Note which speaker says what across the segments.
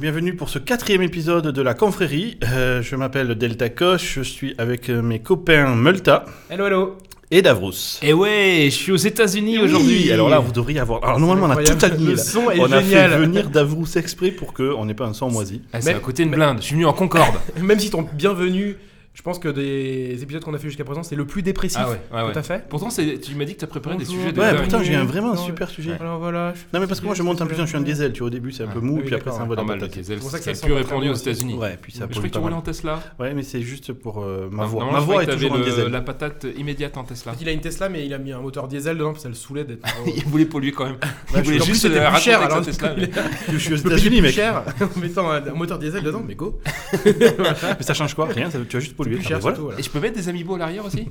Speaker 1: bienvenue pour ce quatrième épisode de la confrérie. Euh, je m'appelle Delta Koch, je suis avec euh, mes copains Multa
Speaker 2: Hello, hello.
Speaker 1: et Davrous.
Speaker 2: Et Eh ouais, je suis aux États-Unis aujourd'hui.
Speaker 1: alors là, vous devriez avoir. Alors normalement, on a tout
Speaker 2: Incroyable.
Speaker 1: aligné.
Speaker 2: Le
Speaker 1: là.
Speaker 2: son est
Speaker 1: On a
Speaker 2: génial.
Speaker 1: fait venir Davrous exprès pour qu'on n'ait pas un son moisi.
Speaker 3: Ah, c'est
Speaker 2: Mais-
Speaker 3: à côté de blinde. Je suis venu en Concorde.
Speaker 2: Même si ton bienvenu, je pense que des épisodes qu'on a fait jusqu'à présent, c'est le plus dépressif
Speaker 3: Ah ouais, ouais, ouais.
Speaker 2: que t'as fait.
Speaker 3: Pourtant, c'est- tu m'as dit que t'as préparé des
Speaker 2: Bonjour.
Speaker 3: sujets de
Speaker 1: Ouais,
Speaker 3: dingue.
Speaker 1: putain, j'ai un-
Speaker 2: Ouais.
Speaker 1: vraiment un
Speaker 2: Non,
Speaker 1: super sujet.
Speaker 2: Alors voilà. je suis
Speaker 1: Non, mais parce que moi, je
Speaker 2: fatigué,
Speaker 1: monte un putain, je suis un diesel, tu vois, au début, c'est un peu mou,
Speaker 2: Ah oui,
Speaker 1: puis après,
Speaker 2: d'accord,
Speaker 1: ça envoie la
Speaker 3: Normal, le
Speaker 1: patate.
Speaker 3: diesel,
Speaker 2: pour ça que
Speaker 3: c'est
Speaker 2: ça
Speaker 3: le
Speaker 2: sent
Speaker 3: plus
Speaker 2: pas
Speaker 3: répandu
Speaker 2: très
Speaker 3: aux
Speaker 2: bon
Speaker 3: États-Unis.
Speaker 1: Ouais, puis ça
Speaker 3: Je crois
Speaker 1: pollue
Speaker 3: que tu
Speaker 1: pas
Speaker 3: roulais en
Speaker 1: mal.
Speaker 3: Tesla.
Speaker 1: Ouais, mais c'est juste pour euh, ma
Speaker 3: Non,
Speaker 1: voix.
Speaker 3: normalement,
Speaker 1: Ma voix
Speaker 3: je croyais
Speaker 1: est
Speaker 3: que
Speaker 1: toujours en
Speaker 3: t'avais le-
Speaker 1: diesel.
Speaker 3: la patate euh, immédiate en Tesla.
Speaker 2: En fait, il a une Tesla, mais il a mis un moteur diesel dedans, parce que ça le saoulait d'être.
Speaker 3: Il voulait polluer quand même.
Speaker 1: Ouais,
Speaker 3: Il voulait
Speaker 2: En plus,
Speaker 3: juste
Speaker 2: c'était
Speaker 3: euh,
Speaker 2: plus
Speaker 3: raconter
Speaker 2: cher,
Speaker 3: que
Speaker 2: alors,
Speaker 3: sa Tesla.
Speaker 2: il a-
Speaker 1: Je suis aux
Speaker 2: Je peux payer
Speaker 1: États-Unis,
Speaker 2: plus
Speaker 1: mec.
Speaker 2: cher en mettant un, un moteur diesel dedans, mais go.
Speaker 1: Mais ça change quoi Rien, ça- tu vas juste polluer.
Speaker 2: Plus
Speaker 1: Ah,
Speaker 2: cher,
Speaker 1: bah voilà.
Speaker 2: surtout, voilà.
Speaker 3: Et je peux mettre des amiibo à l'arrière aussi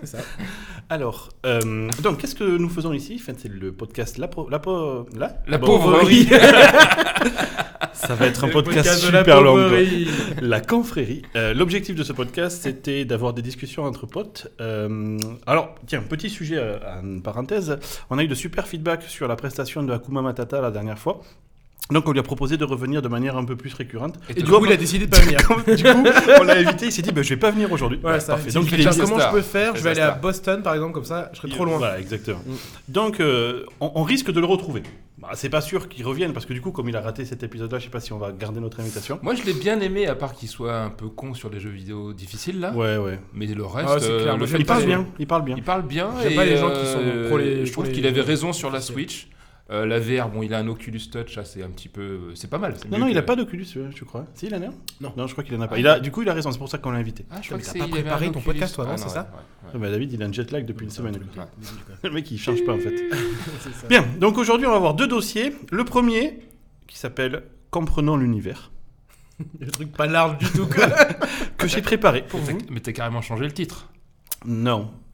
Speaker 2: C'est ça.
Speaker 1: Alors, euh, donc, qu'est-ce que nous faisons ici Enfin, C'est le podcast La, Pro- la, Po- la,
Speaker 3: La pauvrerie.
Speaker 1: Ça va être un
Speaker 2: Le
Speaker 1: podcast,
Speaker 2: de la
Speaker 1: super long. quoi.
Speaker 2: pauvrerie.
Speaker 1: La confrérie. Euh, L'objectif de ce podcast, c'était d'avoir des discussions entre potes. Euh, alors, tiens, petit sujet euh, en parenthèse. On a eu de super feedback sur la prestation de Akuma Matata la dernière fois. Donc, on lui a proposé de revenir de manière un peu plus récurrente.
Speaker 2: Et
Speaker 3: te-
Speaker 2: du coup, il a décidé de pas venir.
Speaker 1: du coup, on l'a invité. Il s'est dit, ben, je vais pas venir aujourd'hui.
Speaker 2: Voilà,
Speaker 1: Bah,
Speaker 2: ça.
Speaker 1: parfait.
Speaker 2: Donc,
Speaker 1: Donc,
Speaker 3: fait
Speaker 1: il est
Speaker 3: déjà-
Speaker 2: comment je
Speaker 3: Disaster.
Speaker 2: peux faire Je vais aller
Speaker 3: Disaster.
Speaker 2: à Boston, par exemple, comme ça, je serai trop loin.
Speaker 1: Voilà, exactement. Donc, euh, on, on risque de le retrouver. Bah, c'est pas sûr qu'il revienne parce que du coup, comme il a raté cet épisode-là, je sais pas si on va garder notre invitation.
Speaker 3: Moi, je l'ai bien aimé, à part qu'il soit un peu con sur les jeux vidéo difficiles là.
Speaker 1: Ouais, ouais.
Speaker 3: Mais le reste,
Speaker 2: Ah, c'est clair,
Speaker 3: euh,
Speaker 2: moi,
Speaker 3: le
Speaker 2: j'aime
Speaker 3: fait
Speaker 1: Il parle
Speaker 3: qu'il-
Speaker 1: bien. Il parle bien.
Speaker 3: Il parle bien.
Speaker 2: J'aime
Speaker 3: et,
Speaker 2: pas les gens qui
Speaker 3: euh,
Speaker 2: sont pro les-
Speaker 3: Je trouve
Speaker 2: pro
Speaker 3: qu'il
Speaker 2: les-
Speaker 3: avait raison sur la
Speaker 2: C'est-
Speaker 3: Switch. Euh, la VR, bon, il a un Oculus Touch, ça c'est un petit peu. euh, C'est pas mal. c'est
Speaker 1: Non,
Speaker 3: mieux
Speaker 1: non, il
Speaker 3: que-
Speaker 1: n'a pas d'Oculus, euh, je crois. Si, il en a un
Speaker 2: Non.
Speaker 1: Non, je crois qu'il en a pas.
Speaker 3: Ah.
Speaker 1: Il a, du coup, il a raison, c'est pour ça qu'on l'a invité.
Speaker 3: Ah, je
Speaker 2: Mais
Speaker 3: crois que
Speaker 2: t'as
Speaker 3: c'est.
Speaker 2: pas
Speaker 3: il avait
Speaker 2: préparé
Speaker 3: un
Speaker 2: ton
Speaker 3: Oculus.
Speaker 2: podcast, toi, non,
Speaker 3: Ah,
Speaker 2: c'est
Speaker 3: ouais,
Speaker 2: ça
Speaker 3: ouais,
Speaker 1: Ah, bah, David, il a un jet lag depuis une semaine.
Speaker 3: ouais.
Speaker 1: Le mec, il change pas en fait.
Speaker 2: C'est ça.
Speaker 1: Bien, donc aujourd'hui, on va avoir deux dossiers. Le premier, qui s'appelle Comprenons l'univers,
Speaker 2: Le truc pas large du tout. quoi.
Speaker 1: que j'ai préparé pour
Speaker 3: Mais
Speaker 1: vous.
Speaker 3: t'as- Mais t'as carrément changé le titre.
Speaker 1: Non.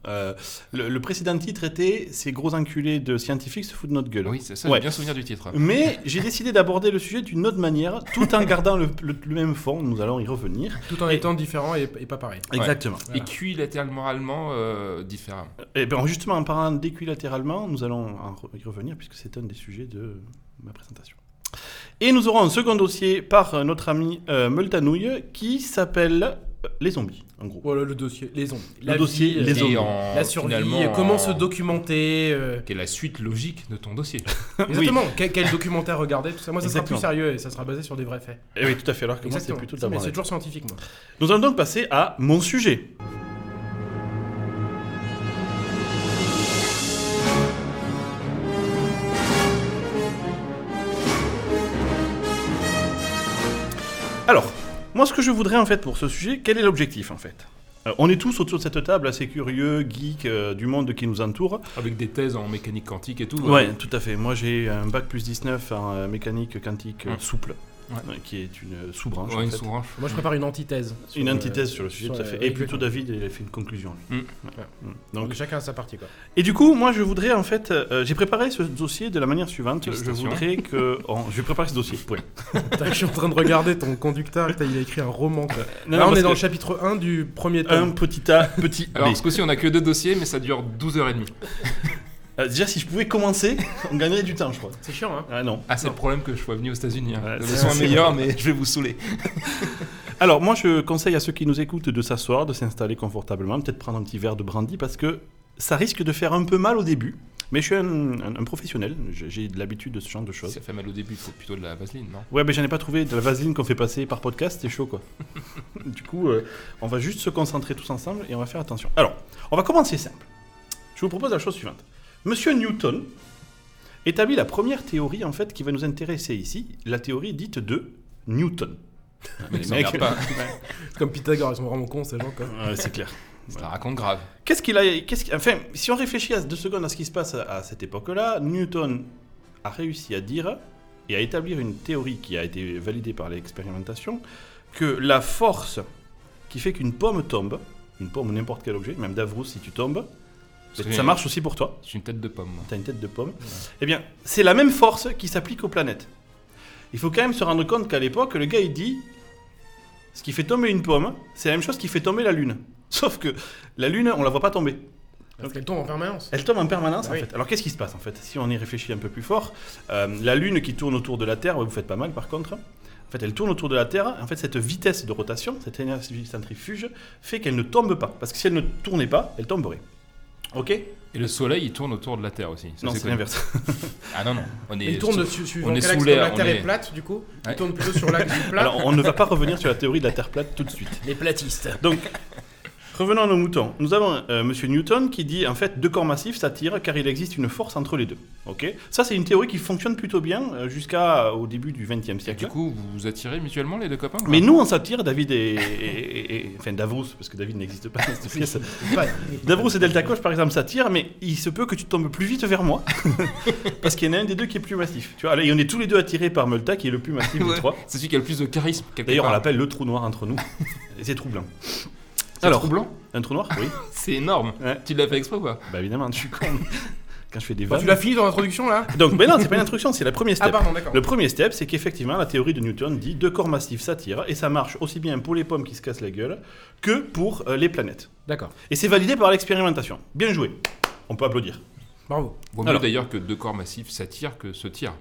Speaker 1: Euh, le, le précédent titre était Ces gros enculés de scientifiques se foutent de
Speaker 2: Euh,
Speaker 1: notre gueule.
Speaker 3: Oui, c'est ça,
Speaker 1: Ouais.
Speaker 3: j'ai bien souvenir du titre.
Speaker 1: Mais j'ai décidé d'aborder le sujet d'une autre manière, tout en gardant le- le- le même fond. Nous allons y revenir.
Speaker 2: Tout en
Speaker 1: Et-
Speaker 2: étant différent et, et pas pareil.
Speaker 1: Exactement.
Speaker 3: Et cuit latéralement euh, différemment.
Speaker 1: Eh bien, justement, en parlant d'équilatéralement, nous allons en re- y revenir puisque c'est un des sujets de ma présentation. Et nous aurons un second dossier par euh, notre ami euh, Multanouille qui s'appelle euh, Les zombies, en gros.
Speaker 2: Voilà le dossier, les ondes.
Speaker 1: Le dossier,
Speaker 2: vie,
Speaker 1: les
Speaker 2: euh,
Speaker 1: ondes.
Speaker 3: Et en,
Speaker 2: La survie,
Speaker 3: finalement,
Speaker 2: euh, comment
Speaker 3: en-
Speaker 2: se documenter. euh,
Speaker 3: Qui est la suite logique de ton dossier.
Speaker 2: Exactement, quel, quel documentaire regarder, tout ça. Moi, ça
Speaker 1: Exactement.
Speaker 2: sera plus sérieux et ça sera basé sur des vrais faits.
Speaker 1: Eh oui, tout à fait, alors que moi, c'est
Speaker 2: Exactement.
Speaker 1: plutôt de
Speaker 2: Ça,
Speaker 1: la
Speaker 2: mais c'est
Speaker 1: branlette.
Speaker 2: toujours scientifique, moi.
Speaker 1: Nous allons donc passer à mon sujet. Alors, moi ce que je voudrais en fait pour ce sujet, quel est l'objectif en fait Euh, On est tous autour de cette table assez curieux, geeks euh, du monde qui nous entoure.
Speaker 3: Avec des thèses en mécanique quantique et tout. hein.
Speaker 1: Ouais, tout à fait. Moi j'ai un bac plus 19 en euh, mécanique quantique euh,
Speaker 3: Mm.
Speaker 1: souple,
Speaker 3: Ouais.
Speaker 1: euh, qui est une
Speaker 3: euh,
Speaker 1: sous-branche.
Speaker 3: ouais,
Speaker 1: en
Speaker 3: une
Speaker 1: fait.
Speaker 3: sous-branche.
Speaker 2: Moi, je prépare une antithèse.
Speaker 1: Une
Speaker 2: euh,
Speaker 1: antithèse sur le sujet,
Speaker 2: sur,
Speaker 1: tout à
Speaker 2: euh,
Speaker 1: fait. Et plutôt
Speaker 2: exactement.
Speaker 1: David, il a fait une conclusion. lui.
Speaker 3: Mm.
Speaker 1: Ouais. Mm.
Speaker 2: Donc,
Speaker 1: Donc,
Speaker 2: chacun a sa partie, quoi.
Speaker 1: et du coup, moi, je voudrais en fait, euh, j'ai préparé ce dossier de la manière suivante. Je
Speaker 3: Félicitations.
Speaker 1: voudrais que, en- je prépare ce dossier. point.
Speaker 2: Putain, je suis en train de regarder ton conducteur, putain, il a écrit un roman, quoi.
Speaker 1: Non,
Speaker 2: Là,
Speaker 1: non,
Speaker 2: on
Speaker 1: parce
Speaker 2: est dans
Speaker 1: que-
Speaker 2: le chapitre 1 du premier
Speaker 1: un
Speaker 2: tome.
Speaker 1: petit A, petit
Speaker 2: Ah,
Speaker 1: B.
Speaker 3: Alors, ce coup-ci, on a que deux dossiers, mais ça dure 12h30.
Speaker 1: Euh, déjà, si je pouvais commencer, on gagnerait du temps, je crois.
Speaker 2: C'est chiant, hein
Speaker 1: Ah non.
Speaker 3: Ah, c'est le problème que je sois venu aux États-Unis. hein.
Speaker 1: Ouais,
Speaker 3: Le
Speaker 1: c'est-
Speaker 3: soin
Speaker 1: c'est-
Speaker 3: meilleur, mais je vais vous saouler.
Speaker 1: Alors, moi, je conseille à ceux qui nous écoutent de s'asseoir, de s'installer confortablement, peut-être prendre un petit verre de brandy, parce que ça risque de faire un peu mal au début. Mais je suis un, un- un professionnel, j'ai j'ai de l'habitude de ce genre de choses.
Speaker 3: Ça fait mal au début, il faut plutôt de la vaseline, non
Speaker 1: Ouais, mais j'en ai pas trouvé de la vaseline qu'on fait passer par podcast, c'est chaud quoi. du coup, euh, on va juste se concentrer tous ensemble et on va faire attention. Alors, on va commencer simple. Je vous propose la chose suivante. Monsieur Newton établit la première théorie en fait qui va nous intéresser ici, la théorie dite de Newton.
Speaker 3: Ah, Mais les
Speaker 1: Mec.
Speaker 3: mecs, pas.
Speaker 2: Comme Pythagore, ils sont vraiment cons, ces gens, quoi.
Speaker 1: Ouais, c'est clair.
Speaker 3: Ça raconte grave.
Speaker 1: Qu'est-ce qu'il a qu'est-ce qu'il- Enfin, si on réfléchit à deux secondes à ce qui se passe à, à cette époque-là, Newton a réussi à dire et à établir une théorie qui a été validée par l'expérimentation que la force qui fait qu'une pomme tombe, une pomme ou n'importe quel objet, même d'Avrous si tu tombes,
Speaker 3: C'est-
Speaker 1: ça marche aussi pour toi.
Speaker 3: J'ai une tête de pomme, moi.
Speaker 1: T'as une tête de pomme. Eh bien, c'est la même force qui s'applique aux planètes. Il faut quand même se rendre compte qu'à l'époque, le gars il dit ce qui fait tomber une pomme, c'est la même chose qui fait tomber la lune. Sauf que la lune, on la voit pas tomber.
Speaker 2: Parce qu'elle tombe en permanence.
Speaker 1: Elle tombe en permanence
Speaker 2: Bah
Speaker 1: en
Speaker 2: oui.
Speaker 1: fait. Alors qu'est-ce qui se passe en fait Si on y réfléchit un peu plus fort, euh, la Lune qui tourne autour de la Terre, ouais, vous faites pas mal par contre. En fait, elle tourne autour de la Terre. En fait, cette vitesse de rotation, cette énergie centrifuge, fait qu'elle ne tombe pas. Parce que si elle ne tournait pas, elle tomberait. Ok
Speaker 3: Et le soleil, il tourne autour de la Terre aussi. Ça,
Speaker 1: Non, c'est
Speaker 3: connu.
Speaker 1: l'inverse.
Speaker 3: Ah non, non. On est
Speaker 2: Il tourne dessus, suivant
Speaker 3: on est
Speaker 2: quel
Speaker 3: sous
Speaker 2: axe, comme
Speaker 3: l'air,
Speaker 2: la
Speaker 3: on
Speaker 2: Terre
Speaker 3: est-
Speaker 2: est plate, du coup.
Speaker 3: Ouais.
Speaker 2: Il tourne plutôt sur l'axe du plat.
Speaker 1: Alors, on ne va pas revenir sur la théorie de la Terre plate tout de suite.
Speaker 2: Les platistes.
Speaker 1: Donc, revenons à nos moutons. Nous avons euh, Monsieur Newton qui dit en fait deux corps massifs s'attirent car il existe une force entre les deux. Ok Ça c'est une théorie qui fonctionne plutôt bien euh, jusqu'à au début du XXe
Speaker 3: Et
Speaker 1: siècle.
Speaker 3: du coup, vous vous attirez mutuellement les deux copains quoi
Speaker 1: Mais nous on s'attire David et, et- et- et- enfin Davros parce que David n'existe pas dans cette pièce. Davros et Delta Coche par exemple s'attirent mais il se peut que tu tombes plus vite vers moi parce qu'il y en a un des deux qui est plus massif. Tu vois Là, et on est tous les deux attirés par Multa qui est le plus massif des
Speaker 3: Ouais.
Speaker 1: trois.
Speaker 3: C'est celui qui a le plus de charisme. quelque
Speaker 1: D'ailleurs on
Speaker 3: part.
Speaker 1: l'appelle le trou noir entre nous. Et c'est troublant.
Speaker 3: C'est
Speaker 1: Alors.
Speaker 3: troublant.
Speaker 1: Un trou noir Oui.
Speaker 3: C'est énorme.
Speaker 1: Ouais.
Speaker 3: Tu l'as fait exprès ou pas
Speaker 1: Bah évidemment, je suis con. Quand je fais des
Speaker 2: Bon, Bah, tu
Speaker 1: vannes.
Speaker 2: l'as fini dans l'introduction là
Speaker 1: Donc, mais non, c'est pas une introduction, c'est la première
Speaker 2: Ah
Speaker 1: step.
Speaker 2: pardon, d'accord.
Speaker 1: le premier step, c'est qu'effectivement, la théorie de Newton dit deux corps massifs s'attirent et ça marche aussi bien pour les pommes qui se cassent la gueule que pour euh, les planètes.
Speaker 2: D'accord.
Speaker 1: Et c'est validé par l'expérimentation. Bien joué. On peut applaudir.
Speaker 2: Bravo.
Speaker 3: Vaut mieux
Speaker 1: Alors.
Speaker 3: d'ailleurs que deux corps massifs s'attirent que se tirent.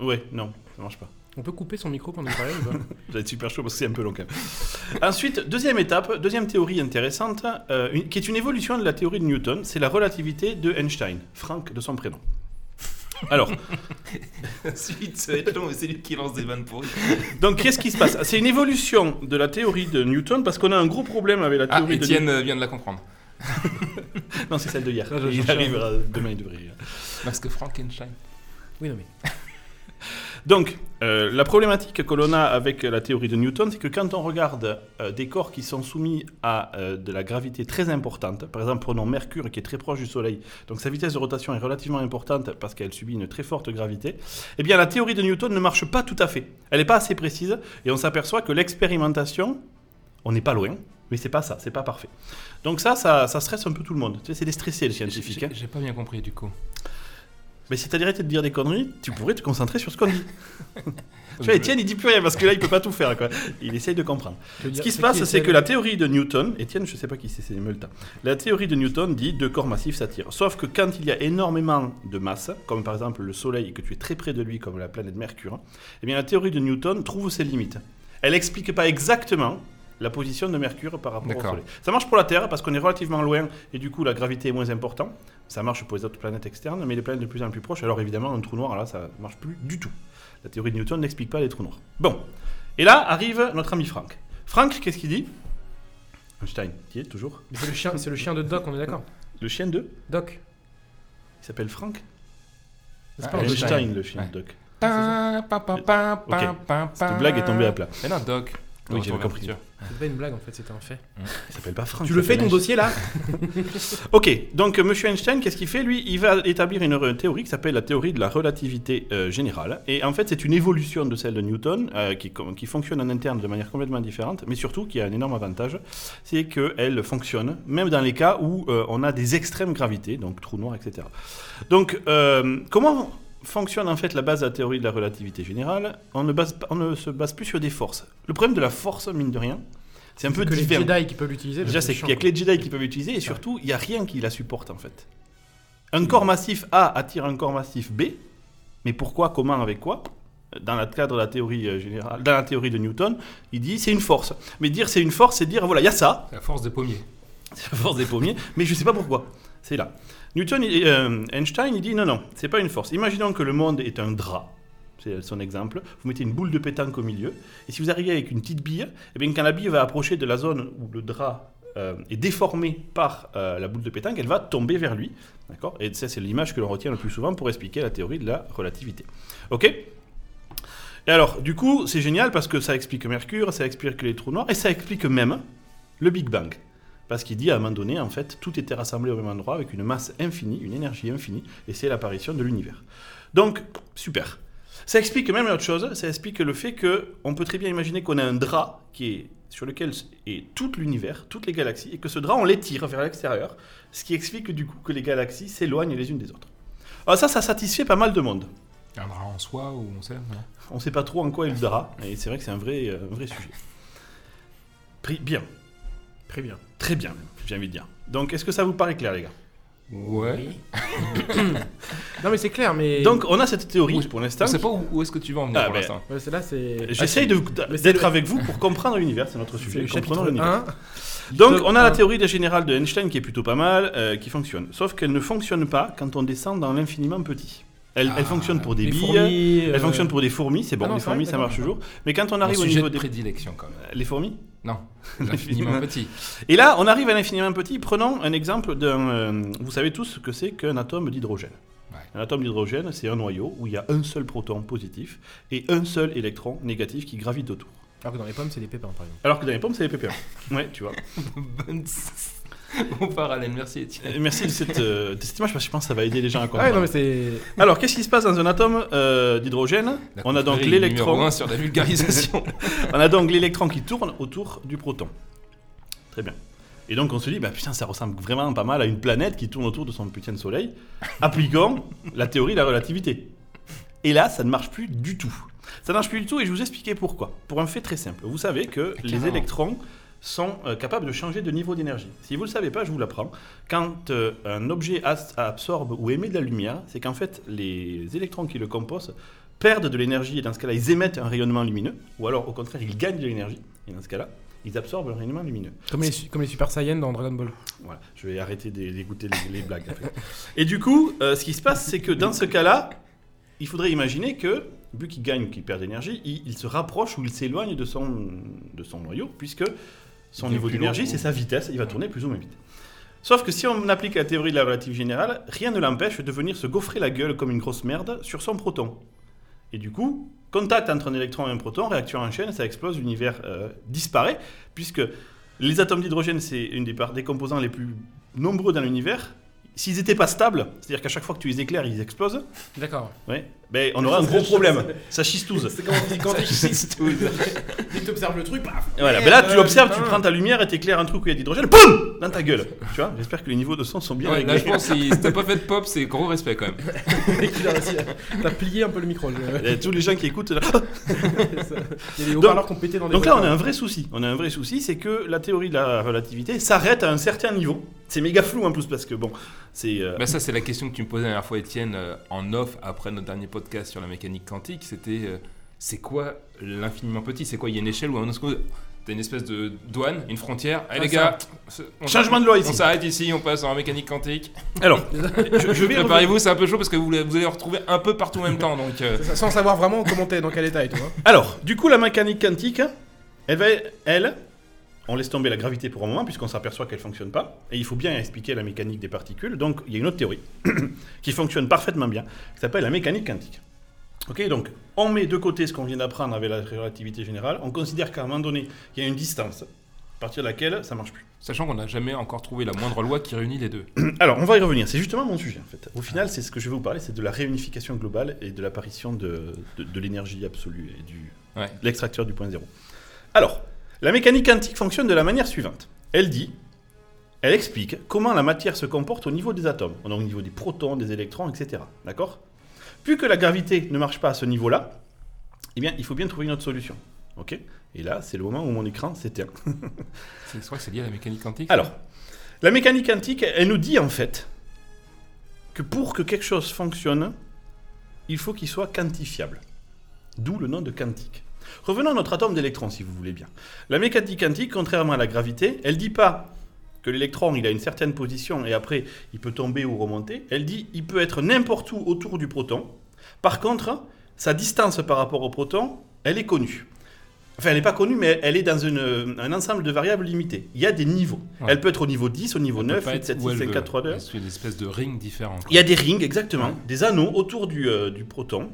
Speaker 1: Ouais, non, ça marche pas.
Speaker 2: On peut couper son micro pendant le parler ou pas
Speaker 1: Ça va être super chaud parce que c'est un peu long quand même. Ensuite, deuxième étape, deuxième théorie intéressante, euh, une- qui est une évolution de la théorie de Newton, c'est la relativité de Einstein, Frank de son prénom. Alors,
Speaker 3: Ensuite, ça va être long, mais c'est lui qui lance des vannes pourries.
Speaker 1: Donc qu'est-ce qui se passe C'est une évolution de la théorie de Newton parce qu'on a un gros problème avec la
Speaker 3: Ah,
Speaker 1: théorie de Newton.
Speaker 3: Étienne euh, vient de la comprendre.
Speaker 1: Non, c'est celle de hier.
Speaker 2: Ah, je-
Speaker 1: Il
Speaker 2: je-
Speaker 1: arrivera demain, il devrait. y aller.
Speaker 3: Parce que Frankenstein.
Speaker 2: Oui, non mais.
Speaker 1: Donc euh, la problématique que l'on a avec la théorie de Newton, c'est que quand on regarde euh, des corps qui sont soumis à euh, de la gravité très importante, par exemple prenons Mercure qui est très proche du Soleil, donc sa vitesse de rotation est relativement importante parce qu'elle subit une très forte gravité, eh bien la théorie de Newton ne marche pas tout à fait. Elle n'est pas assez précise et on s'aperçoit que l'expérimentation, on n'est pas loin. Mais c'est pas ça, c'est pas parfait. Donc ça, ça, ça stresse un peu tout le monde. Tu sais, c'est des stressés, les scientifiques.
Speaker 3: J'ai-
Speaker 1: hein.
Speaker 3: J'ai pas bien compris du coup.
Speaker 1: Mais si t'as l'arrêté de dire des conneries, tu pourrais te concentrer sur ce qu'on dit. tu vois, Étienne, il dit plus rien parce que là, il peut pas tout faire. Quoi. Il essaye de comprendre. Ce qui se passe, c'est que la théorie de Newton, Étienne, je sais pas qui c'est, c'est Multa. La théorie de Newton dit deux corps massifs s'attirent. Sauf que quand il y a énormément de masse, comme par exemple le Soleil, et que tu es très près de lui, comme la planète Mercure, eh bien la théorie de Newton trouve ses limites. Elle explique pas exactement la position de Mercure par rapport au
Speaker 3: D'accord.
Speaker 1: Soleil. Ça marche pour la Terre parce qu'on est relativement loin et du coup la gravité est moins importante. Ça marche pour les autres planètes externes, mais les planètes de plus en plus proches, alors évidemment, un trou noir, là, ça marche plus du tout. La théorie de Newton n'explique pas les trous noirs. Bon, et là arrive notre ami Franck. Franck, qu'est-ce qu'il dit Einstein, qui est toujours
Speaker 2: Mais c'est le chien, c'est le chien de Doc, on est d'accord.
Speaker 1: Le chien de
Speaker 2: Doc.
Speaker 1: Il s'appelle Franck
Speaker 2: C'est
Speaker 3: Ah,
Speaker 2: pas un
Speaker 3: Einstein.
Speaker 2: Doc.
Speaker 1: Einstein, le chien
Speaker 3: Ouais.
Speaker 1: de Doc.
Speaker 3: Ta- pa- pa- pa-
Speaker 1: Ok.
Speaker 3: pa- pa-
Speaker 1: Cette
Speaker 3: pa-
Speaker 1: blague est tombée à plat.
Speaker 3: Mais non, Doc.
Speaker 1: Oui,
Speaker 3: Retour
Speaker 1: j'avais
Speaker 3: vers
Speaker 1: compris.
Speaker 3: le futur.
Speaker 2: C'est pas une blague en fait, c'était un fait.
Speaker 1: Il s'appelle pas Franck.
Speaker 2: Tu
Speaker 1: il
Speaker 2: le fais ton
Speaker 1: s'appelle
Speaker 2: dossier là
Speaker 1: Ok, donc euh, Monsieur Einstein, qu'est-ce qu'il fait Lui, il va établir une re- théorie qui s'appelle la théorie de la relativité euh, générale. Et en fait, c'est une évolution de celle de Newton euh, qui, com- qui fonctionne en interne de manière complètement différente, mais surtout qui a un énorme avantage, c'est qu'elle fonctionne même dans les cas où euh, on a des extrêmes gravités, donc trous noirs, etc. Donc, euh, comment fonctionne en fait la base de la théorie de la relativité générale on ne, base, pas- on ne se base plus sur des forces. Le problème de la force, mine de rien, c'est un peu
Speaker 2: que les
Speaker 1: différent.
Speaker 2: Jedi qui peuvent l'utiliser.
Speaker 1: Déjà,
Speaker 2: parce
Speaker 1: c'est
Speaker 2: chiant,
Speaker 1: qu'il n'y a que les Jedi qui peuvent l'utiliser et surtout, il n'y a rien qui la supporte en fait. Un corps massif A attire un corps massif B, mais pourquoi, comment, avec quoi Dans le cadre de la théorie euh, générale, dans la théorie de Newton, il dit c'est une force. Mais dire c'est une force, c'est dire voilà, il y a ça,
Speaker 3: La force des pommiers.
Speaker 1: c'est la force des pommiers, mais je ne sais pas pourquoi. C'est là. Newton, il- euh, Einstein, il dit non, non, c'est pas une force. Imaginons que le monde est un drap. C'est son exemple. Vous mettez une boule de pétanque au milieu, et si vous arrivez avec une petite bille, eh bien, quand la bille va approcher de la zone où le drap euh, est déformé par euh, la boule de pétanque, elle va tomber vers lui. D'accord Et ça, c'est l'image que l'on retient le plus souvent pour expliquer la théorie de la relativité. Ok Et alors, du coup, c'est génial parce que ça explique Mercure, ça explique les trous noirs, et ça explique même le Big Bang. Parce qu'il dit à un moment donné, en fait, tout était rassemblé au même endroit avec une masse infinie, une énergie infinie, et c'est l'apparition de l'univers. Donc, super. Ça explique même autre chose, ça explique le fait que on peut très bien imaginer qu'on a un drap qui est, sur lequel est tout l'univers, toutes les galaxies, et que ce drap, on les tire vers l'extérieur, ce qui explique du coup que les galaxies s'éloignent les unes des autres. Alors ça, ça satisfait pas mal de monde.
Speaker 3: Un drap en soie ou on sait non
Speaker 1: On ne sait pas trop en quoi est le drap, et c'est vrai que c'est un vrai, euh, un vrai sujet. Pri- Bien,
Speaker 2: quoi. Très bien.
Speaker 1: très bien, j'ai envie de dire. Donc, est-ce que ça vous paraît clair, les gars
Speaker 3: Ouais.
Speaker 2: Non, mais c'est clair, mais.
Speaker 1: Donc on a cette théorie
Speaker 3: Oui,
Speaker 1: pour
Speaker 3: Je
Speaker 1: l'instant.
Speaker 3: sais pas où, où est-ce que tu vas en venir
Speaker 1: Ah,
Speaker 3: pour
Speaker 1: ben,
Speaker 3: l'instant.
Speaker 2: Ouais, c'est là, c'est.
Speaker 1: J'essaye de-
Speaker 2: Mais c'est
Speaker 1: d'être
Speaker 2: le-
Speaker 1: avec vous pour comprendre l'univers, c'est notre
Speaker 2: c'est
Speaker 1: sujet.
Speaker 2: le
Speaker 1: Comprenons
Speaker 2: chapitre
Speaker 1: l'univers.
Speaker 2: 1.
Speaker 1: Donc on a la
Speaker 2: un.
Speaker 1: théorie des générales de Einstein qui est plutôt pas mal, euh, qui fonctionne. Sauf qu'elle ne fonctionne pas quand on descend dans l'infiniment petit. Elle, elle
Speaker 3: Ah,
Speaker 1: fonctionne pour des
Speaker 2: Les
Speaker 1: billes,
Speaker 2: fourmis, euh,
Speaker 1: elle fonctionne pour des fourmis, c'est bon,
Speaker 2: ah non,
Speaker 1: les
Speaker 2: ça
Speaker 1: fourmis
Speaker 2: arrive,
Speaker 1: ça
Speaker 2: d'accord.
Speaker 1: marche toujours. Mais quand on
Speaker 3: Mon
Speaker 1: arrive au
Speaker 3: sujet
Speaker 1: niveau
Speaker 3: de
Speaker 1: des...
Speaker 3: prédilection quand même.
Speaker 1: Les fourmis
Speaker 3: Non, l'infiniment petit.
Speaker 1: Et là, on arrive à l'infiniment petit. Prenons un exemple d'un. euh, vous savez tous ce que c'est qu'un atome d'hydrogène.
Speaker 3: Ouais.
Speaker 1: Un atome d'hydrogène, c'est un noyau où il y a un seul proton positif et un seul électron négatif qui gravite autour.
Speaker 2: Alors que dans les pommes, c'est des pépins, par exemple.
Speaker 1: Alors que dans les pommes, c'est les pépins. Ouais, tu vois.
Speaker 3: Bonne- Bon parallèle, merci Étienne.
Speaker 1: Euh, Merci de cette, euh, de cette image parce que je pense que ça va aider les gens à
Speaker 2: Ah, ouais,
Speaker 1: comprendre.
Speaker 2: non, mais c'est.
Speaker 1: Alors, qu'est-ce qui se passe dans un atome euh, d'hydrogène
Speaker 3: La
Speaker 1: On a donc
Speaker 3: confrérie numéro
Speaker 1: l'électron.
Speaker 3: un sur la vulgarisation.
Speaker 1: On a donc l'électron qui tourne autour du proton. Très bien. Et donc on se dit, bah putain, ça ressemble vraiment pas mal à une planète qui tourne autour de son putain de soleil. Appliquons la théorie de la relativité. Et là, ça ne marche plus du tout. Ça ne marche plus du tout et je vais vous expliquer pourquoi. Pour un fait très simple. Vous savez que
Speaker 3: Ah,
Speaker 1: les
Speaker 3: carrément.
Speaker 1: électrons sont euh, capables de changer de niveau d'énergie. Si vous ne le savez pas, je vous l'apprends. Quand euh, un objet as- absorbe ou émet de la lumière, c'est qu'en fait, les électrons qui le composent perdent de l'énergie et dans ce cas-là, ils émettent un rayonnement lumineux. Ou alors, au contraire, ils gagnent de l'énergie et dans ce cas-là, ils absorbent un rayonnement lumineux.
Speaker 2: Comme les, comme les Super Saiyans dans Dragon Ball.
Speaker 1: Voilà, je vais arrêter d'é- d'écouter les, les blagues. en fait. Et du coup, euh, ce qui se passe, c'est que dans ce cas-là, il faudrait imaginer que, vu qu'il gagne ou qu'il perd d'énergie, il, il se rapproche ou il s'éloigne de son, de son noyau, puisque son
Speaker 3: Il est
Speaker 1: niveau
Speaker 3: plus
Speaker 1: d'énergie,
Speaker 3: lourd.
Speaker 1: c'est sa vitesse, il va
Speaker 3: Ouais.
Speaker 1: tourner plus ou moins vite. Sauf que si on applique la théorie de la relativité générale, rien ne l'empêche de venir se gaufrer la gueule comme une grosse merde sur son proton. Et du coup, contact entre un électron et un proton, réaction en chaîne, ça explose, l'univers euh, disparaît, puisque les atomes d'hydrogène, c'est une des, par- des composants les plus nombreux dans l'univers. S'ils n'étaient pas stables, c'est-à-dire qu'à chaque fois que tu les éclaires, ils explosent,
Speaker 2: D'accord.
Speaker 1: ouais, ben, on aurait un gros problème. Ça chistouse.
Speaker 2: comme on dit quand
Speaker 3: Tout.
Speaker 2: Dès que t'observes le truc, paf
Speaker 1: Voilà. Mais là, tu observes, tu prends ta lumière et t'éclaires un truc où il y a de l'hydrogène, POUM Dans ta gueule. Tu vois, j'espère que les niveaux de son sont bien
Speaker 3: Ouais, là,
Speaker 1: réglés.
Speaker 3: je pense que si t'as pas fait de pop, c'est gros respect quand même.
Speaker 2: T'as plié un peu le micro. je-
Speaker 1: Et Eh, tous les gens qui écoutent, là,
Speaker 2: Il y a des haut-parleurs qui ont pété dans des.
Speaker 1: Donc là, on a
Speaker 2: voitures.
Speaker 1: un vrai souci. On a un vrai souci, c'est que la théorie de la relativité s'arrête à un certain niveau. C'est méga flou en plus parce que bon, c'est euh,
Speaker 3: Bah, ça, c'est la question que tu me posais la dernière fois, Étienne, euh, en off après notre dernier podcast sur la mécanique quantique. C'était euh, c'est quoi l'infiniment petit C'est quoi Il y a une échelle ou un osco T'as une espèce de douane, une frontière. Eh
Speaker 2: Ah,
Speaker 3: les
Speaker 2: ça.
Speaker 3: gars, ce- on
Speaker 1: changement de loi
Speaker 3: On
Speaker 1: ici.
Speaker 3: s'arrête ici, on passe en mécanique quantique.
Speaker 1: Alors, je, je vais
Speaker 3: Préparez-vous, c'est un peu chaud parce que vous, vous allez en retrouver un peu partout en même temps. Donc, euh,
Speaker 2: C'est ça, Sans savoir vraiment comment t'es, dans quel état et tout. hein.
Speaker 1: Alors, du coup, la mécanique quantique, elle va, elle, on laisse tomber la gravité pour un moment puisqu'on s'aperçoit qu'elle fonctionne pas. Et il faut bien expliquer la mécanique des particules. Donc, il y a une autre théorie qui fonctionne parfaitement bien, qui s'appelle la mécanique quantique. Ok, donc on met de côté ce qu'on vient d'apprendre avec la relativité générale. On considère qu'à un moment donné, il y a une distance à partir de laquelle ça marche plus.
Speaker 3: sachant qu'on n'a jamais encore trouvé la moindre loi qui réunit les deux.
Speaker 1: Euh, Alors, on va y revenir. C'est justement mon sujet, en fait. Au final, c'est ce que je vais vous parler, c'est de la réunification globale et de l'apparition de, de, de l'énergie absolue et du
Speaker 3: Ouais.
Speaker 1: de l'extracteur du point zéro. Alors, la mécanique quantique fonctionne de la manière suivante. Elle dit, elle explique comment la matière se comporte au niveau des atomes, donc au niveau des protons, des électrons, etc. D'accord Vu que la gravité ne marche pas à ce niveau-là, eh bien, il faut bien trouver une autre solution. Ok Et là, c'est le moment où mon écran s'éteint.
Speaker 3: C'est vrai que c'est lié à la mécanique quantique.
Speaker 1: Alors, la mécanique quantique, elle nous dit en fait que pour que quelque chose fonctionne, il faut qu'il soit quantifiable. D'où le nom de quantique. Revenons à notre atome d'électrons, si vous voulez bien. La mécanique quantique, contrairement à la gravité, elle dit pas que l'électron il a une certaine position et après il peut tomber ou remonter. Elle dit il peut être n'importe où autour du proton. Par contre, sa distance par rapport au proton, elle est connue. Enfin, elle n'est pas connue, mais elle est dans une- un ensemble de variables limitées. Il y a des niveaux.
Speaker 3: Ouais.
Speaker 1: Elle peut être au niveau 10, au niveau
Speaker 3: On peut
Speaker 1: 9,
Speaker 3: pas
Speaker 1: 8,
Speaker 3: être
Speaker 1: 7,
Speaker 3: où
Speaker 1: 6,
Speaker 3: elle
Speaker 1: 5,
Speaker 3: veut.
Speaker 1: 4, 3, 2.
Speaker 3: C'est une espèce de ring différent. quoi.
Speaker 1: Il y a des rings, exactement, des anneaux autour du, euh, du proton.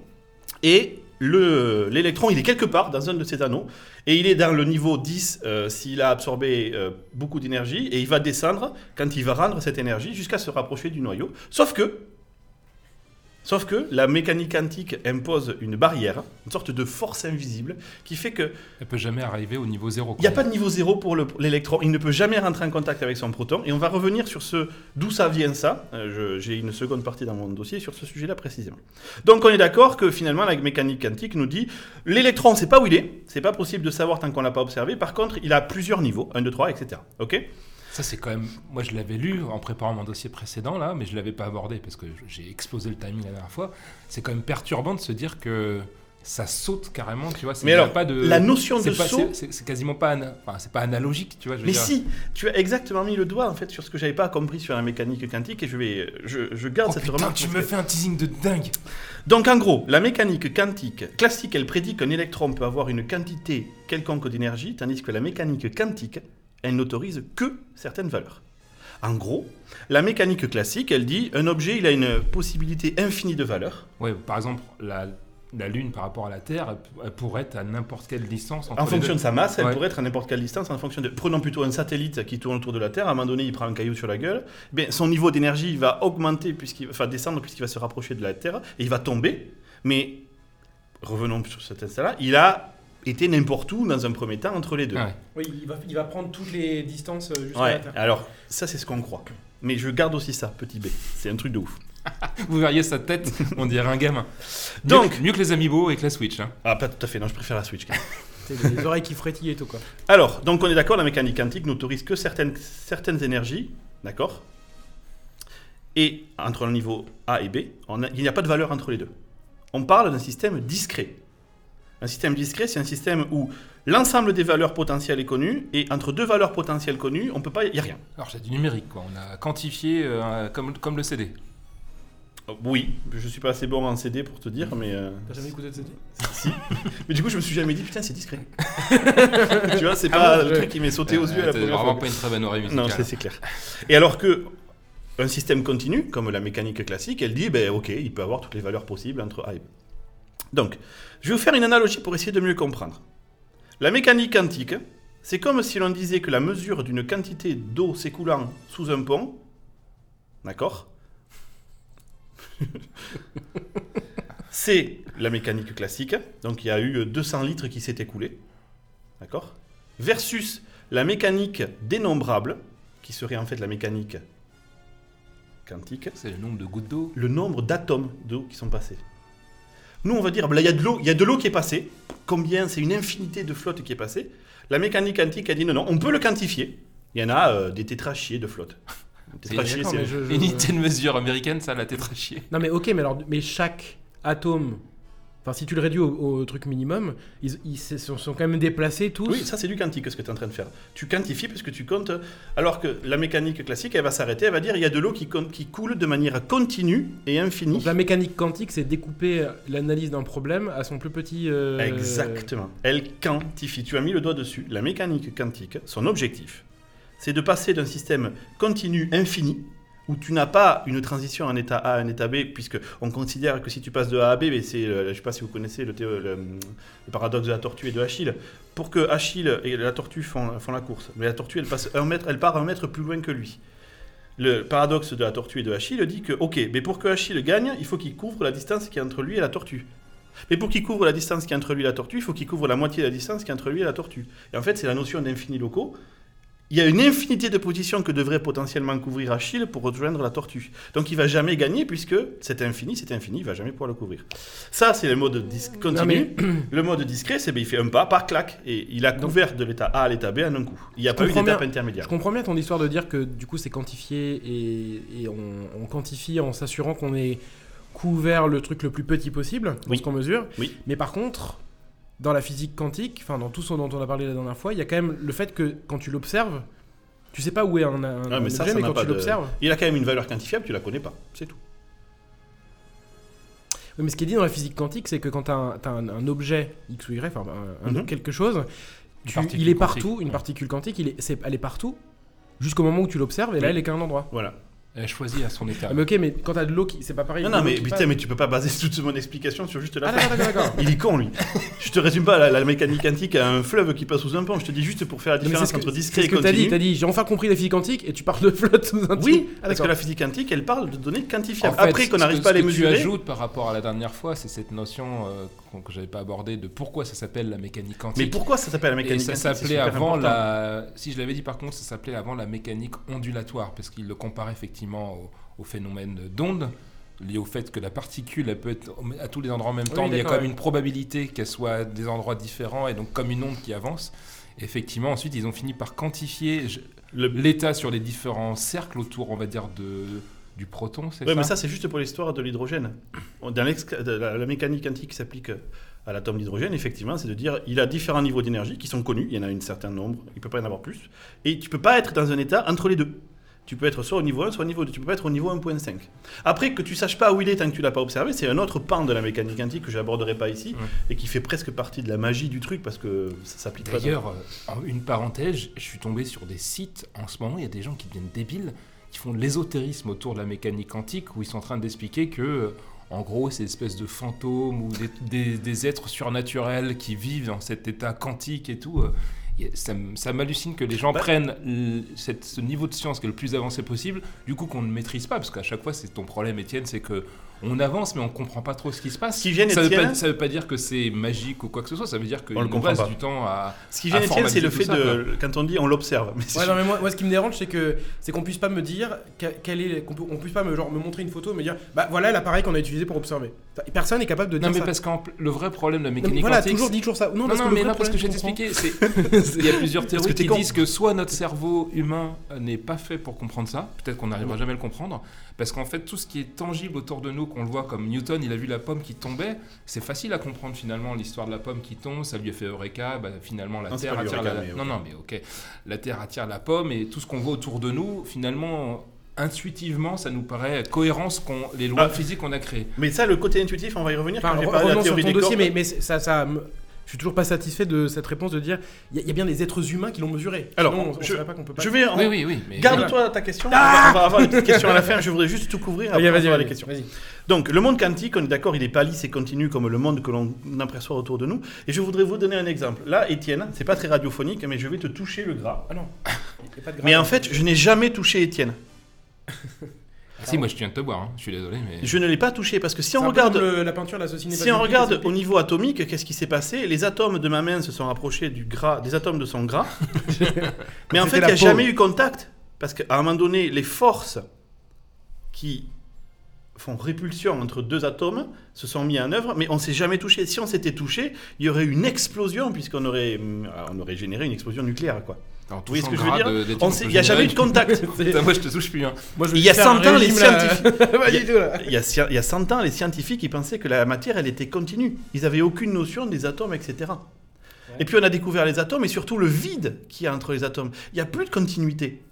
Speaker 1: Et le- l'électron, il est quelque part dans un de ces anneaux. Et il est dans le niveau 10 euh, s'il a absorbé euh, beaucoup d'énergie. Et il va descendre quand il va rendre cette énergie jusqu'à se rapprocher du noyau. Sauf que. Sauf que la mécanique quantique impose une barrière, une sorte de force invisible, qui fait que
Speaker 3: Elle peut jamais arriver au niveau zéro.
Speaker 1: il n'y a
Speaker 3: quoi.
Speaker 1: pas de niveau zéro pour le- pour l'électron. Il ne peut jamais rentrer en contact avec son proton. Et on va revenir sur ce d'où ça vient ça. Euh, je- J'ai une seconde partie dans mon dossier sur ce sujet-là précisément. Donc on est d'accord que finalement la mécanique quantique nous dit l'électron, c'est pas où il est. C'est pas possible de savoir tant qu'on l'a pas observé. Par contre, il a plusieurs niveaux, 1, 2, 3, etc. Ok
Speaker 3: Ça, c'est quand même. Moi, je l'avais lu en préparant mon dossier précédent, là, mais je ne l'avais pas abordé parce que j'ai explosé le timing la dernière fois. C'est quand même perturbant de se dire que ça saute carrément, tu vois. c'est-
Speaker 1: Mais
Speaker 3: il y a
Speaker 1: alors,
Speaker 3: pas de,
Speaker 1: la notion
Speaker 3: c'est
Speaker 1: de
Speaker 3: pas-
Speaker 1: saut-
Speaker 3: c'est- C'est c'est quasiment pas, ana- enfin, c'est pas analogique, tu vois. Je veux
Speaker 1: Mais
Speaker 3: dire.
Speaker 1: si, tu as exactement mis le doigt en fait sur ce que j'avais pas compris sur la mécanique quantique et je vais, je, je garde
Speaker 3: Oh,
Speaker 1: cette
Speaker 3: putain,
Speaker 1: remarque.
Speaker 3: tu
Speaker 1: parce
Speaker 3: me
Speaker 1: que-
Speaker 3: fais un teasing de dingue.
Speaker 1: Donc en gros, la mécanique quantique classique, elle prédit qu'un électron peut avoir une quantité quelconque d'énergie, tandis que la mécanique quantique, elle n'autorise que certaines valeurs. En gros, la mécanique classique, elle dit un objet, il a une possibilité infinie de valeurs.
Speaker 3: Ouais, par exemple, la, la Lune par rapport à la Terre, elle, p- elle pourrait être à n'importe quelle distance. Entre
Speaker 1: En
Speaker 3: les
Speaker 1: fonction de
Speaker 3: deux.
Speaker 1: sa masse, elle
Speaker 3: Ouais.
Speaker 1: pourrait être à n'importe quelle distance. En fonction de, prenons plutôt un satellite qui tourne autour de la Terre. À un moment donné, il prend un caillou sur la gueule. Eh Bien, son niveau d'énergie va augmenter puisqu'il, enfin descendre puisqu'il va se rapprocher de la Terre et il va tomber. Mais revenons sur cet instant-là. Il a été n'importe où dans un premier temps entre les deux.
Speaker 3: Ouais.
Speaker 2: Oui, il va, il va prendre toutes les distances euh, jusqu'à
Speaker 1: Ouais,
Speaker 2: la Terre.
Speaker 1: Alors ça, c'est ce qu'on croit. Mais je garde aussi ça, petit B. C'est un truc de ouf.
Speaker 3: Vous verriez sa tête, on dirait un gamin. Mieux
Speaker 1: Donc-
Speaker 3: que- mieux que les Amiibo et que la Switch. hein.
Speaker 1: Ah, pas tout à fait. Non, je préfère la Switch. quand même.
Speaker 2: C'est les oreilles qui frétillent et tout quoi.
Speaker 1: Alors, donc on est d'accord, la mécanique quantique n'autorise que certaines, certaines énergies, d'accord Et entre le niveau A et B, on a- il n'y a pas de valeur entre les deux. On parle d'un système discret. Un système discret, c'est un système où l'ensemble des valeurs potentielles est connu, et entre deux valeurs potentielles connues, on peut pas, il n'y a rien.
Speaker 3: Alors, c'est du numérique, quoi. On a quantifié euh, comme, comme le CD.
Speaker 1: Oh, Oui, je suis pas assez bon en CD pour te dire, mais... euh,
Speaker 2: T'as jamais écouté de CD
Speaker 1: Mais du coup, je me suis jamais dit, putain, c'est discret. tu vois, c'est
Speaker 2: Ah
Speaker 1: pas le truc qui m'est sauté aux
Speaker 3: Euh,
Speaker 1: yeux à la
Speaker 3: t'as
Speaker 1: première
Speaker 3: vraiment
Speaker 1: fois.
Speaker 3: pas une très bonne oreille musicale.
Speaker 1: Non, ça, c'est clair. Et alors que un système continu, comme la mécanique classique, elle dit, ben ok, il peut avoir toutes les valeurs possibles entre A et B. Donc, je vais vous faire une analogie pour essayer de mieux comprendre. La mécanique quantique, c'est comme si l'on disait que la mesure d'une quantité d'eau s'écoulant sous un pont, d'accord C'est la mécanique classique, donc il y a eu 200 litres qui s'est écoulé, d'accord Versus la mécanique dénombrable, qui serait en fait la mécanique quantique,
Speaker 3: C'est le nombre de gouttes d'eau.
Speaker 1: le nombre d'atomes d'eau qui sont passés. Nous, on va dire, là, il y a de l'eau, il y a de l'eau qui est passée. Combien C'est une infinité de flottes qui est passée. La mécanique quantique a dit non, non, on peut le quantifier. Il y en a euh, des tétrachiers de flottes. Tétrachier,
Speaker 2: D'accord,
Speaker 1: c'est-
Speaker 2: mais je- je-
Speaker 3: Unité de mesure américaine, ça, la tétrachier.
Speaker 2: Non mais ok, mais alors mais chaque atome, enfin si tu le réduis au, au truc minimum, ils, ils se sont, sont quand même déplacés tous.
Speaker 1: Oui, ça c'est du quantique ce que tu es en train de faire. Tu quantifies parce que tu comptes, alors que la mécanique classique, elle va s'arrêter, elle va dire il y a de l'eau qui, con- qui coule de manière continue et infinie.
Speaker 2: Donc la mécanique quantique, c'est découper euh, l'analyse d'un problème à son plus petit. euh,
Speaker 1: Exactement. Elle quantifie. Tu as mis le doigt dessus. La mécanique quantique, son objectif, c'est de passer d'un système continu infini où tu n'as pas une transition en état A à un état B, puisque on considère que si tu passes de A à B, mais c'est, euh, je ne sais pas si vous connaissez le, théo- le, hum, le paradoxe de la tortue et de Achille, pour que Achille et la tortue font, font la course, mais la tortue, elle, passe un mètre, elle part un mètre plus loin que lui. Le paradoxe de la tortue et de Achille dit que, ok, mais pour que Achille gagne, il faut qu'il couvre la distance qui est entre lui et la tortue. Mais pour qu'il couvre la distance qui est entre lui et la tortue, il faut qu'il couvre la moitié de la distance qui est entre lui et la tortue. Et en fait, c'est la notion d'infini locaux. Il y a une infinité de positions que devrait potentiellement couvrir Achille pour rejoindre la tortue. Donc il va jamais gagner puisque c'est infini, c'est infini, il va jamais pouvoir le couvrir. Ça, c'est le mode dis- continu. Le mode discret, c'est ben, il fait un pas par claque et il a
Speaker 2: Donc-
Speaker 1: couvert de l'état A à l'état B en un coup. Il n'y a pas eu
Speaker 2: comprends
Speaker 1: d'étape
Speaker 2: bien. Je
Speaker 1: intermédiaire.
Speaker 2: comprends bien ton histoire de dire que du coup c'est quantifié et, et on, on quantifie en s'assurant qu'on ait couvert le truc le plus petit possible, dans
Speaker 1: Oui.
Speaker 2: ce qu'on mesure.
Speaker 1: Oui.
Speaker 2: Mais par contre, dans la physique quantique, enfin dans tout ce dont on a parlé la dernière fois, il y a quand même le fait que quand tu l'observes, tu sais pas où est un, un-
Speaker 1: Ouais,
Speaker 2: un
Speaker 1: Ah, mais ça,
Speaker 2: objet,
Speaker 1: ça
Speaker 2: mais
Speaker 1: n'a
Speaker 2: quand
Speaker 1: pas
Speaker 2: tu
Speaker 1: de-
Speaker 2: l'observes.
Speaker 1: Il a quand même une valeur quantifiable, tu la connais pas, c'est tout.
Speaker 2: Oui, mais ce qui est dit dans la physique quantique, c'est que quand tu as, un, t'as un- un objet X ou Y, enfin un- un-
Speaker 1: Mhm.
Speaker 2: quelque chose,
Speaker 3: Une
Speaker 2: tu-
Speaker 3: particule
Speaker 2: il est
Speaker 3: quantique,
Speaker 2: partout, une
Speaker 3: ouais.
Speaker 2: particule quantique, il est, c'est- elle est partout jusqu'au moment où tu l'observes et là
Speaker 1: Oui.
Speaker 2: elle est qu'à un endroit.
Speaker 1: Voilà.
Speaker 3: Elle choisit à son état.
Speaker 2: Ah, mais ok, mais quand t'as de l'eau qui. C'est pas pareil.
Speaker 1: Non,
Speaker 2: de
Speaker 1: non,
Speaker 2: l'eau
Speaker 1: mais
Speaker 2: qui
Speaker 1: putain,
Speaker 2: passe.
Speaker 1: mais tu peux pas baser toute mon explication sur juste la
Speaker 2: Ah,
Speaker 1: fin.
Speaker 2: d'accord, d'accord, d'accord.
Speaker 1: Il est con, lui. Je te résume pas la, la mécanique quantique à un fleuve qui passe sous un pont. Je te dis juste pour faire la
Speaker 2: Non, mais
Speaker 1: différence
Speaker 2: c'est ce que-
Speaker 1: entre
Speaker 2: c'est
Speaker 1: discret
Speaker 2: ce
Speaker 1: et
Speaker 2: que t'as dit,
Speaker 1: continu.
Speaker 2: t'as dit, j'ai enfin compris la physique quantique et tu parles de flotte sous un tube.
Speaker 1: oui,
Speaker 2: Ah,
Speaker 1: parce
Speaker 2: d'accord.
Speaker 1: que la physique quantique, elle parle de données quantifiables.
Speaker 3: En fait,
Speaker 1: Après qu'on
Speaker 3: ce
Speaker 1: n'arrive
Speaker 3: que-
Speaker 1: pas à
Speaker 3: ce
Speaker 1: les
Speaker 3: que
Speaker 1: mesurer.
Speaker 3: Tu ajoutes par rapport à la dernière fois, c'est cette notion euh, qu'on- que j'avais pas abordée de pourquoi ça s'appelle la mécanique quantique.
Speaker 1: Mais pourquoi ça s'appelle la
Speaker 3: et
Speaker 1: mécanique
Speaker 3: ça
Speaker 1: quantique C'est
Speaker 3: s'appelait
Speaker 1: super
Speaker 3: avant
Speaker 1: important.
Speaker 3: la. Si je l'avais dit par contre, ça s'appelait avant la mécanique ondulatoire, parce qu'il le compare effectivement au, au phénomène d'onde, lié au fait que la particule, elle peut être au- à tous les endroits en même
Speaker 2: Oui,
Speaker 3: temps, mais il y a
Speaker 2: d'accord,
Speaker 3: quand même
Speaker 2: ouais.
Speaker 3: une probabilité qu'elle soit à des endroits différents, et donc comme une onde qui avance. Effectivement, ensuite, ils ont fini par quantifier. je-
Speaker 1: Le...
Speaker 3: l'état sur les différents cercles autour, on va dire, de, du proton, c'est
Speaker 1: Ouais,
Speaker 3: ça
Speaker 1: mais ça, c'est juste pour l'histoire de l'hydrogène. On- Dans l'ex- de la, la mécanique quantique qui s'applique à l'atome d'hydrogène, effectivement, c'est de dire il a différents niveaux d'énergie qui sont connus. Il y en a un certain nombre, il ne peut pas y en avoir plus. Et tu peux pas être dans un état entre les deux. Tu peux être soit au niveau 1, soit au niveau 2. Tu peux pas être au niveau 1.5. Après, que tu saches pas où il est tant que tu l'as pas observé, c'est un autre pan de la mécanique quantique que j'aborderai pas ici
Speaker 3: Ouais.
Speaker 1: et qui fait presque partie de la magie du truc parce que ça s'applique pas. dans-
Speaker 3: D'ailleurs, euh, en une parenthèse, je suis tombé sur des sites, en ce moment, il y a des gens qui deviennent débiles, qui font de l'ésotérisme autour de la mécanique quantique, où ils sont en train d'expliquer que, euh, en gros, ces espèces de fantômes ou des, des- des êtres surnaturels qui vivent dans cet état quantique et tout. euh, y a- ça m- ça m'hallucine que les gens
Speaker 1: Bah-
Speaker 3: prennent l- cette- ce niveau de science qui est le plus avancé possible, du coup qu'on ne maîtrise pas, parce qu'à chaque fois, c'est ton problème, Étienne, c'est que on avance, mais on comprend pas trop ce qui se passe.
Speaker 1: Qui viennent,
Speaker 3: ça ne veut,
Speaker 1: Étienne
Speaker 3: pas- ça veut pas dire que c'est magique ou quoi que ce soit, ça veut dire
Speaker 1: On le
Speaker 3: qu'on
Speaker 1: comprend
Speaker 3: passe
Speaker 1: pas.
Speaker 3: du temps à,
Speaker 1: Ce qui vient,
Speaker 3: à
Speaker 1: Étienne, c'est le fait
Speaker 3: formaliser tout
Speaker 1: de.
Speaker 3: ça,
Speaker 1: Quand on dit on l'observe. Mais c'est-
Speaker 2: Ouais, non, mais moi, moi, ce qui me dérange, c'est que c'est qu'on puisse pas me dire quel- quel est qu'on peut- on puisse pas me genre me montrer une photo, et me dire bah voilà l'appareil qu'on a utilisé pour observer. Personne n'est capable de dire
Speaker 3: Non, mais
Speaker 2: ça.
Speaker 3: parce que le vrai problème de la
Speaker 2: Non, mais
Speaker 3: mécanique
Speaker 2: voilà,
Speaker 3: quantique.
Speaker 2: toujours dit toujours ça. Non,
Speaker 3: Non,
Speaker 2: parce
Speaker 3: non,
Speaker 2: que le
Speaker 3: mais
Speaker 2: vrai
Speaker 3: là, parce que
Speaker 2: problème,
Speaker 3: je
Speaker 2: tu
Speaker 3: vais
Speaker 2: comprends,
Speaker 3: t'expliquer, c'est. Il y a plusieurs théories
Speaker 1: que t'es
Speaker 3: qui
Speaker 1: con.
Speaker 3: disent que soit notre cerveau humain euh, n'est pas fait pour comprendre ça, peut-être qu'on
Speaker 2: Mm.
Speaker 3: n'arrivera jamais à le comprendre, parce qu'en fait, tout ce qui est tangible autour de nous, qu'on le voit comme Newton, il a vu la pomme qui tombait, c'est facile à comprendre finalement l'histoire de la pomme qui tombe, ça lui a fait Eureka, bah, finalement la
Speaker 1: Non, c'est
Speaker 3: Terre
Speaker 1: pas
Speaker 3: attire
Speaker 1: Eureka,
Speaker 3: la.
Speaker 1: mais
Speaker 3: Non,
Speaker 1: ok.
Speaker 3: non, mais ok. La Terre attire la pomme et tout ce qu'on voit autour de nous, finalement. Intuitivement, ça nous paraît cohérent ce qu'on, les lois
Speaker 1: Ah.
Speaker 3: physiques qu'on a créées.
Speaker 1: Mais ça, le côté intuitif, on va y revenir
Speaker 2: Enfin,
Speaker 1: quand j'ai
Speaker 2: re-
Speaker 1: parlé de la
Speaker 2: revenons sur
Speaker 1: théorie
Speaker 2: ton
Speaker 1: des
Speaker 2: dossier,
Speaker 1: cordes.
Speaker 2: mais, mais c'est- ça, ça, me- je suis toujours pas satisfait de cette réponse de dire il y, a- il y a bien des êtres humains qui l'ont mesuré.
Speaker 1: Alors,
Speaker 2: Sinon, on, on
Speaker 1: je-
Speaker 2: saurait pas qu'on peut pas.
Speaker 1: Je vais.
Speaker 3: Oui, oui, oui. Mais
Speaker 1: Garde-toi ta question. on, va, on va avoir une petite question à la fin. Je voudrais juste tout couvrir.
Speaker 2: Allez,
Speaker 1: Après,
Speaker 2: Ah vas-y,
Speaker 1: on aura
Speaker 2: vas-y,
Speaker 1: les questions.
Speaker 2: vas-y.
Speaker 1: Donc, le monde quantique, on est d'accord, il n'est pas lisse et continu comme le monde que l'on aperçoit autour de nous. Et je voudrais vous donner un exemple. Là, Étienne, c'est pas très radiophonique, mais je vais te toucher le gras.
Speaker 2: Ah non. Il y a pas de
Speaker 1: Mais
Speaker 2: grave.
Speaker 1: en fait, je n'ai jamais touché Étienne.
Speaker 3: Si, moi je viens de te boire, hein. je suis désolé, mais.
Speaker 1: Je ne l'ai pas touché parce que si
Speaker 2: C'est un
Speaker 1: on
Speaker 2: peu
Speaker 1: regarde
Speaker 2: comme le- la peinture, la saucine.
Speaker 1: Si on regarde au niveau atomique, qu'est-ce qui s'est passé Les atomes de ma main se sont rapprochés du gras, des atomes de son gras. Mais en fait, il
Speaker 2: C'était
Speaker 1: n'y
Speaker 2: la
Speaker 1: a
Speaker 2: peau.
Speaker 1: jamais eu contact. Parce qu'à un moment donné, les forces qui font répulsion entre deux atomes se sont mis en œuvre, mais on ne s'est jamais touché. Si on s'était touché, il y aurait eu une explosion, puisqu'on aurait, euh, on aurait généré une explosion nucléaire. Quoi.
Speaker 3: Alors,
Speaker 1: Vous voyez ce
Speaker 3: touchant
Speaker 1: que je
Speaker 3: le
Speaker 1: veux
Speaker 3: gras
Speaker 1: dire
Speaker 3: de- d'être
Speaker 1: On
Speaker 3: une
Speaker 1: s'est- Il
Speaker 3: peu
Speaker 1: n'y a jamais eu de
Speaker 3: générale.
Speaker 1: contact.
Speaker 3: Putain, moi je te touche plus. hein.
Speaker 1: il y a 100 ans, les scientifiques-
Speaker 2: Pas
Speaker 1: il y a-
Speaker 2: du tout là.
Speaker 1: Il y, a, sci- il y a 100 ans, les scientifiques ils pensaient que la matière, elle était continue. Ils n'avaient aucune notion des atomes, etc. Et puis on a découvert les atomes et surtout le vide qu'il y a entre les atomes. Il n'y a plus de continuité.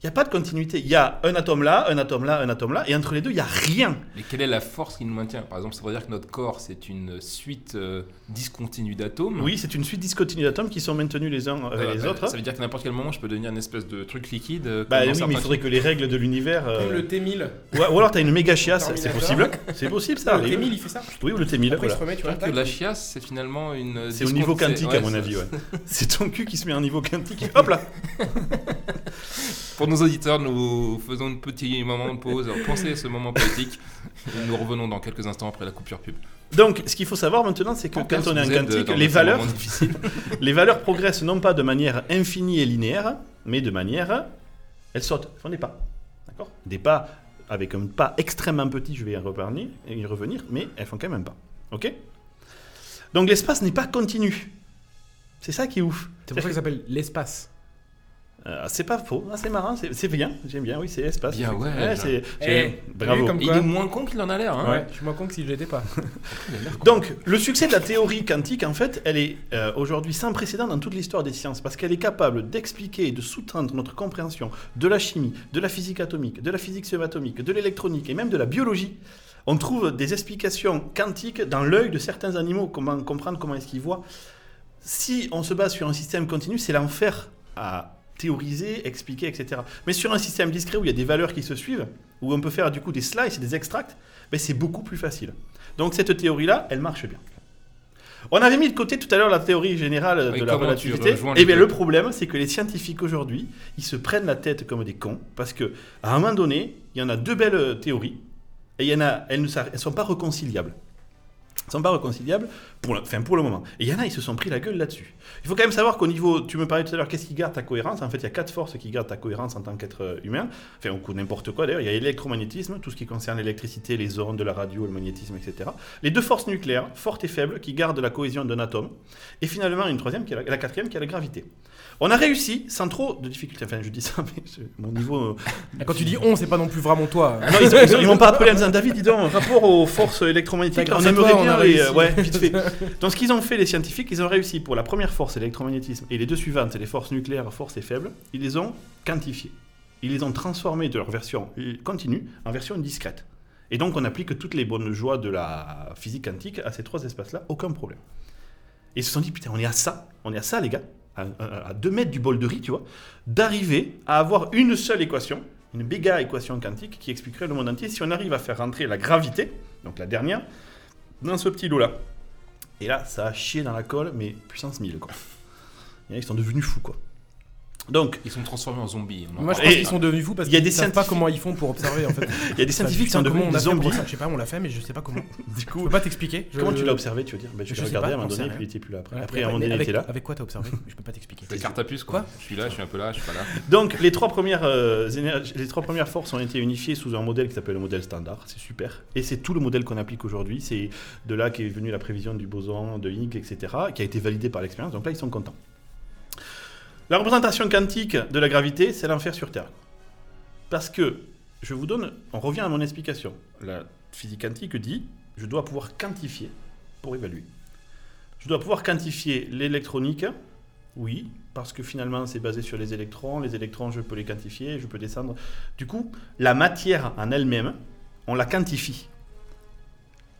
Speaker 1: Il n'y a pas de continuité. Il y a un atome là, un atome là, un atome là, et entre les deux, il n'y a rien.
Speaker 3: Mais quelle est la force qui nous maintient Par exemple, ça veut dire que notre corps, c'est une suite euh, discontinue
Speaker 2: Hmm.
Speaker 3: d'atomes.
Speaker 1: Oui, c'est une suite discontinue d'atomes qui sont maintenus les uns avec
Speaker 3: Euh,
Speaker 1: les
Speaker 3: bah,
Speaker 1: autres. hein.
Speaker 3: Ça veut dire qu'à n'importe quel moment, je peux devenir une espèce de truc liquide. euh,
Speaker 1: Bah
Speaker 3: comme
Speaker 1: oui,
Speaker 3: dans
Speaker 1: mais il
Speaker 3: certains
Speaker 1: faudrait que les règles de l'univers. euh,
Speaker 2: Comme le T1000.
Speaker 1: Ou ou alors t'as une méga chiasse, c'est possible.
Speaker 2: Terminator.
Speaker 1: C'est possible ça.
Speaker 2: Le
Speaker 1: arrive.
Speaker 2: T1000, il fait ça.
Speaker 1: Oui, ou le T1000.
Speaker 2: Après, il
Speaker 1: voilà.
Speaker 2: se remet, tu vois.
Speaker 3: films. Que la chiasse, c'est finalement une. euh,
Speaker 1: C'est au niveau
Speaker 3: discon- c'est-
Speaker 1: quantique
Speaker 3: ouais,
Speaker 1: à mon
Speaker 3: c'est-
Speaker 1: avis. ouais. C'est ton cul qui se met en niveau quantique. Hop là.
Speaker 3: Pour nos auditeurs, nous faisons un petit moment de pause. Alors, pensez à ce moment poétique. Et nous revenons dans quelques instants après la coupure pub.
Speaker 1: Donc, ce qu'il faut savoir maintenant, c'est que quand
Speaker 3: Podcast,
Speaker 1: on est en
Speaker 3: vous êtes, euh,
Speaker 1: quantique,
Speaker 3: dans
Speaker 1: les
Speaker 3: ce
Speaker 1: valeurs,
Speaker 3: moment difficile.
Speaker 1: les valeurs progressent non pas de manière infinie et linéaire, mais de manière. Elles sautent, elles font des pas. D'accord Des pas avec un pas extrêmement petit, je vais y revenir, y revenir mais elles font quand même un pas. OK Donc, l'espace n'est pas continu. C'est ça qui est ouf.
Speaker 2: C'est pour ça que ça s'appelle l'espace.
Speaker 1: Euh, c'est pas faux, Ah, c'est marrant, c'est c'est bien, j'aime bien, oui, c'est espace.
Speaker 3: Bien, ouais,
Speaker 1: c'est-
Speaker 2: Eh,
Speaker 1: j'aime.
Speaker 2: t'as
Speaker 1: bravo.
Speaker 2: vu comme
Speaker 3: Il
Speaker 2: quoi
Speaker 3: est moins con qu'il en a l'air. Hein.
Speaker 2: Ouais, je suis moins con que si je l'étais pas.
Speaker 1: Donc, le succès de la théorie quantique, en fait, elle est euh, aujourd'hui sans précédent dans toute l'histoire des sciences, parce qu'elle est capable d'expliquer et de sous-tendre notre compréhension de la chimie, de la physique atomique, de la physique subatomique, de l'électronique et même de la biologie. On trouve des explications quantiques dans l'œil de certains animaux, comment comprendre comment est-ce qu'ils voient. Si on se base sur un système continu, c'est l'enfer à théoriser, expliquer, etc. Mais sur un système discret où il y a des valeurs qui se suivent, où on peut faire du coup des slices et des extracts, ben, c'est beaucoup plus facile. Donc cette théorie-là, elle marche bien. On avait mis de côté tout à l'heure la théorie générale
Speaker 3: Oui,
Speaker 1: de la
Speaker 3: comment tu
Speaker 1: relativité.
Speaker 3: rejoins les
Speaker 1: Et bien
Speaker 3: deux
Speaker 1: le problème, c'est que les scientifiques aujourd'hui, ils se prennent la tête comme des cons parce que à un moment donné, il y en a deux belles euh, théories et il y en a, elles ne s'ar- elles sont pas réconciliables. Ils sont pas réconciliables pour le, enfin, pour le moment. Et il y en a, ils se sont pris la gueule là-dessus. Il faut quand même savoir qu'au niveau, tu me parlais tout à l'heure, qu'est-ce qui garde ta cohérence En fait, il y a quatre forces qui gardent ta cohérence en tant qu'être euh, humain. Enfin, on coup n'importe quoi d'ailleurs. Il y a l'électromagnétisme, tout ce qui concerne l'électricité, les ondes, la radio, le magnétisme, etc. Les deux forces nucléaires, fortes et faibles, qui gardent la cohésion d'un atome. Et finalement, une troisième, qui est la, la quatrième, qui est la gravité. On a réussi sans trop de difficultés. Enfin, je dis ça, mais c'est- mon niveau. euh,
Speaker 2: Quand tu dis on, c'est pas non plus vraiment toi.
Speaker 1: Ah non, ils, ont- ils ont- ils m'ont pas appelé en disant David, dis donc, rapport aux forces électromagnétiques,
Speaker 2: T'inquiète,
Speaker 1: on
Speaker 2: c'est
Speaker 1: aimerait
Speaker 2: toi, on
Speaker 1: bien.
Speaker 2: a
Speaker 1: les-
Speaker 2: réussi.
Speaker 1: ouais, vite fait. Donc, ce qu'ils ont fait, les scientifiques, ils ont réussi pour la première force, l'électromagnétisme, et les deux suivantes, les forces nucléaires, forces et faibles, ils les ont quantifiées. Ils les ont transformées de leur version continue en version discrète. Et donc, on applique toutes les bonnes joies de la physique quantique à ces trois espaces-là, aucun problème. Et ils se sont dit, putain, on est à ça, on est à ça, les gars, à, à- à deux mètres du bol de riz, tu vois, d'arriver à avoir une seule équation, une méga équation quantique qui expliquerait le monde entier si on arrive à faire rentrer la gravité, donc la dernière, dans ce petit lot-là. Et là, ça a chié dans la colle, mais puissance 1000, quoi. Il y en a qui sont devenus fous, quoi. Donc,
Speaker 3: Ils sont transformés en zombies. Ah, on en
Speaker 2: Moi, je
Speaker 3: parle.
Speaker 2: pense
Speaker 1: Et-
Speaker 2: qu'ils sont devenus fous parce
Speaker 1: il y a
Speaker 2: qu'ils ne
Speaker 1: des
Speaker 2: savent pas
Speaker 1: scientifiques-
Speaker 2: comment ils font pour observer en fait.
Speaker 1: il y a des scientifiques qui sont
Speaker 2: Putain, comment
Speaker 1: devenus
Speaker 2: on
Speaker 1: des
Speaker 2: a fait
Speaker 1: zombies.
Speaker 2: pour ça Je sais pas, on l'a fait, mais je sais pas comment.
Speaker 1: Du
Speaker 2: Je
Speaker 1: coup,
Speaker 2: peux pas t'expliquer. Je-
Speaker 1: comment tu l'as observé, tu veux dire ben, Je
Speaker 2: Je
Speaker 1: l'ai
Speaker 2: sais
Speaker 1: regardé
Speaker 2: pas,
Speaker 1: à un moment
Speaker 2: j'en sais
Speaker 1: donné,
Speaker 2: rien.
Speaker 1: puis il était plus là après.
Speaker 2: Ouais,
Speaker 1: Après, à un
Speaker 2: ouais,
Speaker 1: moment
Speaker 2: mais
Speaker 1: donné, il
Speaker 2: avec,
Speaker 1: était là.
Speaker 2: avec quoi t'as observé Je peux pas t'expliquer.
Speaker 3: C'est carte à puce, quoi.
Speaker 2: Quoi
Speaker 3: Je suis là, je suis un peu là, je suis pas là.
Speaker 1: Donc les trois premières euh, énergies- les trois premières forces ont été unifiées sous un modèle qui s'appelle le modèle standard. C'est super. Et c'est tout le modèle qu'on applique aujourd'hui. C'est de là qu'est venue la prévision du boson, de Higgs, etc., qui a été validée par l'expérience. Donc là, ils sont contents. La représentation quantique de la gravité, c'est l'enfer sur Terre. Parce que, je vous donne, on revient à mon explication. La physique quantique dit, je dois pouvoir quantifier pour évaluer. Je dois pouvoir quantifier l'électronique, oui, parce que finalement c'est basé sur les électrons. Les électrons, je peux les quantifier, je peux descendre. Du coup, la matière en elle-même, on la quantifie.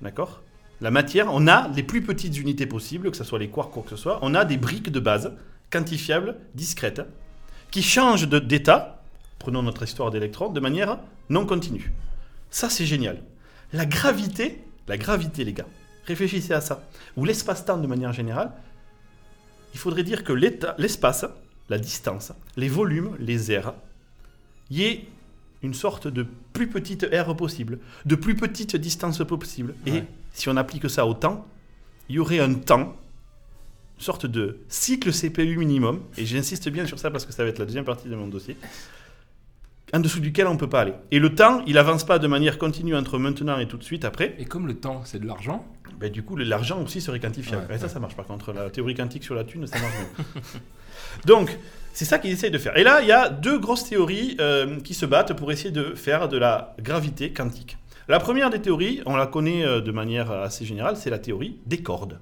Speaker 1: D'accord La matière, on a les plus petites unités possibles, que ce soit les quarks, quoi que ce soit. On a des briques de base, quantifiables, discrètes, qui changent de- d'état, prenons notre histoire d'électrons, de manière non continue. Ça, c'est génial. La gravité, la gravité, les gars, réfléchissez à ça. Ou l'espace-temps de manière générale, il faudrait dire que l'état- l'espace, la distance, les volumes, les airs, y ait une sorte de plus petite aire possible, de plus petite distance possible. Et
Speaker 3: Ouais.
Speaker 1: si on applique ça au temps, il y aurait un temps, une sorte de cycle CPU minimum, et j'insiste bien sur ça parce que ça va être la deuxième partie de mon dossier, en dessous duquel on ne peut pas aller. Et le temps, il avance pas de manière continue entre maintenant et tout de suite après,
Speaker 3: Et comme le temps, c'est de l'argent,
Speaker 1: ben, du coup, le- l'argent aussi serait quantifiable.
Speaker 3: Ouais,
Speaker 1: Et Ça, ça marche par contre. La théorie quantique sur la thune, ça marche mieux. Donc, c'est ça qu'ils essayent de faire. Et là, il y a deux grosses théories euh, qui se battent pour essayer de faire de la gravité quantique. La première des théories, on la connaît euh, de manière assez générale, c'est la théorie des cordes.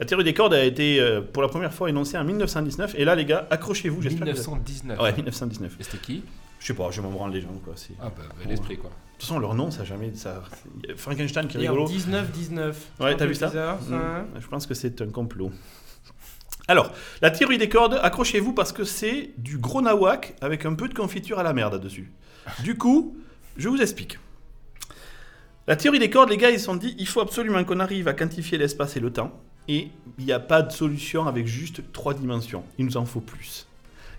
Speaker 1: La théorie des cordes a été euh, pour la première fois énoncée en 1919. Et là, les gars, accrochez-vous. j'espère que vous-
Speaker 3: 1919.
Speaker 1: Ouais, 1919.
Speaker 3: Et c'était qui
Speaker 1: Je sais pas, je m'en branle les gens. Quoi. c'est- De
Speaker 3: Ah bah, l'esprit, quoi.
Speaker 1: toute façon, leur nom, ça a jamais. Ça... Frankenstein qui est
Speaker 2: Et en
Speaker 1: rigolo.
Speaker 2: 19, 19.
Speaker 1: Ouais,
Speaker 2: Un
Speaker 1: t'as
Speaker 2: peu
Speaker 1: vu ça Mm.
Speaker 2: bizarre, ça, hein.
Speaker 1: Hmm. Je pense que c'est un complot. Alors, la théorie des cordes, accrochez-vous parce que c'est du gros nawak avec un peu de confiture à la merde dessus. Du coup, je vous explique. La théorie des cordes, les gars, ils se sont dit, il faut absolument qu'on arrive à quantifier l'espace et le temps. Et il n'y a pas de solution avec juste trois dimensions. Il nous en faut plus.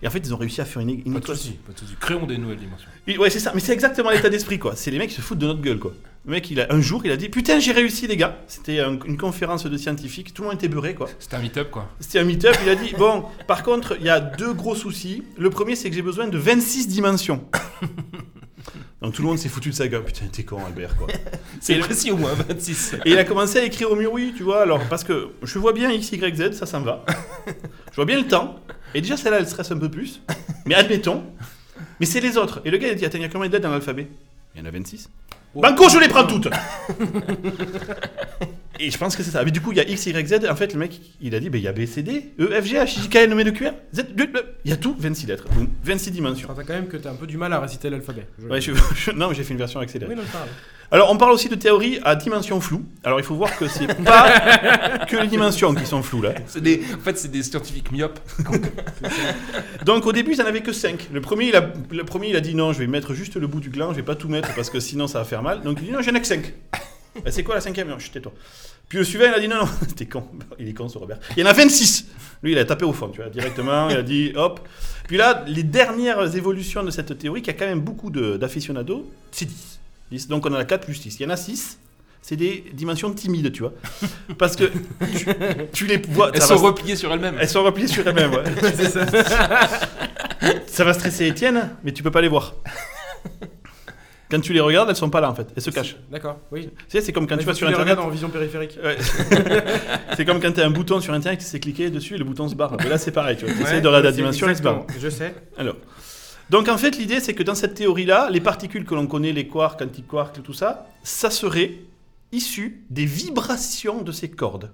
Speaker 1: Et en fait, ils ont réussi à faire une, une
Speaker 3: Pas de
Speaker 1: équation-
Speaker 3: soucis, pas de soucis. Créons des nouvelles dimensions.
Speaker 1: oui, Ouais, c'est ça, mais c'est exactement l'état d'esprit, quoi. C'est les mecs qui se foutent de notre gueule, quoi. Le mec, il a, un jour, il a dit Putain, j'ai réussi, les gars. C'était un- une conférence de scientifiques, tout le monde était beurré, quoi.
Speaker 3: C'était un meet-up, quoi.
Speaker 1: C'était un meet-up, il a dit Bon, par contre, il y a deux gros soucis. Le premier, c'est que j'ai besoin de 26 dimensions. Donc tout le monde s'est foutu de sa gueule. Putain, t'es con, Albert, quoi.
Speaker 3: C'est précis au moins, 26.
Speaker 1: Et il a commencé à écrire au mur, oui, tu vois, alors, parce que je vois bien X, Y, Z, ça, ça me va. Je vois bien le temps. Et déjà, celle-là, elle stresse un peu plus. Mais admettons. Mais c'est les autres. Et le gars, il a dit Attends, il y a combien de lettres dans l'alphabet Il y en a 26.
Speaker 3: Oh.
Speaker 1: Banco, je les prends toutes Et je pense que c'est ça. Mais du coup, il y a X, Y, Z. En fait, le mec, il a dit Ben, Il y a B, C, D, E, F, G, H, I, J, K, L, M, N, O, Q, R, Z, U, E. Il y a tout, 26 lettres. Boum, 26 dimensions.
Speaker 2: Enfin, t'as quand même que t'as un peu du mal à réciter l'alphabet. Je-
Speaker 1: Ouais, je- je- non, mais j'ai fait une version accélérée.
Speaker 2: Oui, non, parle.
Speaker 1: Alors, on parle aussi de théorie à dimension floue. Alors, il faut voir que c'est pas que les dimensions qui sont floues là.
Speaker 3: C'est des- En fait, c'est des scientifiques myopes.
Speaker 1: Donc, au début, ils n'en avaient que 5. Le premier, il a, le premier, il a dit non, je vais mettre juste le bout du gland, je vais pas tout mettre parce que sinon ça va faire mal. Donc, il dit non, j'en ai que 5. c'est quoi la cinquième Non, chut, tais-toi. Puis le suivant, il a dit non, non, t'es con. Il est con, ce Robert. Il y en a 26. Lui, il a tapé au fond, tu vois, directement. Il a dit hop. Puis là, les dernières évolutions de cette théorie, qui a quand même beaucoup de- d'aficionados, c'est 10. 10. Donc, on en a 4 plus 6. Il y en a 6. c'est des dimensions timides, tu vois. Parce que tu, tu les vois.
Speaker 3: Elles
Speaker 1: ça
Speaker 3: sont
Speaker 1: va-
Speaker 3: repliées sur elles-mêmes.
Speaker 1: elles sont repliées sur elles-mêmes, ouais.
Speaker 2: C'est ça.
Speaker 1: Ça va stresser Étienne, mais tu peux pas les voir. Quand tu les regardes, elles sont pas là en fait, elles se cachent.
Speaker 2: D'accord, oui.
Speaker 1: Tu sais, c'est comme quand
Speaker 2: Bah,
Speaker 1: tu vas
Speaker 2: faut
Speaker 1: sur
Speaker 2: que les
Speaker 1: internet.
Speaker 2: regardes en vision périphérique.
Speaker 1: Ouais. c'est comme quand tu as un bouton sur internet qui s'est cliqué dessus et le bouton se barre. Mais là, c'est pareil, tu vois. Tu
Speaker 2: Ouais,
Speaker 1: de regarder la
Speaker 2: c'est-
Speaker 1: dimension, elle se barre.
Speaker 2: exactement, Je sais.
Speaker 1: Alors. Donc en fait, l'idée, c'est que dans cette théorie-là, les particules que l'on connaît, les quarks, antiquarks, tout ça, ça serait issu des vibrations de ces cordes.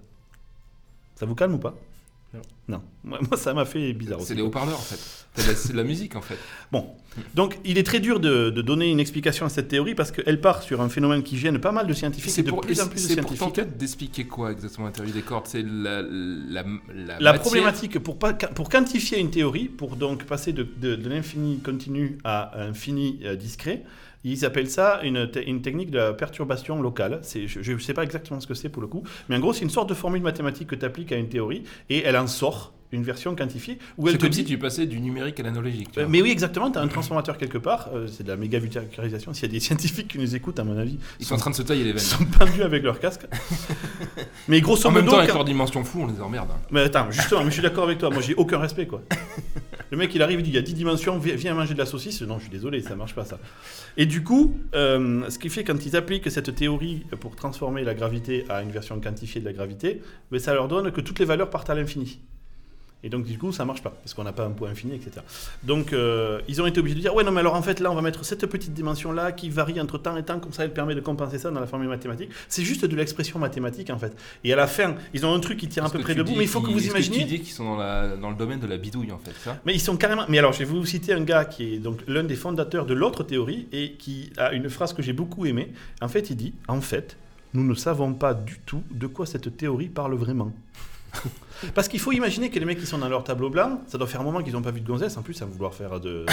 Speaker 1: Ça vous calme ou pas
Speaker 2: Non.
Speaker 1: Non. Moi, moi, ça m'a fait bizarre aussi.
Speaker 3: C'est des haut-parleurs en fait. C'est de la- C'est de la musique en fait.
Speaker 1: Bon, donc il est très dur de, de donner une explication à cette théorie parce qu'elle part sur un phénomène qui gêne pas mal de scientifiques et
Speaker 3: C'est
Speaker 1: de
Speaker 3: pour,
Speaker 1: plus en plus de
Speaker 3: c'est pour
Speaker 1: scientifiques.
Speaker 3: tenter d'expliquer quoi exactement la théorie des cordes C'est la, la, la,
Speaker 1: La
Speaker 3: matière-
Speaker 1: problématique pour, pas, pour quantifier une théorie, pour donc passer de, de- de l'infini continu à un fini euh, discret, ils appellent ça une, te- une technique de la perturbation locale. C'est- Je ne sais pas exactement ce que c'est pour le coup, mais en gros, c'est une sorte de formule mathématique que tu appliques à une théorie et elle en sort une version quantifiée où elle
Speaker 3: C'est
Speaker 1: te
Speaker 3: comme
Speaker 1: dit
Speaker 3: si tu passais du numérique à l'analogique. tu
Speaker 1: Euh,
Speaker 3: vois.
Speaker 1: Mais oui, exactement, tu as un transformateur quelque part, euh, c'est de la méga vulgarisation. S'il y a des scientifiques qui nous écoutent, à mon avis,
Speaker 3: Ils sont en train de se tailler les
Speaker 1: ils
Speaker 3: veines.
Speaker 1: sont pendus avec leur casque. Mais grosso
Speaker 3: En même
Speaker 1: modo.
Speaker 3: temps, avec
Speaker 1: quand-
Speaker 3: leur dimension flou, on les emmerde. hein.
Speaker 1: Mais attends, justement, mais je suis d'accord avec toi, moi j'ai aucun respect quoi. Le mec il arrive, il dit il y a 10 dimensions, vi- viens manger de la saucisse. Non, je suis désolé, ça marche pas ça. Et du coup, euh, ce qui fait quand ils appliquent cette théorie pour transformer la gravité à une version quantifiée de la gravité, mais ça leur donne que toutes les valeurs partent à l'infini. Et donc du coup, ça marche pas, parce qu'on n'a pas un poids infini, etc. Donc euh, ils ont été obligés de dire, ouais non mais alors en fait là on va mettre cette petite dimension là qui varie entre temps et temps, comme ça elle permet de compenser ça dans la formule mathématique. C'est juste de l'expression mathématique en fait. Et à la fin, ils ont un truc qui tient à
Speaker 3: Parce
Speaker 1: peu
Speaker 3: que
Speaker 1: près
Speaker 3: tu
Speaker 1: debout,
Speaker 3: dis
Speaker 1: mais il faut que
Speaker 3: qu'ils-
Speaker 1: vous
Speaker 3: est-ce
Speaker 1: imaginiez.
Speaker 3: tu dis qu'ils sont dans, la- dans le domaine de la bidouille en fait, ça
Speaker 1: Mais ils sont carrément. Mais alors, je vais vous citer un gars qui est donc l'un des fondateurs de l'autre théorie et qui a une phrase que j'ai beaucoup aimée. En fait, il dit En fait, nous ne savons pas du tout de quoi cette théorie parle vraiment. Parce qu'il faut imaginer que les mecs qui sont dans leur tableau blanc, ça doit faire un moment qu'ils n'ont pas vu de gonzesse en plus à vouloir faire de.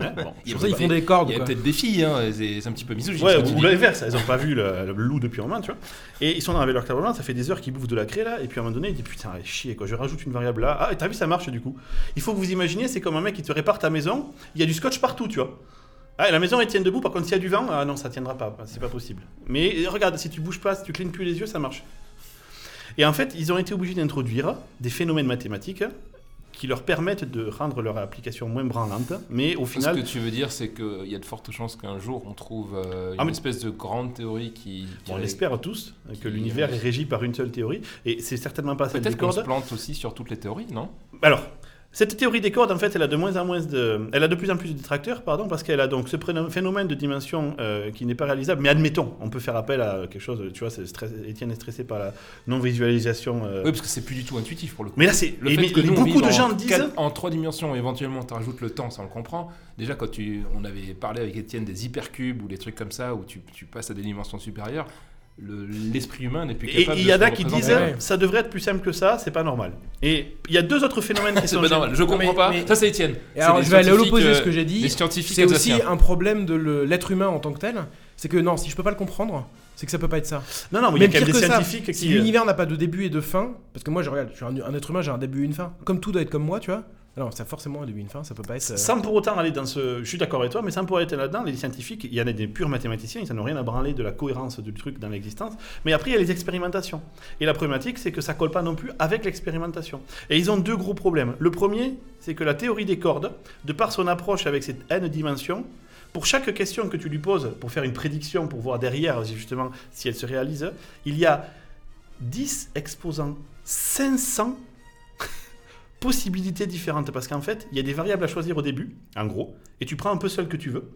Speaker 1: Hein, bon.
Speaker 3: Il y a
Speaker 2: Pour ça, ils
Speaker 3: peut-être-
Speaker 2: font des cordes.
Speaker 3: Il y a
Speaker 2: quoi.
Speaker 3: peut-être des filles, hein, c'est c'est un petit peu misogyne.
Speaker 1: Ouais,
Speaker 3: ce que tu
Speaker 1: ou
Speaker 3: dis.
Speaker 1: l'inverse, elles n'ont pas vu le, le loup depuis un moment, tu vois. Et ils sont dans avec leur tableau blanc, ça fait des heures qu'ils bouffent de la craie là, et puis à un moment donné, ils disent putain, allez, chier quoi, je rajoute une variable là. Ah, et t'as vu, ça marche du coup. Il faut que vous imaginiez, c'est comme un mec qui te répare ta maison, il y a du scotch partout, tu vois. Ah, et la maison elle tient debout, par contre, s'il y a du vent, ah non, ça tiendra pas, c'est pas possible. Mais euh, regarde, si tu bouges pas, si tu clignes plus les yeux, ça marche. Et en fait, ils ont été obligés d'introduire des phénomènes mathématiques qui leur permettent de rendre leur application moins branlante, mais au
Speaker 3: Ce
Speaker 1: final.
Speaker 3: que tu veux dire, c'est qu'il y a de fortes chances qu'un jour on trouve euh, une
Speaker 1: Ah, mais-
Speaker 3: espèce de grande théorie qui. qui-
Speaker 1: On l'espère tous euh, que
Speaker 3: qui-
Speaker 1: l'univers est régi par une seule théorie, et c'est certainement pas celle des
Speaker 3: Peut-être qu'on se
Speaker 1: cordes.
Speaker 3: plante aussi sur toutes les théories, non
Speaker 1: Alors, cette théorie des cordes, en fait, elle a de moins en moins de, elle a de plus en plus de détracteurs, pardon, parce qu'elle a donc ce prénom- phénomène de dimension euh, qui n'est pas réalisable. Mais admettons, on peut faire appel à quelque chose. Tu vois, c'est stress- Étienne est stressé par la non visualisation. euh,
Speaker 3: Oui, parce que c'est plus du tout intuitif pour le coup.
Speaker 1: Mais là, c'est
Speaker 3: Le
Speaker 1: et
Speaker 3: fait
Speaker 1: mais-
Speaker 3: que nous, on
Speaker 1: beaucoup
Speaker 3: vive
Speaker 1: de
Speaker 3: en
Speaker 1: gens disent.
Speaker 3: quatre- en trois dimensions, éventuellement, tu rajoutes le temps, ça on le comprend. Déjà, quand tu, on avait parlé avec Étienne des hypercubes ou des trucs comme ça, où tu, tu passes à des dimensions supérieures, le- l'esprit humain n'est plus
Speaker 1: Et
Speaker 3: capable.
Speaker 1: il
Speaker 3: de
Speaker 1: y en
Speaker 3: se
Speaker 1: a qui disent
Speaker 3: représenter.
Speaker 2: Ouais.
Speaker 1: ça devrait être plus simple que ça, c'est pas normal. Et il y a deux autres phénomènes qui
Speaker 3: C'est
Speaker 1: sont.
Speaker 3: pas normal, je comprends
Speaker 2: mais-
Speaker 3: pas.
Speaker 2: mais-
Speaker 3: Ça, c'est Étienne.
Speaker 2: Et
Speaker 3: C'est
Speaker 2: alors,
Speaker 3: des
Speaker 2: je vais aller à
Speaker 3: scientifiques,
Speaker 2: l'opposé de ce
Speaker 3: euh,
Speaker 2: que j'ai dit.
Speaker 3: Des scientifiques
Speaker 2: C'est aussi
Speaker 3: alsaciens.
Speaker 2: un problème de le- l'être humain en tant que tel. C'est que non, si je peux pas le comprendre, c'est que ça peut pas être ça.
Speaker 1: Non, non, mais il y a
Speaker 2: Même
Speaker 1: quand même
Speaker 2: pire
Speaker 1: des
Speaker 2: que ça,
Speaker 1: scientifiques
Speaker 2: Si
Speaker 1: qui. euh,
Speaker 2: l'univers n'a pas de début et de fin, parce que moi, je regarde, je suis un, un être humain, j'ai un début et une fin. Comme tout doit être comme moi, tu vois. Alors, ça a forcément un début et une fin, ça peut pas être. euh,
Speaker 1: Sans pour autant aller dans ce. Je suis d'accord avec toi, mais sans pour aller là-dedans, les scientifiques, il y en a des purs mathématiciens, ils n'en ont rien à branler de la cohérence du truc dans l'existence. Mais après, il y a les expérimentations. Et la problématique, c'est que ça colle pas non plus avec l'expérimentation. Et ils ont deux gros problèmes. Le premier, c'est que la théorie des cordes, de par son approche avec cette n dimensions, pour chaque question que tu lui poses, pour faire une prédiction, pour voir derrière justement si elle se réalise, il y a 10 exposants 500 possibilités différentes. Parce qu'en fait, il y a des variables à choisir au début, en gros, et tu prends un peu celle que tu veux,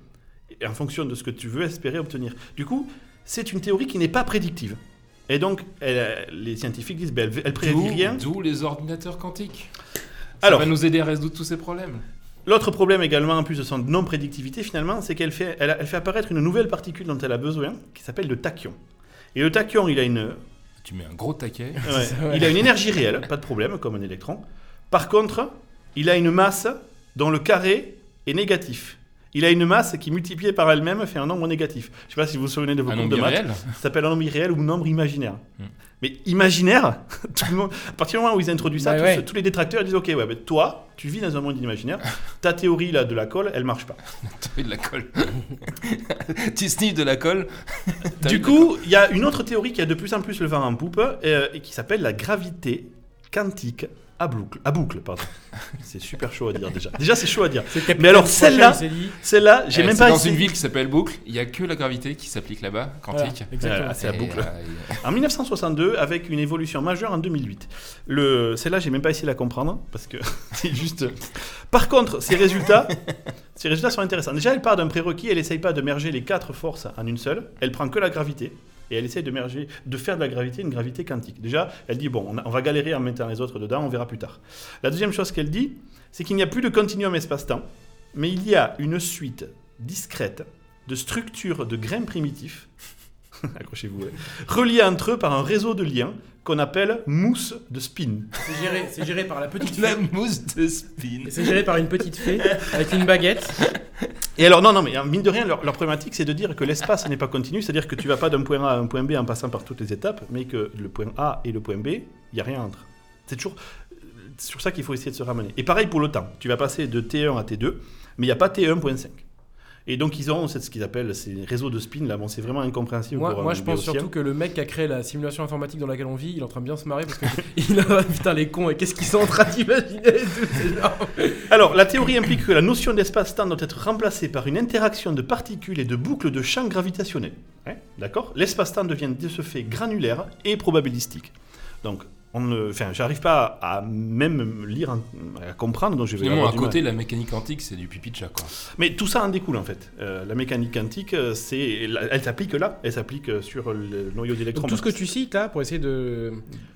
Speaker 1: et en fonction de ce que tu veux espérer obtenir. Du coup, c'est une théorie qui n'est pas prédictive. Et donc, elle- les scientifiques disent, ben, elle, elle prédit
Speaker 3: D'où-
Speaker 1: rien.
Speaker 3: D'où les ordinateurs quantiques. Ça
Speaker 1: Alors,
Speaker 3: va nous aider à résoudre tous ces problèmes.
Speaker 1: L'autre problème également, en plus de son non-prédictivité finalement, c'est qu'elle fait, elle, elle fait apparaître une nouvelle particule dont elle a besoin, qui s'appelle le tachyon. Et le tachyon, il a une,
Speaker 3: Tu mets un gros taquet.
Speaker 1: ouais,
Speaker 2: ça, ouais.
Speaker 1: il a une énergie réelle, pas de problème, comme un électron. Par contre, il a une masse dont le carré est négatif. Il a une masse qui, multipliée par elle-même, fait un nombre négatif. Je ne sais pas si vous vous souvenez de vos
Speaker 3: Un
Speaker 1: cours
Speaker 3: nombre
Speaker 1: de maths.
Speaker 3: réel.
Speaker 1: Ça s'appelle un nombre irréel ou un nombre imaginaire.
Speaker 3: Hmm.
Speaker 1: Mais imaginaire, tout le monde- à partir du moment où ils introduisent ça,
Speaker 2: Bah
Speaker 1: tous,
Speaker 2: ouais.
Speaker 1: tous les détracteurs ils disent Ok, ouais, bah, toi, tu vis dans un monde imaginaire, ta théorie là, de la colle, elle marche pas.
Speaker 3: de la colle. tu sniffes de la colle. T'as
Speaker 1: Du
Speaker 3: eu de
Speaker 1: coup, il y a une autre théorie qui a de plus en plus le vent en poupe euh, et qui s'appelle la gravité quantique à boucle. À boucle pardon. c'est super chaud à dire déjà. Déjà, c'est chaud à dire. Mais alors, celle-là, celle-là, j'ai
Speaker 3: Eh,
Speaker 1: même
Speaker 3: c'est
Speaker 1: pas
Speaker 3: dans
Speaker 1: essayé.
Speaker 3: une ville qui s'appelle Boucle, il y a que la gravité qui s'applique là-bas, quantique.
Speaker 1: Voilà,
Speaker 2: Exactement.
Speaker 1: c'est à
Speaker 3: Et,
Speaker 1: Boucle.
Speaker 3: euh,
Speaker 1: En 1962, avec une évolution majeure en 2008. Le... Celle-là, j'ai même pas essayé de la comprendre parce que c'est juste. Par contre, ces résultats, ces résultats sont intéressants. Déjà, elle part d'un prérequis. Elle essaye pas de merger les quatre forces en une seule. Elle prend que la gravité et elle essaye de merger, de faire de la gravité une gravité quantique. Déjà, elle dit bon, on, a- on va galérer en mettant les autres dedans. On verra plus tard. La deuxième chose qu'elle dit, c'est qu'il n'y a plus de continuum espace-temps, mais il y a une suite discrète de structures de grains primitifs. Accrochez-vous. ouais reliés entre eux par un réseau de liens qu'on appelle mousse de spin.
Speaker 2: C'est géré, c'est géré par la petite
Speaker 3: La
Speaker 2: fée.
Speaker 3: mousse de spin.
Speaker 2: C'est géré par une petite fée avec une baguette.
Speaker 1: Et alors, non, non, mais hein, mine de rien, leur, leur problématique, c'est de dire que l'espace n'est pas continu, c'est-à-dire que tu vas pas d'un point A à un point B en passant par toutes les étapes, mais que le point A et le point B, il n'y a rien entre. C'est toujours c'est sur ça qu'il faut essayer de se ramener. Et pareil pour le temps. Tu vas passer de T1 à T2, mais il n'y a pas T1.5. Et donc, ils ont c'est ce qu'ils appellent ces réseaux de spin, là, bon, c'est vraiment incompréhensible.
Speaker 2: Moi,
Speaker 1: pour un
Speaker 2: moi, je pense
Speaker 1: béotien.
Speaker 2: surtout que le mec qui a créé la simulation informatique dans laquelle on vit, il est en train de bien se marrer parce que il a putain les cons et qu'est-ce qu'ils sont en train d'imaginer et tout, c'est genre-
Speaker 1: Alors, la théorie implique que la notion d'espace-temps doit être remplacée par une interaction de particules et de boucles de champs gravitationnels. Hein, D'accord L'espace-temps devient de ce fait granulaire et probabilistique. Donc, on ne, enfin, j'arrive pas à même lire, en- à comprendre, donc je vais
Speaker 3: Finalement,
Speaker 1: avoir
Speaker 3: à
Speaker 1: du mal.
Speaker 3: côté, la mécanique quantique, c'est du pipi de chat, quoi.
Speaker 1: Mais tout ça en découle en fait. Euh, la mécanique quantique, euh, c'est, elle elle s'applique là, elle s'applique euh, sur le noyau d'électrons.
Speaker 2: Donc, tout ce que tu cites là pour essayer de,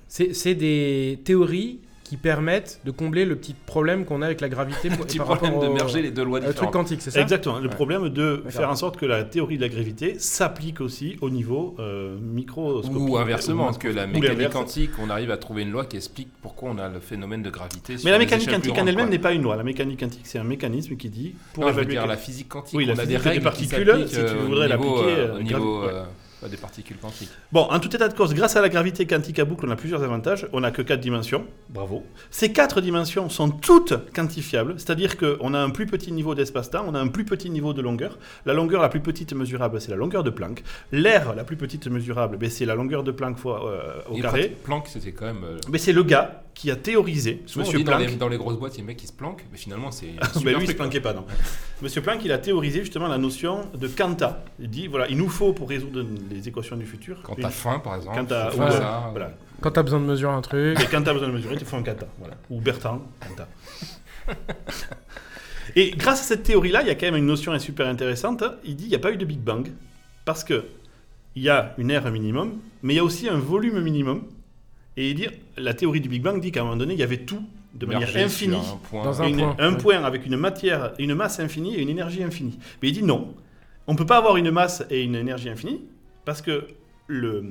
Speaker 2: c'est c'est des théories qui permettent de combler le petit problème qu'on a avec la gravité pour-
Speaker 3: Petit
Speaker 2: par
Speaker 3: problème
Speaker 2: rapport
Speaker 3: de
Speaker 2: au-
Speaker 3: merger les deux lois
Speaker 2: au truc
Speaker 3: différentes.
Speaker 2: quantique, c'est ça
Speaker 1: Exactement. Le
Speaker 3: Ouais.
Speaker 1: problème de
Speaker 2: D'accord.
Speaker 1: faire en sorte que la théorie de la gravité s'applique aussi au niveau euh, microscopique.
Speaker 3: Ou inversement,
Speaker 1: Ou-
Speaker 3: que la
Speaker 1: ou
Speaker 3: mécanique
Speaker 1: l'inverse.
Speaker 3: quantique, on arrive à trouver une loi qui explique pourquoi on a le phénomène de gravité. sur
Speaker 1: Mais la
Speaker 3: des
Speaker 1: mécanique
Speaker 3: échelles plus
Speaker 1: quantique en
Speaker 3: grandes,
Speaker 1: elle-même
Speaker 3: quoi.
Speaker 1: n'est pas une loi. La mécanique quantique, c'est un mécanisme qui dit pour
Speaker 3: Non, je veux
Speaker 1: évaluer.
Speaker 3: dire
Speaker 1: quel-
Speaker 3: la physique quantique.
Speaker 1: Oui, la
Speaker 3: on a des
Speaker 1: physique des
Speaker 3: règles qui
Speaker 1: particules,
Speaker 3: s'appliquent,
Speaker 1: si tu
Speaker 3: euh, au
Speaker 1: voudrais
Speaker 3: niveau,
Speaker 1: l'appliquer,
Speaker 3: euh,
Speaker 1: euh,
Speaker 3: au niveau
Speaker 1: grave-
Speaker 3: euh, bah, des particules quantiques.
Speaker 1: Bon, en tout état de cause, grâce à la gravité quantique à boucle, on a plusieurs avantages. On n'a que quatre dimensions. Bravo. Ces quatre dimensions sont toutes quantifiables, c'est-à-dire qu'on a un plus petit niveau d'espace-temps, on a un plus petit niveau de longueur. La longueur la plus petite mesurable, c'est la longueur de Planck. L'air la plus petite mesurable, ben, c'est la longueur de Planck fois euh, au
Speaker 3: Et
Speaker 1: carré.
Speaker 3: Planck, c'était quand même. euh,
Speaker 1: Mais c'est le gars qui a théorisé,
Speaker 3: Souvent, on
Speaker 1: Monsieur
Speaker 3: dit dans les,
Speaker 1: Planck.
Speaker 3: dans les grosses boîtes, il y a des mecs qui se planquent, mais finalement, c'est. un
Speaker 1: Mais lui, il se
Speaker 3: super truc, hein. quoi.
Speaker 1: planquait pas, non. Monsieur Planck, il a théorisé justement la notion de quanta. Il dit, voilà, il nous faut pour résoudre les équations du futur.
Speaker 3: Quand
Speaker 1: une-
Speaker 3: t'as faim, par exemple.
Speaker 1: Quand t'as-
Speaker 3: faut
Speaker 2: ouais.
Speaker 3: faire ça.
Speaker 1: Voilà.
Speaker 2: Quand t'as besoin de mesurer un truc,
Speaker 1: Et quand t'as besoin de mesurer, tu fais un quanta. Voilà. Ou Bertrand, quanta. Et grâce à cette théorie-là, il y a quand même une notion super intéressante. Il dit, il n'y a pas eu de Big Bang. Parce que il y a une aire minimum, mais il y a aussi un volume minimum. Et il dit, la théorie du Big Bang dit qu'à un moment donné, il y avait tout de manière
Speaker 3: Merger sur
Speaker 1: infinie.
Speaker 3: un point.
Speaker 2: Dans un-
Speaker 1: Une-
Speaker 2: point, ouais.
Speaker 1: avec une matière, une masse infinie et une énergie infinie. Mais il dit non, on ne peut pas avoir une masse et une énergie infinie parce que le,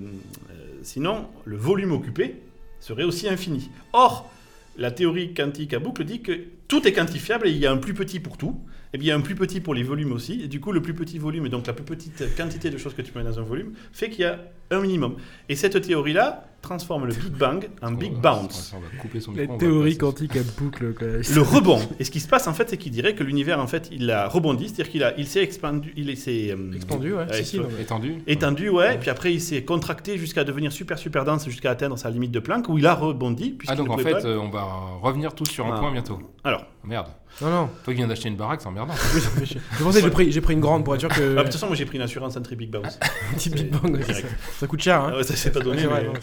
Speaker 1: euh, sinon le volume occupé serait aussi infini. Or, la théorie quantique à boucle dit que tout est quantifiable et il y a un plus petit pour tout. Et bien, il y a un plus petit pour les volumes aussi. Et du coup, le plus petit volume, et donc la plus petite quantité de choses que tu mets dans un volume, fait qu'il y a un minimum. Et cette théorie-là transforme le Big Bang en
Speaker 3: On
Speaker 1: Big
Speaker 3: va-
Speaker 1: Bounce.
Speaker 3: On va couper son
Speaker 2: les
Speaker 3: micro, on va
Speaker 2: théories
Speaker 3: passer-
Speaker 2: quantiques à boucle quoi.
Speaker 1: Le rebond. Et ce qui se passe, en fait, c'est qu'il dirait que l'univers, en fait, il a rebondi, c'est-à-dire qu'il a- il s'est expandu, il s'est euh,
Speaker 2: Expandu, ouais.
Speaker 1: Ouais,
Speaker 2: Si, si, non, mais-
Speaker 3: Étendu
Speaker 1: étendu, ouais, puis après il s'est contracté jusqu'à devenir super, super dense, jusqu'à atteindre sa limite de Planck, où il a rebondi.
Speaker 3: Ah,
Speaker 1: puisqu'il
Speaker 3: donc
Speaker 1: ne
Speaker 3: en
Speaker 1: pouvait
Speaker 3: fait,
Speaker 1: pas-
Speaker 3: euh, on va revenir tous sur un
Speaker 1: Ah.
Speaker 3: point bientôt.
Speaker 1: Alors,
Speaker 3: Merde.
Speaker 2: Non, non.
Speaker 3: Toi qui viens d'acheter une baraque, c'est emmerdant.
Speaker 2: Oui, ça fait chier. Je pensais que j'ai pris, j'ai pris une grande pour être sûr que.
Speaker 1: ah, de toute façon, moi j'ai pris une assurance entrée Big Bounce.
Speaker 3: Ah,
Speaker 2: Petit Big Bang, ouais, c'est ça.
Speaker 1: Direct.
Speaker 2: ça coûte cher.
Speaker 1: Ah
Speaker 2: Hein.
Speaker 1: ouais, ça s'est pas donné.
Speaker 2: C'est vrai,
Speaker 1: mais-
Speaker 2: ouais.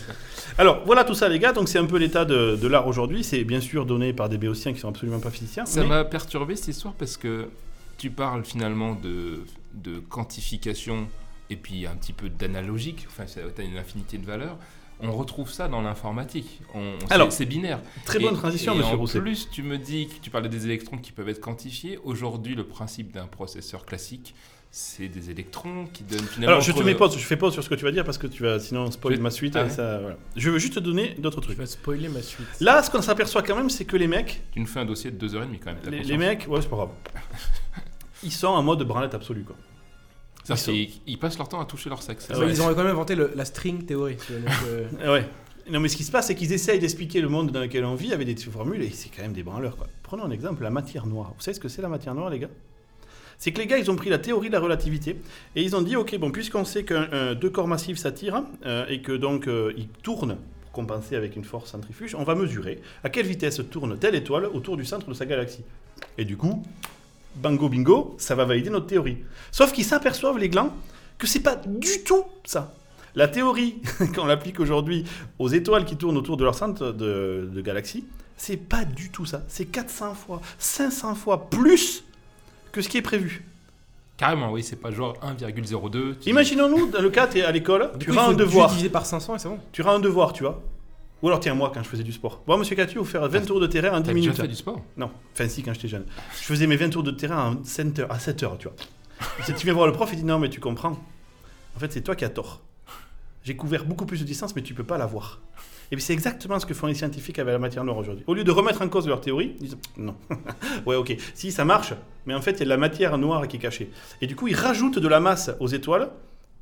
Speaker 1: Alors, voilà tout ça, les gars. Donc, c'est un peu l'état de, de l'art aujourd'hui. C'est bien sûr donné par des béotiens qui sont absolument pas physiciens.
Speaker 3: Ça
Speaker 1: mais-
Speaker 3: m'a perturbé cette histoire parce que tu parles finalement de, de quantification et puis un petit peu d'analogique. Enfin, tu as une infinité de valeurs. On retrouve ça dans l'informatique. On- on-
Speaker 1: Alors,
Speaker 3: c'est- c'est binaire.
Speaker 1: Très
Speaker 3: Et-
Speaker 1: bonne transition,
Speaker 3: et
Speaker 1: monsieur
Speaker 3: en
Speaker 1: Rousset.
Speaker 3: plus, tu me dis que tu parlais des électrons qui peuvent être quantifiés. Aujourd'hui, le principe d'un processeur classique, c'est des électrons qui donnent finalement.
Speaker 1: Alors, je te
Speaker 3: entre-
Speaker 1: mets pause, je fais pause sur ce que tu vas dire parce que tu vas sinon spoiler
Speaker 3: euh, Je-
Speaker 1: ma suite.
Speaker 3: Ah
Speaker 1: et
Speaker 3: ouais.
Speaker 1: ça, voilà. Je veux juste te donner d'autres
Speaker 2: Tu
Speaker 1: trucs.
Speaker 2: vas spoiler ma suite.
Speaker 1: Là, ce qu'on s'aperçoit quand même, c'est que les mecs,
Speaker 3: Tu nous fais un dossier de 2h30 quand même. t'as
Speaker 1: Les, les
Speaker 3: conscience.
Speaker 1: mecs, ouais, c'est pas grave. Ils sont en mode branlette absolue, quoi.
Speaker 3: Ça,
Speaker 1: ils
Speaker 3: c'est- ils, passent leur temps à toucher leur sexe. c'est
Speaker 1: Ah
Speaker 3: ça
Speaker 1: ouais.
Speaker 2: Ils ont quand même inventé le- la string théorie. tu vois, donc, euh,
Speaker 1: Eh Ouais. Non, mais ce qui se passe, c'est qu'ils essayent d'expliquer le monde dans lequel on vit avec des formules et c'est quand même des branleurs, quoi. Prenons un exemple, la matière noire. Vous savez ce que c'est la matière noire, les gars C'est que les gars, ils ont pris la théorie de la relativité et ils ont dit, ok, bon, puisqu'on sait que deux corps massifs s'attirent euh, et que donc euh, ils tournent pour compenser avec une force centrifuge, on va mesurer à quelle vitesse tourne telle étoile autour du centre de sa galaxie. Et du coup, bango bingo, ça va valider notre théorie. Sauf qu'ils s'aperçoivent, les glands, que c'est pas du tout ça. La théorie qu'on applique aujourd'hui aux étoiles qui tournent autour de leur centre de, de galaxie, c'est pas du tout ça. C'est 400 fois, 500 fois plus que ce qui est prévu.
Speaker 3: Carrément, oui, c'est pas genre 1,02. tu-
Speaker 1: Imaginons-nous, dans le cas, tu es à l'école,
Speaker 2: Du
Speaker 1: tu
Speaker 2: coup,
Speaker 1: rends
Speaker 2: il
Speaker 1: un
Speaker 2: faut
Speaker 1: devoir.
Speaker 2: juste diviser par 500 et c'est bon.
Speaker 1: Tu rends un devoir, tu vois. Ou alors, tiens, moi, quand je faisais du sport. Moi, monsieur Catu, vous faire 20 tours de terrain en 10
Speaker 3: T'as
Speaker 1: minutes.
Speaker 3: déjà fait du sport
Speaker 1: Non, enfin si, quand j'étais jeune. Je faisais mes 20 tours de terrain à 7 heures, à 7 heures, tu vois. Et c'est- tu viens voir le prof, il dit non, mais tu comprends. En fait, c'est toi qui as tort. J'ai couvert beaucoup plus de distance, mais tu peux pas la voir. Et puis c'est exactement ce que font les scientifiques avec la matière noire aujourd'hui. Au lieu de remettre en cause leur théorie, ils disent non. ouais, ok. Si, ça marche, mais en fait, il y a de la matière noire qui est cachée. Et du coup, ils rajoutent de la masse aux étoiles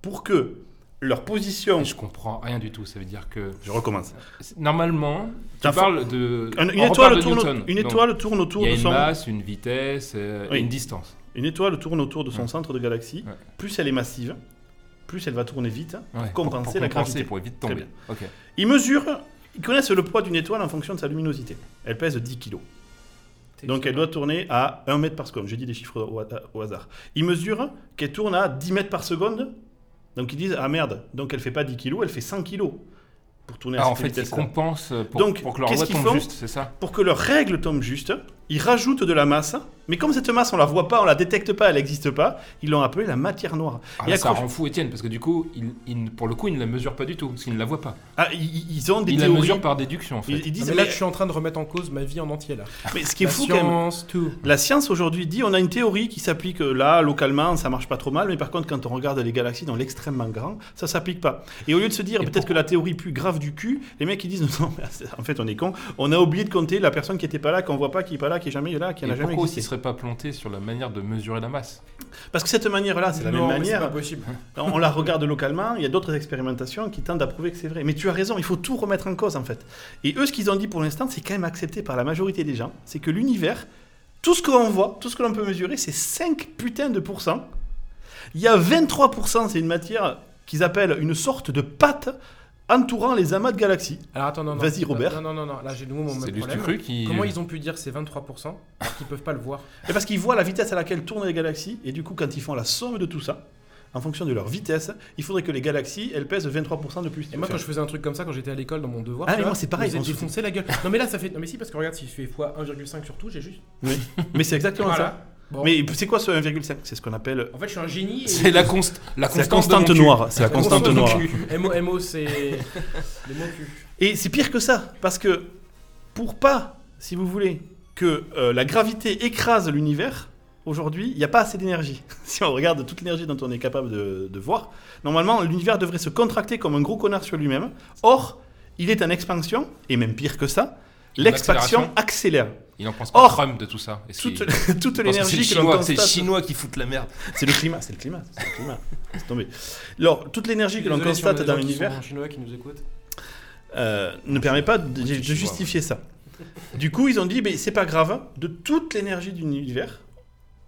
Speaker 1: pour que leur position.
Speaker 3: Je comprends rien du tout, ça veut dire que.
Speaker 1: Je recommence.
Speaker 3: Normalement, tu
Speaker 1: T'as fa-
Speaker 3: parles de.
Speaker 1: Une, une
Speaker 3: on repart
Speaker 1: étoile,
Speaker 3: de
Speaker 1: tourne,
Speaker 3: Newton.
Speaker 1: une
Speaker 3: Donc,
Speaker 1: étoile tourne
Speaker 3: Il
Speaker 1: autour
Speaker 3: y a
Speaker 1: de
Speaker 3: une
Speaker 1: son.
Speaker 3: masse, une vitesse, euh, et
Speaker 1: Oui.
Speaker 3: une distance.
Speaker 1: Une étoile tourne autour de son centre de galaxie.
Speaker 3: Ouais.
Speaker 1: Plus elle est massive, plus elle va tourner vite pour
Speaker 3: Ouais,
Speaker 1: compenser
Speaker 3: pour
Speaker 1: la
Speaker 3: compenser,
Speaker 1: gravité.
Speaker 3: pour éviter de
Speaker 1: Très
Speaker 3: tomber. Ok.
Speaker 1: Ils mesurent, ils connaissent le poids d'une étoile en fonction de sa luminosité. Elle pèse 10 kg. Donc elle doit tourner à 1 mètre par seconde. J'ai dit des chiffres au, au hasard. Ils mesurent qu'elle tourne à 10 mètres par seconde. Donc ils disent Ah merde, donc elle fait pas 10 kg, elle fait 100 kg. Pour tourner à
Speaker 3: Ah, en
Speaker 1: cette
Speaker 3: fait, ils
Speaker 1: vitesse
Speaker 3: compensent pour,
Speaker 1: Donc,
Speaker 3: pour que leur
Speaker 1: qu'est-ce
Speaker 3: loi
Speaker 1: qu'ils
Speaker 3: tombe
Speaker 1: font
Speaker 3: juste, c'est ça
Speaker 1: pour que leur règle tombe juste, ils rajoutent de la masse, mais comme cette masse, on la voit pas, on la détecte pas, elle n'existe pas, ils l'ont appelée la matière noire.
Speaker 3: Ah,
Speaker 1: Et
Speaker 3: là, Ça
Speaker 1: accroche-
Speaker 3: rend fou Étienne, parce que du coup, il- il- pour le coup, ils ne la mesurent pas du tout, parce qu'ils ne la voient pas.
Speaker 1: Ah, ils, ils ont des
Speaker 3: Ils la
Speaker 1: théories.
Speaker 3: mesurent par déduction, en fait.
Speaker 1: ils, ils disent, mais,
Speaker 2: mais là, je suis en train de remettre en cause ma vie en entier là.
Speaker 1: mais ce qui est
Speaker 2: La
Speaker 1: fou quand même,
Speaker 2: science, tout.
Speaker 1: la science aujourd'hui dit on a une théorie qui s'applique euh, là, localement, ça marche pas trop mal, mais par contre, quand on regarde les galaxies dans l'extrêmement grand, ça s'applique pas. Et au lieu de se dire
Speaker 3: Et
Speaker 1: peut-être que la théorie plus grave du cul, les mecs ils disent non, mais c'est- en fait on est con, on a oublié de compter la personne qui était pas là, qu'on voit pas, qui est pas là, qui est jamais là, qui
Speaker 3: Et
Speaker 1: n'a jamais
Speaker 3: pourquoi ils ne
Speaker 1: existé.
Speaker 3: seraient pas plantés sur la manière de mesurer la masse
Speaker 1: Parce que cette manière-là, c'est la
Speaker 2: Non,
Speaker 1: même
Speaker 2: mais C'est
Speaker 1: manière.
Speaker 2: pas possible.
Speaker 1: On on la regarde localement, il y a d'autres expérimentations qui tentent à prouver que c'est vrai. Mais tu as raison, il faut tout remettre en cause en fait. Et eux, ce qu'ils ont dit pour l'instant, c'est quand même accepté par la majorité des gens, c'est que l'univers, tout ce que l'on voit, tout ce que l'on peut mesurer, c'est 5 putains de pourcents. Il y a 23%, c'est une matière qu'ils appellent une sorte de pâte entourant les amas de galaxies.
Speaker 2: Alors attends, non, non.
Speaker 1: Vas-y, Robert.
Speaker 2: Non, non, non, non. Là, j'ai de nouveau mon
Speaker 3: C'est
Speaker 2: même
Speaker 3: du
Speaker 2: problème.
Speaker 3: cru qui.
Speaker 2: Comment ils ont pu dire c'est 23% alors qu'ils peuvent pas le voir
Speaker 1: Et parce qu'ils voient la vitesse à laquelle tournent les galaxies, et du coup, quand ils font la somme de tout ça, en fonction de leur vitesse, il faudrait que les galaxies, elles pèsent 23% de plus.
Speaker 2: Et moi, quand je faisais un truc comme ça, quand j'étais à l'école dans mon devoir,
Speaker 1: Ah,
Speaker 2: tu
Speaker 1: mais
Speaker 2: vois,
Speaker 1: moi, c'est pareil,
Speaker 2: vous êtes
Speaker 1: on se
Speaker 2: défoncé la gueule. Non, mais là, ça fait. Non, mais si, parce que regarde, si je fais x1,5 sur tout, j'ai juste.
Speaker 1: Oui. Mais c'est exactement ça.
Speaker 2: Voilà. Bon.
Speaker 1: Mais c'est quoi ce 1,5 C'est ce qu'on appelle.
Speaker 2: En fait, je suis un génie. et-
Speaker 3: euh, C'est la, const- la
Speaker 1: C'est la
Speaker 3: constante, de mon
Speaker 1: constante
Speaker 3: cul.
Speaker 1: noire. C'est la
Speaker 2: La constante
Speaker 1: constante
Speaker 2: de mon
Speaker 1: noire.
Speaker 2: MO, MO, c'est. Les mots cul.
Speaker 1: Et c'est pire que ça, parce que pour pas, si vous voulez, que euh, la gravité écrase l'univers, aujourd'hui, il n'y a pas assez d'énergie. si on regarde toute l'énergie dont on est capable de, de voir, normalement, l'univers devrait se contracter comme un gros connard sur lui-même. Or, il est en expansion, et même pire que ça,
Speaker 3: En
Speaker 1: l'expansion accélère.
Speaker 3: Il en pense pas
Speaker 1: Or,
Speaker 3: Trump de tout ça. Est-ce
Speaker 1: Toute,
Speaker 3: qu'il-
Speaker 1: toute
Speaker 3: il pense que
Speaker 1: l'énergie
Speaker 3: c'est
Speaker 1: que
Speaker 3: les
Speaker 1: l'on
Speaker 3: Chinois, c'est les
Speaker 1: constate-
Speaker 3: Chinois qui foutent la merde.
Speaker 1: C'est le climat, c'est le climat, c'est le climat. Laisse tomber. Alors, toute l'énergie que l'on
Speaker 2: Désolé si on a
Speaker 1: constate
Speaker 2: des
Speaker 1: dans
Speaker 2: gens qui
Speaker 1: l'univers,
Speaker 2: sont chinois qui nous écoutent.
Speaker 1: euh, ne permet pas de, de
Speaker 3: tu vois,
Speaker 1: justifier ça. Du coup, ils ont dit, mais c'est pas grave, de toute l'énergie de l'univers,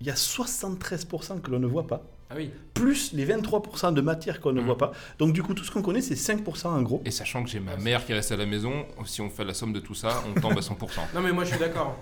Speaker 1: il y a 73% que l'on ne voit pas,
Speaker 2: Ah oui.
Speaker 1: plus les 23% de matière qu'on ne
Speaker 3: Mhm.
Speaker 1: voit pas. Donc du coup, tout ce qu'on connaît, c'est 5% en gros.
Speaker 3: Et sachant que j'ai ma mère qui reste à la maison, si on fait la somme de tout ça, on tombe à 100%.
Speaker 2: Non, mais moi, je suis d'accord.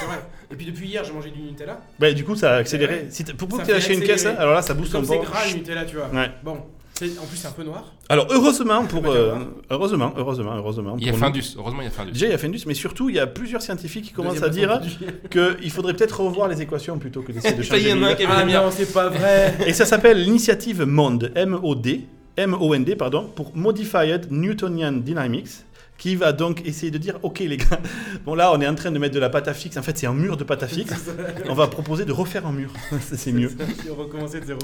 Speaker 2: C'est vrai. Et puis, depuis hier, j'ai mangé du Nutella.
Speaker 1: Bah, du coup, ça a accéléré.
Speaker 2: Eh ouais.
Speaker 1: Si t'as- pour peu
Speaker 2: Ça
Speaker 1: que tu aies
Speaker 2: fait
Speaker 1: lâché une caisse,
Speaker 2: accélérer.
Speaker 1: alors là, ça
Speaker 2: Tout
Speaker 1: booste un
Speaker 2: comme c'est
Speaker 1: peu.
Speaker 2: gras, le Nutella, tu vois.
Speaker 1: Ouais.
Speaker 2: Bon. C'est- En plus, c'est un peu noir.
Speaker 1: Alors heureusement pour
Speaker 2: matière
Speaker 1: euh,
Speaker 2: noire.
Speaker 1: heureusement heureusement heureusement
Speaker 3: Il y a
Speaker 1: pour nous-
Speaker 3: Findus, heureusement il y a Findus.
Speaker 1: Déjà il y a Findus, mais surtout il y a plusieurs scientifiques qui commencent à dire
Speaker 2: Deuxième façon de dire.
Speaker 1: qu'il faudrait peut-être revoir les équations plutôt que d'essayer de
Speaker 3: Ça y est,
Speaker 1: changer
Speaker 3: il y en
Speaker 1: l'univers.
Speaker 3: a un qui a vu la
Speaker 2: Ah
Speaker 3: lumière.
Speaker 2: non, c'est pas vrai.
Speaker 1: Et ça s'appelle l'initiative MOND, M-O-D, M-O-N-D, pardon, pour Modified Newtonian Dynamics, qui va donc essayer de dire, ok les gars, bon là on est en train de mettre de la pâte à fixe, en fait c'est un mur de pâte à fixe, on va proposer de refaire un mur, Ça, c'est mieux.
Speaker 2: Si on recommençait de zéro.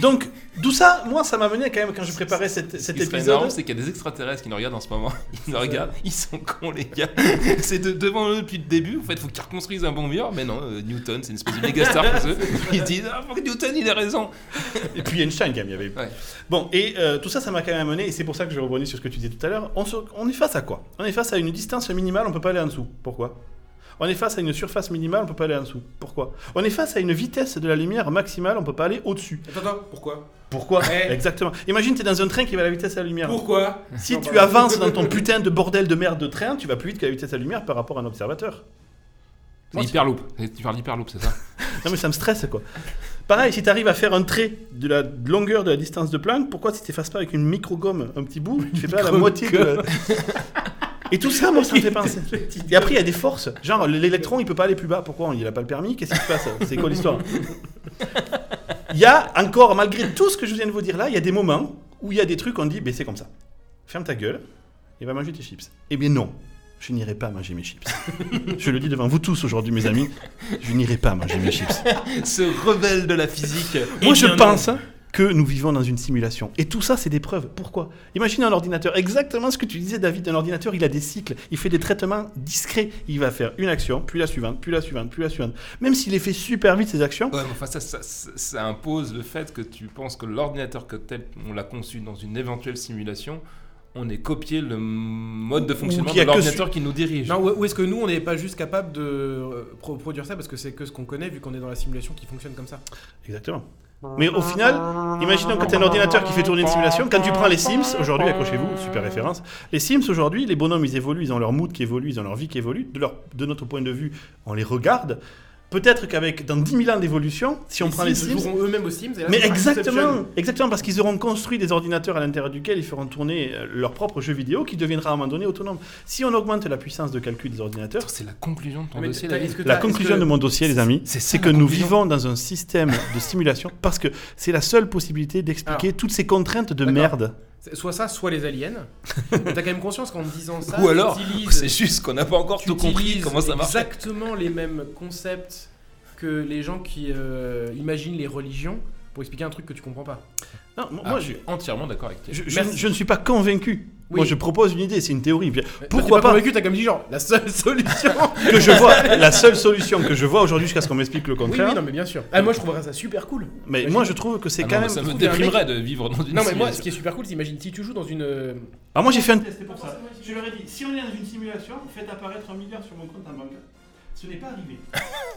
Speaker 1: Donc, d'où ça, moi ça m'a mené quand même quand je préparais cette-
Speaker 3: Ce
Speaker 1: cet
Speaker 3: qui serait
Speaker 1: épisode.
Speaker 3: énorme, c'est qu'il y a des extraterrestres qui nous regardent en ce moment. Ils nous regardent, ils sont cons les gars. C'est de- devant eux depuis le début. En fait, faut qu'ils reconstruisent un bon mur. Mais non, euh, Newton, c'est une espèce de méga star pour eux. Ils se disent, ah, faut que Newton, il ait raison.
Speaker 1: Et puis Einstein, quand même, il y avait.
Speaker 3: Ouais.
Speaker 1: Bon, et euh, tout ça, ça m'a quand même amené, et c'est pour ça que je rebondis sur ce que tu disais tout à l'heure. On, se- on est face à quoi On est face à une distance minimale, on peut pas aller en dessous. Pourquoi On est face à une surface minimale, on peut pas aller en dessous. Pourquoi On est face à une vitesse de la lumière maximale, on peut pas aller au-dessus.
Speaker 2: Attends, attends, pourquoi
Speaker 1: Pourquoi
Speaker 2: Eh.
Speaker 1: Exactement. Imagine, t'es dans un train qui va à la vitesse de la lumière.
Speaker 2: Pourquoi
Speaker 1: Si
Speaker 2: Non,
Speaker 1: tu
Speaker 2: pardon.
Speaker 1: avances dans ton putain de bordel de merde de train, tu vas plus vite qu'à la vitesse de la lumière par rapport à un observateur. Moi, c'est-
Speaker 3: Hyperloop. Et Tu parles d'hyperloop, c'est ça
Speaker 1: Non mais ça me stresse quoi. Pareil, si t'arrives à faire un trait de la longueur de la distance de Planck, pourquoi tu t'effaces pas avec une microgomme un petit bout Tu fais pas la moitié de. la- Et tout ça, moi, ça me fait penser. Et après, il y a des forces. Genre, l'électron, il peut pas aller plus bas. Pourquoi Il a pas le permis Qu'est-ce qui se passe C'est quoi l'histoire Il y a encore, malgré tout ce que je viens de vous dire là, il y a des moments où il y a des trucs, on dit, mais c'est comme ça. Ferme ta gueule et va manger tes chips. Eh bien non, je n'irai pas manger mes chips. je le dis devant vous tous aujourd'hui, mes amis, je n'irai pas manger mes chips.
Speaker 3: Ce rebelle de la physique.
Speaker 1: Moi,
Speaker 2: Eh
Speaker 1: je
Speaker 2: bien,
Speaker 1: pense que nous vivons dans une simulation. Et tout ça, c'est des preuves. Pourquoi Imagine un ordinateur. Exactement ce que tu disais, David. Un ordinateur, il a des cycles. Il fait des traitements discrets. Il va faire une action, puis la suivante, puis la suivante, puis la suivante. Même s'il les fait super vite, ces actions.
Speaker 3: Ouais, mais enfin, ça, ça- ça- ça impose le fait que tu penses que l'ordinateur que tel on l'a conçu dans une éventuelle simulation, on ait copié le mode de fonctionnement
Speaker 1: qu'il y
Speaker 3: de
Speaker 1: a que
Speaker 3: l'ordinateur qui nous dirige.
Speaker 2: Non, où où est-ce que nous, on n'est pas juste capable de euh, pro- produire ça parce que c'est que ce qu'on connaît vu qu'on est dans la simulation qui fonctionne comme ça
Speaker 1: Exactement. Mais au final, imaginons que tu as un ordinateur qui fait tourner une simulation. Quand tu prends les Sims, aujourd'hui, accrochez-vous, super référence. Les Sims, aujourd'hui, les bonhommes, ils évoluent, ils ont leur mood qui évolue, ils ont leur vie qui évolue. De, leur, de notre point de vue, on les regarde. Peut-être qu'avec, dans 10 000 ans d'évolution, si on prend les Sims,
Speaker 2: joueront eux-mêmes aux Sims. et là,
Speaker 1: Mais
Speaker 2: ce sera
Speaker 1: exactement,
Speaker 2: Inception.
Speaker 1: exactement parce qu'ils auront construit des ordinateurs à l'intérieur duquel ils feront tourner euh, leur propre jeu vidéo qui deviendra à un moment donné autonome. Si on augmente la puissance de calcul des ordinateurs,
Speaker 3: Putain, C'est la conclusion de ton
Speaker 2: Mais
Speaker 3: dossier,
Speaker 2: t'as-
Speaker 3: David.
Speaker 2: est-ce que
Speaker 1: la
Speaker 2: t'as-
Speaker 1: conclusion
Speaker 2: est-ce que-
Speaker 1: de mon dossier, les amis,
Speaker 3: c'est ça,
Speaker 1: c'est
Speaker 3: la
Speaker 1: que nous
Speaker 3: conclusion.
Speaker 1: vivons dans un système de simulation parce que c'est la seule possibilité d'expliquer toutes ces contraintes de
Speaker 2: D'accord.
Speaker 1: merde.
Speaker 2: C'est Soit ça, soit les aliens. Mais T'as quand même conscience qu'en disant ça,
Speaker 3: Ou alors,
Speaker 2: tu
Speaker 3: c'est
Speaker 2: utilises,
Speaker 3: juste qu'on n'a pas encore
Speaker 2: tu
Speaker 3: tout compris
Speaker 2: utilises
Speaker 3: comment ça marche.
Speaker 2: Exactement les mêmes concepts que les gens qui euh, imaginent les religions pour expliquer un truc que tu comprends pas.
Speaker 1: Non, moi,
Speaker 3: Ah,
Speaker 1: moi,
Speaker 3: je
Speaker 1: je,
Speaker 3: suis entièrement d'accord avec toi.
Speaker 1: je- je-
Speaker 2: Merci.
Speaker 1: je ne suis pas convaincu.
Speaker 2: Oui.
Speaker 1: Moi, je propose une idée, c'est une théorie.
Speaker 2: Toi,
Speaker 1: Pourquoi
Speaker 2: t'es pas
Speaker 1: pas
Speaker 2: convaincu, t'as comme dit genre la seule solution.
Speaker 1: que je vois la seule solution que je vois aujourd'hui jusqu'à ce qu'on m'explique le
Speaker 2: oui,
Speaker 1: contraire.
Speaker 2: oui, non mais bien sûr. Ah moi je trouverais ça super cool.
Speaker 1: mais
Speaker 2: Imagine-
Speaker 1: moi, je trouve que c'est
Speaker 3: Ah
Speaker 1: quand
Speaker 3: non,
Speaker 1: même.
Speaker 3: ça me
Speaker 2: trouver un
Speaker 3: déprimerait de vivre dans
Speaker 2: Non
Speaker 3: une
Speaker 2: mais
Speaker 3: simulation.
Speaker 2: moi ce qui est super cool, c'est imagine si tu joues dans une euh,
Speaker 1: Ah, moi, j'ai fait un
Speaker 4: C'était pour ça. Je leur ai dit, si on est dans une simulation, faites apparaître un milliard sur mon compte en banque. Ce n'est pas arrivé.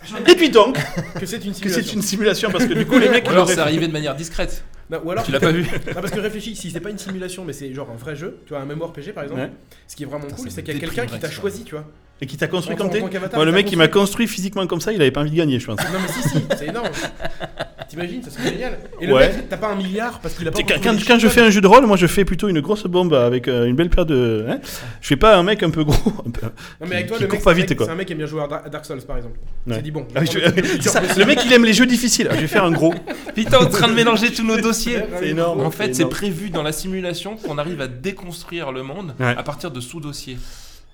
Speaker 4: J'en ai-
Speaker 1: Et puis donc,
Speaker 2: que c'est une
Speaker 1: que
Speaker 2: simulation.
Speaker 1: c'est une simulation parce que du coup les mecs
Speaker 3: Ou alors
Speaker 1: l'auraient
Speaker 3: c'est arrivé de manière discrète.
Speaker 2: Non, ou alors
Speaker 3: Tu l'as pas vu
Speaker 2: Non, parce que réfléchis, si c'est pas une simulation, mais c'est genre un vrai jeu, tu vois, un MMORPG par exemple,
Speaker 1: Ouais.
Speaker 2: ce qui est vraiment
Speaker 3: Putain,
Speaker 2: cool,
Speaker 3: ça
Speaker 2: c'est
Speaker 3: me
Speaker 2: qu'il y a quelqu'un qui
Speaker 3: déprimerait,
Speaker 2: t'a
Speaker 3: ça.
Speaker 2: choisi, tu vois.
Speaker 1: et qui t'a construit
Speaker 2: En
Speaker 1: comme
Speaker 2: tant-
Speaker 1: t'es.
Speaker 2: en tant qu'avatar,
Speaker 1: Moi, le
Speaker 2: il t'a
Speaker 1: mec qui m'a
Speaker 2: construit.
Speaker 1: construit physiquement comme ça, il avait pas envie de gagner, je pense.
Speaker 2: Non, mais si, si, c'est énorme. T'imagines, ça serait génial. Et le
Speaker 1: Ouais.
Speaker 2: mec, t'as pas un milliard parce qu'il a pas.
Speaker 1: C'est Quand,
Speaker 2: encore
Speaker 1: quand-
Speaker 2: trouvé
Speaker 1: quand je
Speaker 2: les
Speaker 1: fais un jeu de rôle, moi je fais plutôt une grosse bombe avec euh, une belle paire de. hein. je fais pas un mec un peu gros. un peu- euh,
Speaker 2: chiffres. Non, mais avec
Speaker 1: qui-
Speaker 2: toi,
Speaker 1: qui
Speaker 2: le mec,
Speaker 1: court pas
Speaker 2: c'est un
Speaker 1: vite,
Speaker 2: mec-
Speaker 1: quoi.
Speaker 2: c'est un mec qui aime bien jouer à Dar- à Dark Souls par exemple. Il
Speaker 1: Ouais.
Speaker 2: s'est dit, bon,
Speaker 1: Ah,
Speaker 2: on
Speaker 1: oui,
Speaker 2: va
Speaker 1: je-
Speaker 2: prendre le plus
Speaker 1: ça,
Speaker 2: dur possible.
Speaker 1: le mec il aime les jeux difficiles. Alors, je vais faire un gros.
Speaker 3: Putain, en train de mélanger tous nos dossiers.
Speaker 1: C'est énorme.
Speaker 3: En fait, c'est
Speaker 1: énorme.
Speaker 3: prévu dans la simulation qu'on arrive à déconstruire le monde
Speaker 1: Ouais.
Speaker 3: à partir de sous-dossiers.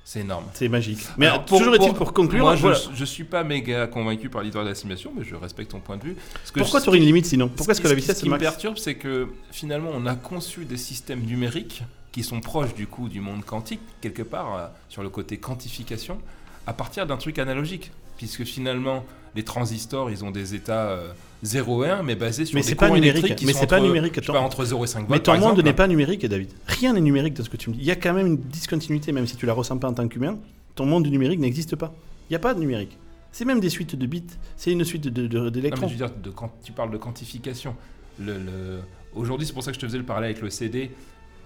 Speaker 3: C'est énorme.
Speaker 1: C'est magique. Mais
Speaker 3: Alors, pour-
Speaker 1: toujours est-il
Speaker 3: pour-
Speaker 1: pour conclure.
Speaker 3: Moi, je,
Speaker 1: voilà.
Speaker 3: je suis pas méga convaincu par l'histoire de la simulation, mais je respecte ton point de vue. Parce que
Speaker 1: Pourquoi
Speaker 3: je-
Speaker 1: tu aurais une limite sinon Pourquoi est-ce
Speaker 3: ce
Speaker 1: que la
Speaker 3: qui-
Speaker 1: vitesse
Speaker 3: Ce qui me
Speaker 1: max
Speaker 3: perturbe, c'est que finalement, on a conçu des systèmes numériques qui sont proches du coup du monde quantique, quelque part, euh, sur le côté quantification, à partir d'un truc analogique. Puisque finalement, les transistors, ils ont des états euh, 0 et 1, mais basés sur
Speaker 1: Mais
Speaker 3: des
Speaker 1: c'est pas
Speaker 3: courants
Speaker 1: numérique,
Speaker 3: électriques qui
Speaker 1: mais
Speaker 3: sont
Speaker 1: c'est pas
Speaker 3: entre-
Speaker 1: numérique,
Speaker 3: je sais
Speaker 1: ton-
Speaker 3: pas, entre 0 et 5 volts.
Speaker 1: Mais ton
Speaker 3: par
Speaker 1: monde
Speaker 3: exemple.
Speaker 1: n'est pas numérique, David. Rien n'est numérique dans ce que tu me dis. Il y a quand même une discontinuité, même si tu la ressens pas en tant qu'humain. Ton monde du numérique n'existe pas. Il n'y a pas de numérique. C'est même des suites de bits. C'est une suite de- de-
Speaker 3: Non,
Speaker 1: d'électrons.
Speaker 3: mais je veux dire, de, quand tu parles de quantification, le, le- aujourd'hui, c'est pour ça que je te faisais le parallèle avec le CD.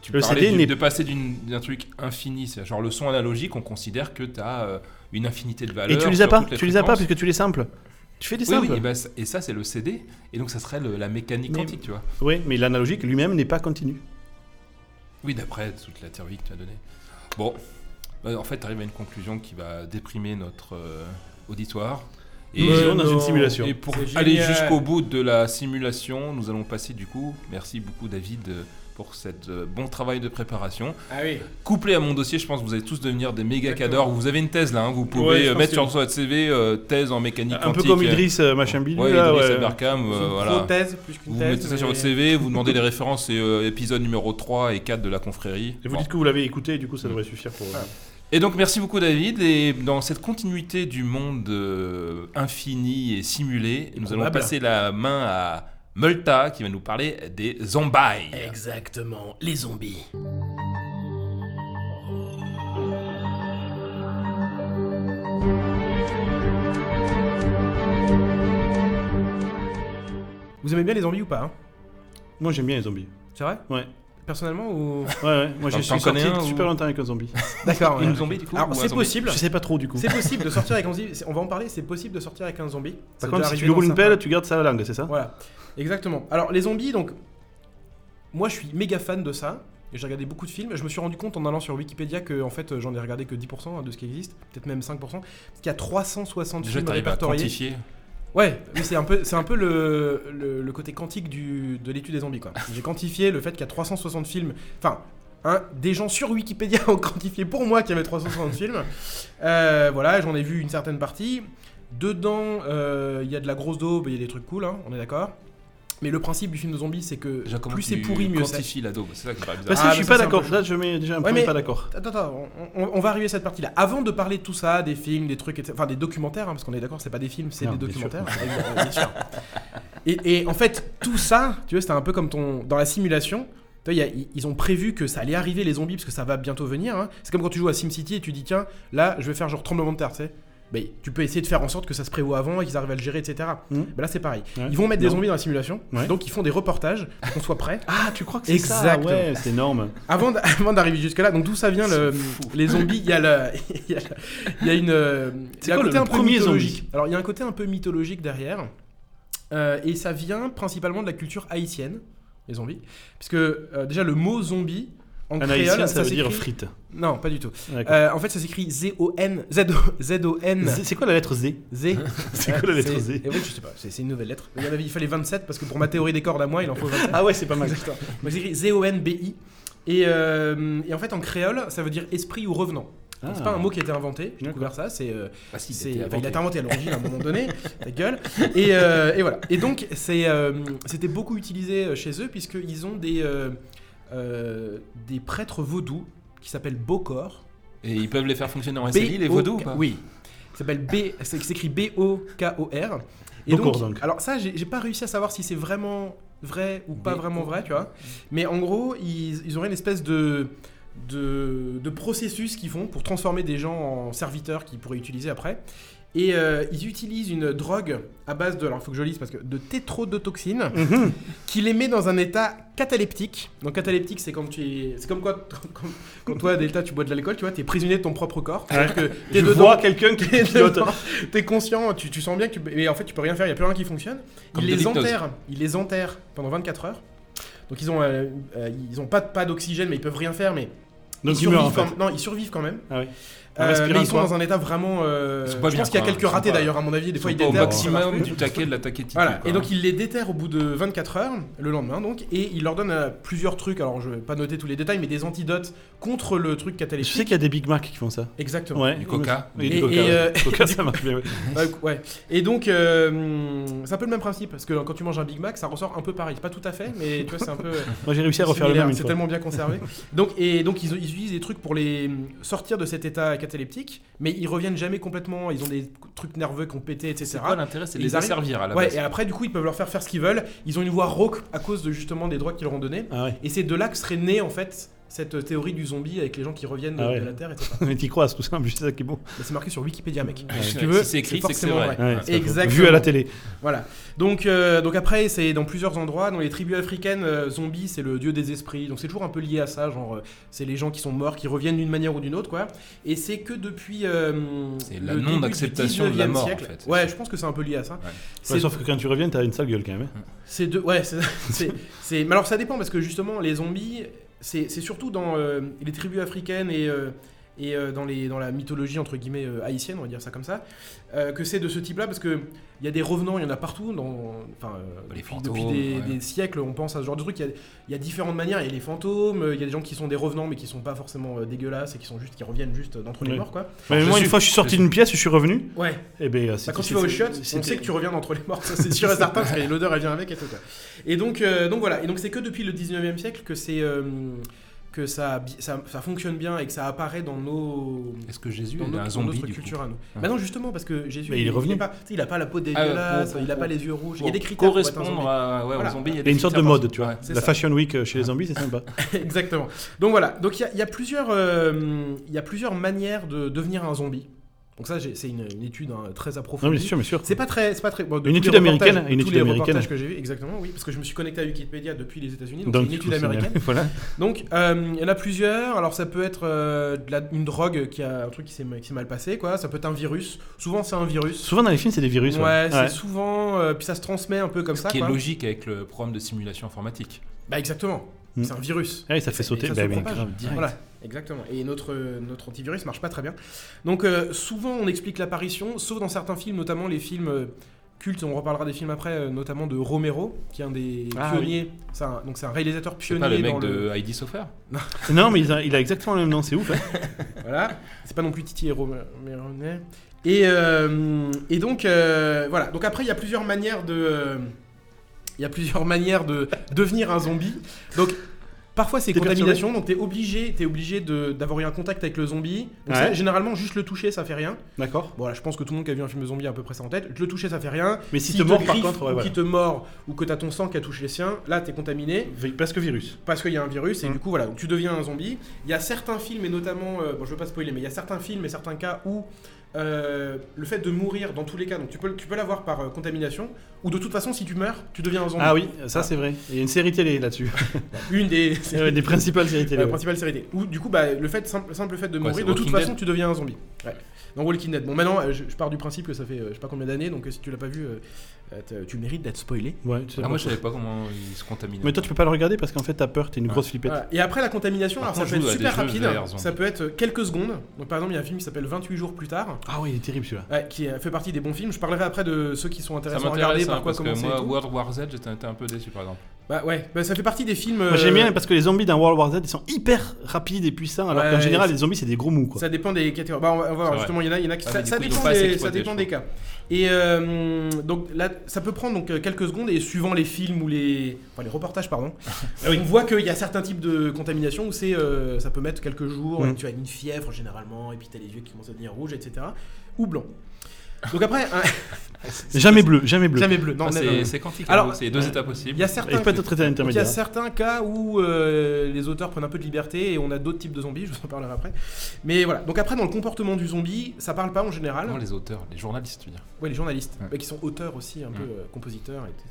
Speaker 3: Tu
Speaker 1: Le
Speaker 3: parlais
Speaker 1: CD
Speaker 3: du-
Speaker 1: n'est-
Speaker 3: de passer d'une- d'un truc infini, c'est genre le son analogique, on considère que tu as une infinité de valeurs.
Speaker 1: Et tu les
Speaker 3: sur
Speaker 1: as pas,
Speaker 3: toutes les
Speaker 1: tu les as pas
Speaker 3: fréquences.
Speaker 1: parce que tu les samples. Tu fais des
Speaker 3: Oui,
Speaker 1: samples.
Speaker 3: oui, et, ben, c- et ça, c'est le CD, et donc ça serait le- la mécanique
Speaker 1: Mais-
Speaker 3: quantique, tu vois.
Speaker 1: Oui, mais l'analogique lui-même n'est pas continu.
Speaker 3: Oui, d'après toute la théorie que tu as donnée. Bon, Bah, en fait, tu arrives à une conclusion qui va déprimer notre euh, auditoire.
Speaker 1: Nous
Speaker 2: Mais
Speaker 1: vivons dans une
Speaker 2: non.
Speaker 1: simulation.
Speaker 3: Et pour
Speaker 2: C'est
Speaker 3: aller
Speaker 2: génial.
Speaker 3: jusqu'au bout de la simulation, nous allons passer du coup, merci beaucoup David euh, pour cette euh, bon travail de préparation.
Speaker 2: Ah oui.
Speaker 3: Couplé à mon dossier, je pense que vous allez tous devenir des méga
Speaker 2: Exactement.
Speaker 3: cadors. Vous avez une thèse là, hein, vous
Speaker 1: Ouais,
Speaker 3: pouvez
Speaker 1: je
Speaker 3: euh,
Speaker 1: pense
Speaker 3: mettre
Speaker 1: que-
Speaker 3: sur votre CV euh, thèse en mécanique
Speaker 1: Un peu
Speaker 3: quantique.
Speaker 1: comme Idriss euh, machin
Speaker 3: Ouais,
Speaker 1: bidule.
Speaker 3: Idriss
Speaker 1: là, ouais.
Speaker 3: Aberkam, euh,
Speaker 2: C'est une
Speaker 3: voilà.
Speaker 2: prothèse plus qu'une
Speaker 3: Vous
Speaker 2: thèse,
Speaker 3: mettez ça sur
Speaker 2: mais-
Speaker 3: votre CV, vous demandez les références, c'est euh, épisode numéro 3 et 4 de la confrérie.
Speaker 1: Et vous
Speaker 3: Bon. Mm. Ah.
Speaker 1: dites que vous l'avez écouté, et du coup ça devrait suffire pour. euh,
Speaker 3: Et donc merci beaucoup David, et dans cette continuité du monde euh, infini et simulé, nous allons
Speaker 2: probable.
Speaker 3: passer la main à Multa qui va nous parler des zombies.
Speaker 2: Exactement, les zombies. Vous aimez bien les zombies ou pas hein
Speaker 1: Moi j'aime bien les zombies.
Speaker 2: C'est vrai
Speaker 1: Ouais.
Speaker 2: Personnellement ou.
Speaker 1: Ouais, ouais. Moi
Speaker 3: T'en-
Speaker 1: j'ai
Speaker 3: t'en
Speaker 1: suis sorti
Speaker 3: connais un,
Speaker 1: super
Speaker 3: ou-
Speaker 1: longtemps avec un zombie.
Speaker 2: D'accord. ouais.
Speaker 3: Une zombie du coup
Speaker 2: Alors,
Speaker 3: ou un
Speaker 2: c'est
Speaker 3: zombie
Speaker 2: possible.
Speaker 1: Je sais pas trop du coup.
Speaker 2: C'est possible de sortir avec un zombie. c'est- On va en parler. C'est possible de sortir avec un zombie. Ça
Speaker 1: Par
Speaker 2: doit
Speaker 1: contre, si
Speaker 2: arriver
Speaker 1: tu lui
Speaker 2: dans
Speaker 1: roules une
Speaker 2: certains-
Speaker 1: pelle, tu gardes sa langue, c'est ça
Speaker 2: Voilà, exactement. Alors les zombies, donc moi je suis méga fan de ça. et J'ai regardé beaucoup de films. Je me suis rendu compte en allant sur Wikipédia que en fait j'en ai regardé que 10% hein, de ce qui existe, peut-être même 5%, parce qu'il y a 360
Speaker 3: Déjà,
Speaker 2: films
Speaker 3: t'arrives à
Speaker 2: répertoriés.
Speaker 3: quantifier.
Speaker 2: Ouais, mais c'est un peu, c'est un peu le, le, le côté quantique du, de l'étude des zombies quoi. J'ai quantifié le fait qu'il y a 360 films. Enfin. hein, des gens sur Wikipédia ont quantifié pour moi qu'il y avait 360 films. Euh, voilà, j'en ai vu une certaine partie. Dedans, euh, il y a de la grosse daube, il y a des trucs cool, hein, on est d'accord. Mais le principe du film de zombie, c'est que
Speaker 3: Déjà, comment
Speaker 2: plus c'est
Speaker 3: tu
Speaker 2: pourri, mieux c'est.
Speaker 3: quantifies la daube C'est ça qui paraît bizarre.
Speaker 1: Parce
Speaker 2: Ah,
Speaker 1: que je suis
Speaker 2: mais ça,
Speaker 1: pas
Speaker 2: c'est un
Speaker 1: d'accord.
Speaker 2: peu
Speaker 1: Là, je mets déjà un
Speaker 2: Ouais,
Speaker 1: premier
Speaker 2: mais-
Speaker 1: pas d'accord.
Speaker 2: Attends, attends, on, on- on va arriver à cette partie-là. Avant de parler de tout ça, des films, des trucs, etc., enfin des documentaires, hein, parce qu'on est d'accord, c'est pas des films, c'est
Speaker 1: Non,
Speaker 2: des
Speaker 1: bien sûr.
Speaker 2: documentaires. Euh, bien sûr. Et, et en fait, tout ça, tu vois, c'était un peu comme ton dans la simulation. tu vois, il y a- i- Ils ont prévu que ça allait arriver les zombies parce que ça va bientôt venir. hein. C'est comme quand tu joues à SimCity et tu dis tiens, là je vais faire genre tremblement de terre, tu sais. Mais tu peux essayer de faire en sorte que ça se prévoit avant et qu'ils arrivent à le gérer, etc.
Speaker 1: Mhm.
Speaker 2: Ben là c'est pareil.
Speaker 1: Ouais.
Speaker 2: Ils vont mettre des
Speaker 1: Non.
Speaker 2: zombies dans la simulation,
Speaker 1: Ouais.
Speaker 2: donc ils font des reportages pour qu'on soit prêt.
Speaker 1: Ah, tu crois que
Speaker 2: c'est
Speaker 1: c'est
Speaker 2: ça
Speaker 1: ça Ouais, c'est énorme.
Speaker 2: Avant d- avant d'arriver jusque-là, donc d'où ça vient le, les zombies Il y a le- il y a le- il y a une. euh, il y a
Speaker 1: quoi
Speaker 2: un
Speaker 1: le
Speaker 2: côté un peu
Speaker 1: premier zombie
Speaker 2: mythologique. Alors il y a un côté un peu mythologique derrière, Euh, et ça vient principalement de la culture haïtienne, les zombies, parce que euh, déjà le mot zombie en
Speaker 1: Un
Speaker 2: créole,
Speaker 1: haïtien, ça veut dire
Speaker 2: s'écrit-
Speaker 1: frite.
Speaker 2: Non, pas du tout.
Speaker 1: D'accord.
Speaker 2: Euh, en fait, ça s'écrit Z O N Z O Z O N
Speaker 1: C'est c'est quoi la lettre Z
Speaker 2: Z.
Speaker 1: C'est quoi la lettre Z
Speaker 2: Eh oui, je sais pas. C'est c'est une nouvelle lettre. Il y en avait- il fallait 27 parce que pour ma théorie des cordes à moi, il en faut 27.
Speaker 1: Ah ouais, c'est pas mal.
Speaker 2: Exactement. Donc c'est écrit Z-O-N-B-I. Et, euh, et en fait, en créole, ça veut dire esprit ou revenant. Donc, C'est
Speaker 1: Ah.
Speaker 2: pas un mot qui a été inventé, j'ai
Speaker 1: D'accord.
Speaker 2: découvert ça, c'est. euh,
Speaker 3: Ah, si,
Speaker 2: c'est-
Speaker 3: il était
Speaker 2: enfin, il a été inventé
Speaker 3: inventé.
Speaker 2: à l'origine à un moment donné, ta gueule. Et, euh, et voilà. Et donc, c'est, euh, c'était beaucoup utilisé euh, chez eux, puisqu'ils ont des, euh, euh, des prêtres vaudous qui s'appellent Bokor.
Speaker 3: Et ils peuvent les faire fonctionner en SLI, les
Speaker 2: B-O-K-
Speaker 3: vaudous ou pas
Speaker 2: Oui. Qui s'appelle B, c'est- qui s'écrit B-O-K-O-R.
Speaker 1: Bokor, donc.
Speaker 2: Alors ça, j'ai j'ai pas réussi à savoir si c'est vraiment vrai ou pas
Speaker 3: B-
Speaker 2: vraiment vrai, tu vois. Mais en gros, ils, ils auraient une espèce de, de, de processus qu'ils font pour transformer des gens en serviteurs qu'ils pourraient utiliser après. Et euh, ils utilisent une drogue à base de, alors il faut que je lise parce que de tétrodotoxine
Speaker 1: Mhm.
Speaker 2: qui les met dans un état cataleptique. Donc cataleptique, c'est quand tu es, c'est comme quoi, quand, quand toi Delta, tu bois de l'alcool, tu vois, t'es prisonnier de ton propre corps. C'est-à-dire que t'es
Speaker 1: Je
Speaker 2: dedans,
Speaker 1: vois quelqu'un qui
Speaker 2: t'es
Speaker 1: pilote.
Speaker 2: dedans, t'es conscient, tu, tu sens bien que tu, mais en fait tu peux rien faire, il y a plus rien qui fonctionne.
Speaker 3: Comme
Speaker 2: ils
Speaker 3: de
Speaker 2: les
Speaker 3: l'hypnose.
Speaker 2: enterrent, ils les enterrent pendant 24 heures. Donc ils ont, euh, euh, ils ont pas pas d'oxygène, mais ils peuvent rien faire, mais
Speaker 1: Donc tu
Speaker 2: ils
Speaker 1: meurs en
Speaker 2: survivent.
Speaker 1: fait.
Speaker 2: quand- Non, ils survivent quand même.
Speaker 1: Ah oui.
Speaker 2: Euh,
Speaker 1: En respirant,
Speaker 2: mais ils sont
Speaker 1: quoi.
Speaker 2: dans un état vraiment. euh,
Speaker 3: Ils sont pas
Speaker 2: je
Speaker 3: bien,
Speaker 2: pense qu'il y a
Speaker 3: quoi.
Speaker 2: quelques
Speaker 3: Ils sont
Speaker 2: ratés
Speaker 3: pas-
Speaker 2: d'ailleurs à mon avis. Des
Speaker 3: Ils
Speaker 2: fois
Speaker 3: sont
Speaker 2: ils
Speaker 3: pas au
Speaker 2: déterrent. ça marche
Speaker 3: maximum
Speaker 2: plus.
Speaker 3: du taquet de la taquetité.
Speaker 2: Voilà,
Speaker 3: quoi.
Speaker 2: et donc il les déterre au bout de 24 heures, le lendemain donc, et il leur donne euh, plusieurs trucs, alors je vais pas noter tous les détails, mais des antidotes contre le truc
Speaker 1: Je
Speaker 2: cataleptique.
Speaker 1: sais qu'il y a des Big Mac qui font ça.
Speaker 2: Exactement.
Speaker 1: Ouais.
Speaker 3: Du coca.
Speaker 1: Oui,
Speaker 2: Et-
Speaker 1: du coca.
Speaker 2: et,
Speaker 1: ouais.
Speaker 2: euh,
Speaker 1: Coca, ça marche bien. ouais.
Speaker 2: Ouais, cou- Bah, ouais. Et donc, euh, c'est un peu le même principe, parce que quand tu manges un Big Mac, ça ressort un peu pareil. C'est Pas tout à fait, mais tu vois, c'est un peu. euh,
Speaker 1: Moi j'ai réussi à refaire le
Speaker 2: similaire,
Speaker 1: même une
Speaker 2: C'est
Speaker 1: fois.
Speaker 2: tellement bien conservé. donc, et donc, ils, ils utilisent des trucs pour les sortir de cet état cataleptique, mais ils reviennent jamais complètement. Ils ont des trucs nerveux qui ont pété, etc.
Speaker 3: C'est quoi l'intérêt C'est de
Speaker 2: Ils
Speaker 3: les
Speaker 2: arrivent-
Speaker 3: asservir à la
Speaker 2: Ouais,
Speaker 3: base.
Speaker 2: et après, du coup, ils peuvent leur faire faire ce qu'ils veulent. Ils ont une voix rauque à cause de justement des droits qu'ils leur ont donnés.
Speaker 1: Ah ouais.
Speaker 2: Et c'est de là que serait née en fait cette euh, théorie du zombie avec les gens qui reviennent de,
Speaker 1: Ah ouais.
Speaker 2: de la Terre, etc.
Speaker 1: Mais t'y crois, c'est tout simple, c'est ça qui est bon.
Speaker 2: Mais c'est marqué sur Wikipédia, mec.
Speaker 3: Ouais.
Speaker 2: Si tu veux,
Speaker 3: Si c'est écrit, c'est que c'est
Speaker 2: forcément
Speaker 3: vrai.
Speaker 1: Ouais,
Speaker 3: Ah,
Speaker 1: c'est pas faux.
Speaker 2: exactement.
Speaker 1: Vu à la télé.
Speaker 2: Voilà. Donc, euh, donc après, c'est dans plusieurs endroits. Dans les tribus africaines, euh, zombie, c'est le dieu des esprits. Donc c'est toujours un peu lié à ça. Genre, euh, c'est les gens qui sont morts, qui reviennent d'une manière ou d'une autre, quoi. Et c'est que depuis. euh,
Speaker 3: C'est la
Speaker 2: le début
Speaker 3: non-acceptation
Speaker 2: du
Speaker 3: de la
Speaker 2: 19e
Speaker 3: mort, en
Speaker 2: siècle.
Speaker 3: fait.
Speaker 2: Ouais, je pense que c'est un peu lié à ça.
Speaker 3: Ouais,
Speaker 1: Ouais, sauf que quand tu reviens, t'as une sale gueule quand même. hein.
Speaker 2: C'est deux. Ouais, c'est. c'est- c'est- Mais alors ça dépend parce que justement, les zombies, c'est c'est surtout dans euh, les tribus africaines et. euh, et euh, dans, les, dans la mythologie entre guillemets euh, haïtienne, on va dire ça comme ça, euh, que c'est de ce type-là, parce qu'il y a des revenants, il y en a partout, dans, enfin, euh,
Speaker 3: Les
Speaker 2: depuis,
Speaker 3: fantômes,
Speaker 2: depuis des,
Speaker 3: ouais.
Speaker 2: des siècles, on pense à ce genre de truc, il y a- il y, a différentes manières, il y a les fantômes, euh, il y a des gens qui sont des revenants, mais qui sont pas forcément euh, dégueulasses, et qui, sont juste, qui reviennent juste d'entre les
Speaker 1: Ouais.
Speaker 2: morts, quoi.
Speaker 1: Ouais, mais
Speaker 3: je
Speaker 1: moi,
Speaker 3: suis-
Speaker 1: une fois, je suis sorti
Speaker 3: je
Speaker 1: d'une pièce, je suis revenu.
Speaker 2: Ouais,
Speaker 1: Et ben, euh,
Speaker 2: bah,
Speaker 1: c'était-
Speaker 2: quand tu vas au shot, on
Speaker 1: c'était-
Speaker 2: sait que tu reviens d'entre les morts, ça c'est sûr et certain, parce que l'odeur elle vient avec et tout. quoi. Et donc, euh, donc voilà, et donc c'est que depuis le 19e siècle que c'est euh, que ça, bi- ça, ça fonctionne bien et que ça apparaît dans nos
Speaker 3: Est-ce que Jésus
Speaker 2: dans
Speaker 3: est
Speaker 2: notre,
Speaker 3: un
Speaker 2: dans
Speaker 3: zombie
Speaker 2: notre
Speaker 3: du
Speaker 2: culture
Speaker 3: coup
Speaker 2: à nous.
Speaker 3: Ah.
Speaker 2: Bah non justement parce que Jésus
Speaker 1: Mais il est revenu.
Speaker 2: est pas, tu sais, il a pas la peau
Speaker 3: Ah,
Speaker 2: dégueulasse,
Speaker 3: pour-
Speaker 2: il a pas
Speaker 3: pour-
Speaker 2: les yeux rouges, il y a
Speaker 3: Pour
Speaker 2: des critères pour être un
Speaker 3: correspondre
Speaker 2: zombie.
Speaker 3: à, ouais,
Speaker 2: Voilà.
Speaker 3: aux zombies.
Speaker 1: Il y a une sorte de mode, tu vois.
Speaker 2: c'est
Speaker 1: La
Speaker 2: ça.
Speaker 1: Fashion Week euh, chez les zombies, c'est sympa.
Speaker 2: Exactement. Donc voilà, donc il y a- il y, a plusieurs euh, il y a plusieurs manières de devenir un zombie. Donc ça, j'ai- c'est une, une étude hein, très
Speaker 1: Non,
Speaker 2: approfondie.
Speaker 1: bien sûr, bien sûr.
Speaker 2: C'est pas très, c'est pas très. bon, de
Speaker 1: Une
Speaker 2: tous
Speaker 1: étude
Speaker 2: les reportages-
Speaker 1: américaine, une
Speaker 2: tous
Speaker 1: étude
Speaker 2: les
Speaker 1: américaine.
Speaker 2: reportages que j'ai vu, exactement, oui, parce que je me suis connecté à Wikipédia depuis les États-Unis, donc, c'est une
Speaker 1: du coup,
Speaker 2: étude
Speaker 1: c'est-
Speaker 2: américaine.
Speaker 1: voilà.
Speaker 2: Donc, euh, il y en a plusieurs. Alors, ça peut être euh, de la- une drogue qui a un truc qui s'est qui s'est mal passé, quoi. Ça peut être un virus. Souvent, c'est un virus.
Speaker 1: Souvent dans les films, c'est des virus.
Speaker 2: ouais,
Speaker 1: ouais.
Speaker 2: c'est
Speaker 1: Ouais.
Speaker 2: souvent. euh, puis ça se transmet un peu comme
Speaker 3: Ce
Speaker 2: ça,
Speaker 3: qui
Speaker 2: quoi.
Speaker 3: est logique avec le programme de simulation informatique.
Speaker 2: Bah, exactement.
Speaker 1: Mm.
Speaker 2: C'est un virus.
Speaker 1: Ah oui, ça fait
Speaker 2: Et
Speaker 1: sauter.
Speaker 2: ça se
Speaker 1: Bah, mais
Speaker 2: propage.
Speaker 1: grave, direct.
Speaker 2: Voilà, exactement. Et notre, notre antivirus marche pas très bien. Donc, euh, souvent, on explique l'apparition, sauf dans certains films, notamment les films. euh, cultes. on reparlera des films après, euh, notamment de Romero, qui est un des
Speaker 1: Ah,
Speaker 2: pionniers. C'est un- donc c'est un réalisateur
Speaker 3: C'est
Speaker 2: pionnier.
Speaker 3: pas le mec
Speaker 2: dans
Speaker 3: de ID Software
Speaker 1: Non, mais il a, il a exactement le même nom, c'est ouf. hein.
Speaker 2: Voilà. C'est pas non plus Titi et Romain. Et, euh, et donc, euh, voilà. Donc après, il y a plusieurs manières de... euh, Il y a plusieurs manières de devenir un zombie. Donc, parfois, c'est
Speaker 1: T'es
Speaker 2: contamination. Donc, t'es obligé, t'es obligé de- d'avoir eu un contact avec le zombie. Donc, ça,
Speaker 1: Ouais.
Speaker 2: généralement, juste le toucher, ça fait rien.
Speaker 1: D'accord.
Speaker 2: Bon, là, je pense que tout le monde qui a vu un film de zombie a à peu près ça en tête. Le toucher, ça fait rien.
Speaker 1: Mais si
Speaker 2: S'il
Speaker 1: te mord, par
Speaker 2: griffe
Speaker 1: contre, ouais,
Speaker 2: ou
Speaker 1: voilà.
Speaker 2: qui te mord, ou que t'as ton sang qui a touché les siens, là, t'es contaminé
Speaker 1: Vi- Parce que virus.
Speaker 2: parce qu'il y a un virus et
Speaker 1: Mm.
Speaker 2: du coup voilà donc tu deviens un zombie il y a certains films et notamment euh, bon je veux pas spoiler mais il y a certains films et certains cas où euh, le fait de mourir dans tous les cas donc tu peux tu peux l'avoir par euh, contamination ou de toute façon si tu meurs tu deviens un zombie
Speaker 1: Ah oui, ça c'est vrai. Il y a une série télé là-dessus.
Speaker 2: une des euh, c'est
Speaker 1: Ouais, des principales séries
Speaker 2: la
Speaker 1: télé. ouais.
Speaker 2: principale série ou du coup bah, le fait simple, simple fait de
Speaker 3: Quoi,
Speaker 2: mourir
Speaker 3: c'est
Speaker 2: de toute
Speaker 3: Walking
Speaker 2: façon tu deviens un zombie ouais. dans Walking Dead bon maintenant euh, je, je pars du principe que ça fait euh, je sais pas combien d'années donc euh, si tu l'as pas vu euh, euh, t'as- tu mérites d'être spoilé
Speaker 1: Ouais, tu sais
Speaker 3: Ah,
Speaker 1: pas.
Speaker 3: moi je savais pas comment il se contaminait.
Speaker 1: mais toi tu peux pas le regarder parce qu'en fait t'as peur, t'es une grosse flippette.
Speaker 2: Voilà. Et après la contamination,
Speaker 3: Par
Speaker 2: alors ça peut
Speaker 3: contre, je
Speaker 2: être
Speaker 3: joue à
Speaker 2: super
Speaker 3: des
Speaker 2: rapide,
Speaker 3: jeux VR zombies.
Speaker 2: ça peut être quelques secondes. Donc par exemple, il y a un film qui s'appelle 28 jours plus tard,
Speaker 1: Ah ouais, il est terrible celui-là.
Speaker 2: ouais, qui euh, fait partie des bons films. Je parlerai après de ceux qui sont
Speaker 3: ça
Speaker 2: intéressants à regarder,
Speaker 3: m'intéresse hein,
Speaker 2: par quoi
Speaker 3: parce que
Speaker 2: commencer. et
Speaker 3: moi,
Speaker 2: tout.
Speaker 3: World War Z, j'étais un peu déçu par exemple.
Speaker 2: Bah ouais, Bah, ça fait partie des films.
Speaker 1: Moi j'aime
Speaker 2: euh,
Speaker 1: bien parce que les zombies dans World War Z ils sont hyper rapides et puissants alors
Speaker 2: Ouais,
Speaker 1: qu'en général
Speaker 2: c'est-
Speaker 1: les zombies c'est des gros mous quoi.
Speaker 2: Ça dépend des catégories. Bah, on va, on va voir,
Speaker 3: C'est
Speaker 2: justement, il y en a, il y en a qui.
Speaker 3: Ah,
Speaker 2: ça,
Speaker 3: mais du
Speaker 2: ça
Speaker 3: coup, ils ont
Speaker 2: dépend
Speaker 3: pas assez
Speaker 2: des, ça
Speaker 3: exploité,
Speaker 2: dépend
Speaker 3: je
Speaker 2: des cas. Et euh, donc là, ça peut prendre donc, euh, quelques secondes et suivant les films ou les. Enfin, les reportages, pardon.
Speaker 1: Ah oui.
Speaker 2: On voit qu'il y a certains types de contamination où c'est, euh, ça peut mettre quelques jours,
Speaker 1: Mhm.
Speaker 2: et tu as une fièvre généralement, et puis tu as les yeux qui commencent à devenir rouges, etc. Ou blanc. Donc après, un-
Speaker 1: Jamais bleu, jamais bleu.
Speaker 2: jamais bleu. Non,
Speaker 3: Ah,
Speaker 2: never.
Speaker 3: c'est c'est quantique,
Speaker 2: Alors, euh,
Speaker 3: hein, c'est les deux états possibles.
Speaker 2: il y a
Speaker 1: Et
Speaker 2: certains.
Speaker 1: pas être traité à
Speaker 2: Donc, il y a
Speaker 1: l'intermédiaire.
Speaker 2: certains cas où euh, les auteurs prennent un peu de liberté et on a d'autres types de zombies, je vous en parlerai après. Mais voilà, donc après dans le comportement du zombie, ça parle pas en général.
Speaker 3: Non, les auteurs, les journalistes, tu veux dire.
Speaker 2: Ouais, les journalistes,
Speaker 3: Ouais.
Speaker 2: bah, qui sont auteurs aussi, un peu
Speaker 3: Ouais.
Speaker 2: euh, compositeurs, etc.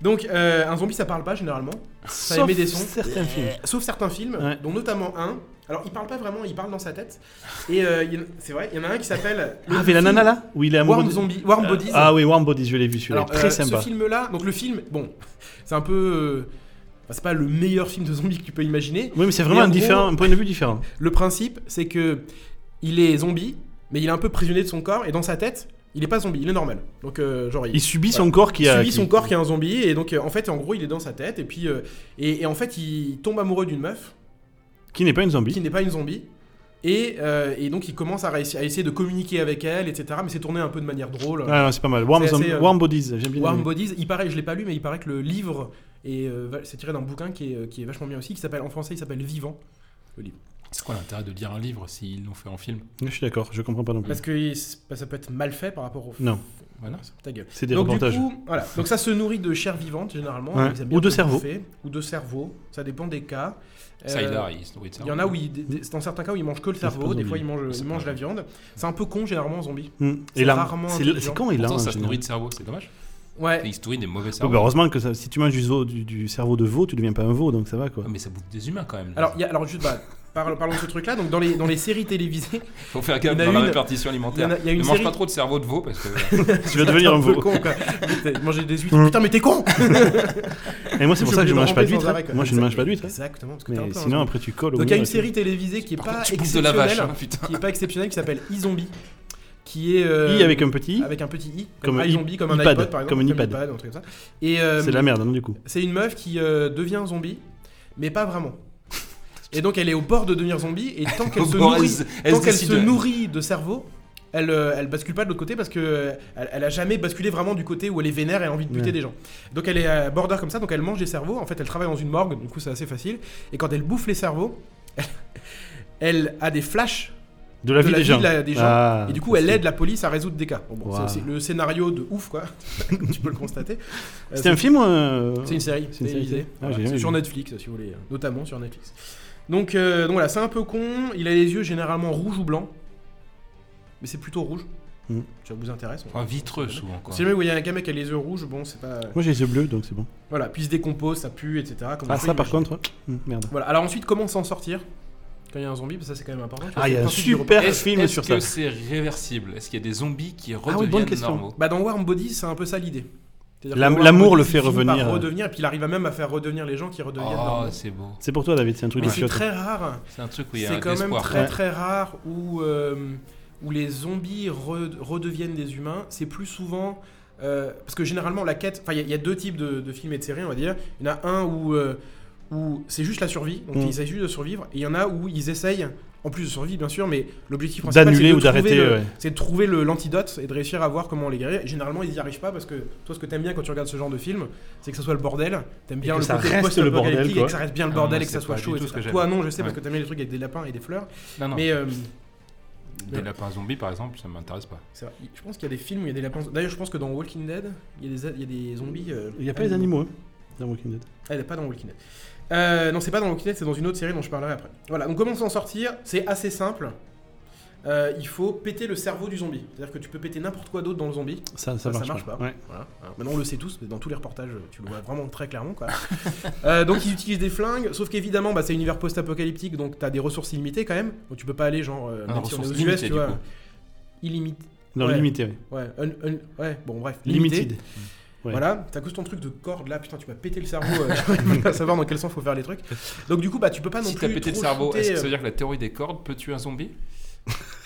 Speaker 2: Donc, euh, un zombie, ça parle pas généralement, ça
Speaker 1: Sauf
Speaker 2: émet des sons. Euh,
Speaker 1: Certains films.
Speaker 2: Sauf certains films,
Speaker 1: Ouais.
Speaker 2: dont notamment un. Alors, il parle pas vraiment, il parle dans sa tête. Et euh, il y en- c'est vrai, il y en a un qui s'appelle.
Speaker 1: Ah, avec la
Speaker 2: film
Speaker 1: nana là Où il est amoureux
Speaker 2: Warm,
Speaker 1: de-
Speaker 2: Zombie, Warm
Speaker 1: Euh,
Speaker 2: Bodies.
Speaker 1: Ah oui, Warm Bodies, je l'ai vu celui-là.
Speaker 2: Alors,
Speaker 1: Très
Speaker 2: euh,
Speaker 1: sympa.
Speaker 2: Ce film-là, donc le film, bon, c'est un peu. euh, enfin, c'est pas le meilleur film de zombie que tu peux imaginer.
Speaker 1: Oui, mais c'est vraiment
Speaker 2: Mais
Speaker 1: un,
Speaker 2: en
Speaker 1: différent,
Speaker 2: gros-
Speaker 1: un point de vue différent.
Speaker 2: Le principe, c'est que il est zombie, mais il est un peu prisonnier de son corps, et dans sa tête, il est pas zombie, il est normal. Donc, euh, genre, il,
Speaker 1: Il subit son corps qui
Speaker 2: il
Speaker 1: a.
Speaker 2: subit
Speaker 1: qui-
Speaker 2: son corps qui est un zombie, et donc, euh, en fait, en gros, il est dans sa tête, et puis, euh, et, et en fait, il tombe amoureux d'une meuf
Speaker 1: Qui n'est pas une zombie.
Speaker 2: qui n'est pas une zombie. Et, euh, et donc il commence à, réussir- à essayer de communiquer avec elle, etc. Mais c'est tourné un peu de manière drôle.
Speaker 1: Ah non, c'est pas mal. Warm,
Speaker 2: C'est
Speaker 1: Zombie-
Speaker 2: assez, euh,
Speaker 1: Warm Bodies, j'aime bien.
Speaker 2: Warm
Speaker 1: l'aimer.
Speaker 2: Bodies, il paraît, je l'ai pas lu, mais il paraît que le livre est, euh, va- c'est tiré d'un bouquin qui est, euh, qui est vachement bien aussi, qui s'appelle en français, il s'appelle Vivant.
Speaker 3: C'est quoi l'intérêt de lire un livre s'ils l'ont fait en film
Speaker 1: Je suis d'accord, je comprends pas non plus.
Speaker 2: Parce que il- c'est- bah, ça peut être mal fait par rapport au.
Speaker 1: Mm. Non.
Speaker 3: Voilà.
Speaker 2: Ta gueule.
Speaker 1: C'est des
Speaker 2: Donc,
Speaker 1: reportages.
Speaker 2: Du coup, voilà. Donc ça se nourrit de chair vivante généralement.
Speaker 1: Ouais.
Speaker 2: donc ils aiment bien
Speaker 1: Ou de
Speaker 2: tout
Speaker 1: cerveau.
Speaker 2: bouffer. Ou de cerveau. Ça dépend des cas.
Speaker 3: Ça, il
Speaker 2: Euh,
Speaker 3: a, il se nourrit de ça.
Speaker 2: Il y en a où, ils- des- des- dans certains cas, où ils mangent que le
Speaker 1: c'est pas
Speaker 2: cerveau, des
Speaker 1: zombie.
Speaker 2: fois ils mangent,
Speaker 3: C'est
Speaker 2: ils
Speaker 3: pas
Speaker 2: mangent la viande. C'est un peu con généralement en zombie.
Speaker 1: Hmm.
Speaker 2: c'est
Speaker 1: Et là,
Speaker 2: rarement
Speaker 1: c'est
Speaker 2: intelligent.
Speaker 1: c'est quand il là
Speaker 3: Pourtant,
Speaker 2: hein,
Speaker 3: ça se nourrit de cerveau, c'est dommage.
Speaker 2: Ouais.
Speaker 3: Il se nourrit des
Speaker 1: Oh,
Speaker 3: mauvais
Speaker 1: bah,
Speaker 3: cerveaux.
Speaker 1: heureusement que ça- si tu manges du, zoo- du, du cerveau de veau, tu deviens pas un veau, donc ça va quoi.
Speaker 3: Ouais, Mais ça bouffe des humains quand même.
Speaker 2: Alors, il y a- alors juste, bah, parlons, parlons de ce truc-là. Donc dans les, dans les séries télévisées,
Speaker 3: Faut faire
Speaker 2: il
Speaker 3: gaffe
Speaker 2: y en a
Speaker 3: dans la
Speaker 2: une-
Speaker 3: répartition alimentaire.
Speaker 2: il y en a- il y a une
Speaker 3: ne
Speaker 2: série-
Speaker 3: mange pas trop de cerveau de veau parce que.
Speaker 1: tu vas devenir un
Speaker 2: peu
Speaker 1: veau.
Speaker 2: con quoi. T'as Mangé des huîtres. Putain, mais t'es con
Speaker 1: Et moi, c'est pour ça que je
Speaker 2: J'ai
Speaker 1: mange pas
Speaker 2: oublié de
Speaker 1: d'huîtres.
Speaker 2: ramper sans
Speaker 1: hein.
Speaker 2: arrêt,
Speaker 1: Moi, je ne
Speaker 2: quoi.
Speaker 1: mange pas d'huîtres. hein.
Speaker 2: Exactement, parce que t'es un
Speaker 1: Mais
Speaker 2: peu un
Speaker 1: sinon,
Speaker 2: zombie.
Speaker 1: après, tu colles au
Speaker 2: Donc il y a
Speaker 1: mur
Speaker 2: une
Speaker 1: et tout.
Speaker 2: série télévisée qui est
Speaker 3: Par
Speaker 2: pas
Speaker 3: contre, tu bouffes de la
Speaker 2: exceptionnelle,
Speaker 3: vache, hein, putain.
Speaker 2: qui est pas exceptionnelle, qui s'appelle iZombie, qui est euh,
Speaker 1: I avec un petit i,
Speaker 2: avec un petit i,
Speaker 1: Comme
Speaker 2: comme,
Speaker 1: un
Speaker 2: iZombie,
Speaker 1: i-
Speaker 2: comme un
Speaker 1: iPad,
Speaker 2: iPod par exemple,
Speaker 1: comme un iPad.
Speaker 2: un truc comme ça. Et euh,
Speaker 1: c'est de la merde, non, du coup.
Speaker 2: c'est une meuf qui euh, devient zombie, mais pas vraiment. Et donc elle est au bord de devenir zombie, et tant qu'elle se
Speaker 3: Bon,
Speaker 2: nourrit,
Speaker 3: elle- elle
Speaker 2: tant
Speaker 3: se
Speaker 2: qu'elle
Speaker 3: décide
Speaker 2: se
Speaker 3: de-
Speaker 2: nourrit de cerveau. Elle, euh, elle bascule pas de l'autre côté parce que euh, elle, elle a jamais basculé vraiment du côté où elle est vénère et a envie de buter
Speaker 1: Ouais.
Speaker 2: des gens. Donc elle est à border comme ça, donc elle mange des cerveaux. En fait, elle travaille dans une morgue, du coup c'est assez facile. Et quand elle bouffe les cerveaux, elle a des flashs
Speaker 1: De la
Speaker 2: de
Speaker 1: vie
Speaker 2: la
Speaker 1: des
Speaker 2: vie
Speaker 1: gens.
Speaker 2: de la- des gens.
Speaker 1: Ah,
Speaker 2: et du coup, elle
Speaker 1: c'est-
Speaker 2: aide la police à résoudre des cas. Bon, bon,
Speaker 1: Wow.
Speaker 2: c'est- C'est le scénario de ouf, quoi. Comme tu peux le constater. Euh,
Speaker 1: C'était un film euh,
Speaker 2: C'est une série.
Speaker 1: C'est une série.
Speaker 2: télévisée.
Speaker 1: Ah, j'ai
Speaker 2: Voilà,
Speaker 1: jamais
Speaker 2: C'est sur
Speaker 1: vu.
Speaker 2: Netflix, si vous voulez. euh, Notamment sur Netflix. Donc, euh, donc voilà, c'est un peu con. Il a les yeux généralement rouges ou blancs. mais c'est plutôt rouge.
Speaker 1: Mhm.
Speaker 2: Ça vous intéresse on-
Speaker 3: Enfin, vitreux souvent, quoi.
Speaker 2: Si jamais vous voyez un gars mec qui a les yeux rouges, bon, c'est pas.
Speaker 1: Moi j'ai les yeux bleus donc c'est bon.
Speaker 2: Voilà, puis il se décompose, ça pue, etc. comme on
Speaker 1: Ah
Speaker 2: peut
Speaker 1: ça par
Speaker 2: imaginer.
Speaker 1: contre, ouais. Hum, merde.
Speaker 2: Voilà, alors ensuite, comment s'en sortir quand il y a un zombie Parce que Ça, c'est quand même important. tu vois,
Speaker 1: Ah il y
Speaker 2: c'est
Speaker 1: a
Speaker 2: le
Speaker 1: un
Speaker 2: principe du repère.
Speaker 1: super
Speaker 3: Est-ce
Speaker 1: film
Speaker 3: est-ce
Speaker 1: sur ça.
Speaker 3: que c'est réversible Est-ce qu'il y a des zombies
Speaker 2: Ah
Speaker 3: qui
Speaker 1: bonne
Speaker 3: redeviennent
Speaker 1: question.
Speaker 3: normaux
Speaker 2: Bah, dans Warm Body, c'est un peu ça l'idée. C'est-à-dire que
Speaker 1: L'am-
Speaker 2: Warm
Speaker 1: l'amour
Speaker 2: Body,
Speaker 1: le
Speaker 2: il
Speaker 1: fait
Speaker 2: finit par
Speaker 1: revenir, euh.
Speaker 2: redevenir, et puis il arrive à même à faire redevenir les gens qui redeviennent
Speaker 3: Oh,
Speaker 2: normaux.
Speaker 3: c'est beau.
Speaker 1: C'est pour toi David, c'est un truc
Speaker 2: Mais
Speaker 1: de
Speaker 2: c'est
Speaker 1: chiottes.
Speaker 2: très rare.
Speaker 3: C'est un truc où il y a
Speaker 2: C'est
Speaker 3: un
Speaker 2: quand même
Speaker 3: espoir.
Speaker 2: très
Speaker 1: Ouais.
Speaker 2: très rare où, euh, où les zombies re- redeviennent des humains. C'est plus souvent. euh, parce que généralement, la quête. Enfin, il y a- il y, a deux types de, de films et de séries, on va dire. Il y en a un où, euh, où c'est juste la survie, donc
Speaker 1: Mm.
Speaker 2: ils s'agit de survivre. Et il y en a où ils essayent, en plus de survie bien sûr, mais l'objectif principal
Speaker 1: D'annuler
Speaker 2: c'est de
Speaker 1: ou
Speaker 2: trouver
Speaker 1: d'arrêter,
Speaker 2: le-
Speaker 1: ouais.
Speaker 2: C'est de trouver le- l'antidote et de réussir à voir comment on les guérir. Et généralement, ils n'y arrivent pas parce que toi, ce que t'aimes bien quand tu regardes ce genre de film, c'est que ça soit le bordel. T'aimes bien
Speaker 1: que
Speaker 2: le
Speaker 1: ça
Speaker 2: côté
Speaker 1: reste le bordel,
Speaker 2: post-apocalyptique et
Speaker 1: quoi.
Speaker 2: que ça reste bien le
Speaker 3: Ah,
Speaker 2: bordel
Speaker 3: moi,
Speaker 2: et que ça
Speaker 3: c'est
Speaker 2: soit
Speaker 3: pas du
Speaker 2: chaud.
Speaker 3: tout ce que
Speaker 2: etc.
Speaker 3: j'aime.
Speaker 2: Toi, non, je sais parce
Speaker 3: Ouais.
Speaker 2: que t'aimes bien les trucs avec des lapins et des fleurs.
Speaker 3: Non, non.
Speaker 2: Mais euh,
Speaker 3: Des lapins zombies, par exemple, ça m'intéresse pas.
Speaker 2: c'est vrai, je pense qu'il y a des films où il y a des lapins. D'ailleurs, je pense que dans Walking Dead, il y a des, il y a des zombies. euh,
Speaker 1: Il y a pas les animaux hein, dans Walking Dead.
Speaker 2: Ah, il n'est pas dans Walking Dead. Euh, non, c'est pas dans Walking Dead, c'est dans une autre série dont je parlerai après. Voilà, donc comment s'en sortir C'est assez simple. Euh, il faut péter le cerveau du zombie. C'est-à-dire que tu peux péter n'importe quoi d'autre dans le zombie.
Speaker 1: Ça ça
Speaker 2: Ça, ça
Speaker 1: marche
Speaker 2: marche
Speaker 1: pas.
Speaker 2: pas.
Speaker 1: Ouais.
Speaker 2: Voilà. Alors, maintenant, on le sait tous, mais dans tous les reportages, tu le vois vraiment très clairement. Quoi. Euh, donc, ils utilisent des flingues, sauf qu'évidemment, bah, c'est univers post-apocalyptique, donc t'as des ressources illimitées quand même. Donc, tu peux pas aller, genre, euh,
Speaker 3: Ah,
Speaker 2: même si on est aux
Speaker 3: ressources
Speaker 2: US,
Speaker 3: limitées,
Speaker 2: tu
Speaker 3: du
Speaker 2: vois.
Speaker 3: coup.
Speaker 2: Illimité.
Speaker 1: Non
Speaker 2: Ouais.
Speaker 1: limité. ouais.
Speaker 2: Ouais, un- un- ouais, bon, bref. limité.
Speaker 1: Limited. Ouais.
Speaker 2: Voilà, t'as que ton truc de corde là, putain, tu m'as pété le cerveau, euh, j'arrive pas à savoir dans quel sens faut faire les trucs. Donc du coup, bah tu peux pas non
Speaker 3: Si t'as
Speaker 2: plus.
Speaker 3: pété le
Speaker 2: trop
Speaker 3: cerveau,
Speaker 2: shooter,
Speaker 3: est-ce que ça
Speaker 2: euh,
Speaker 3: veut dire que la théorie des cordes peut tuer un zombie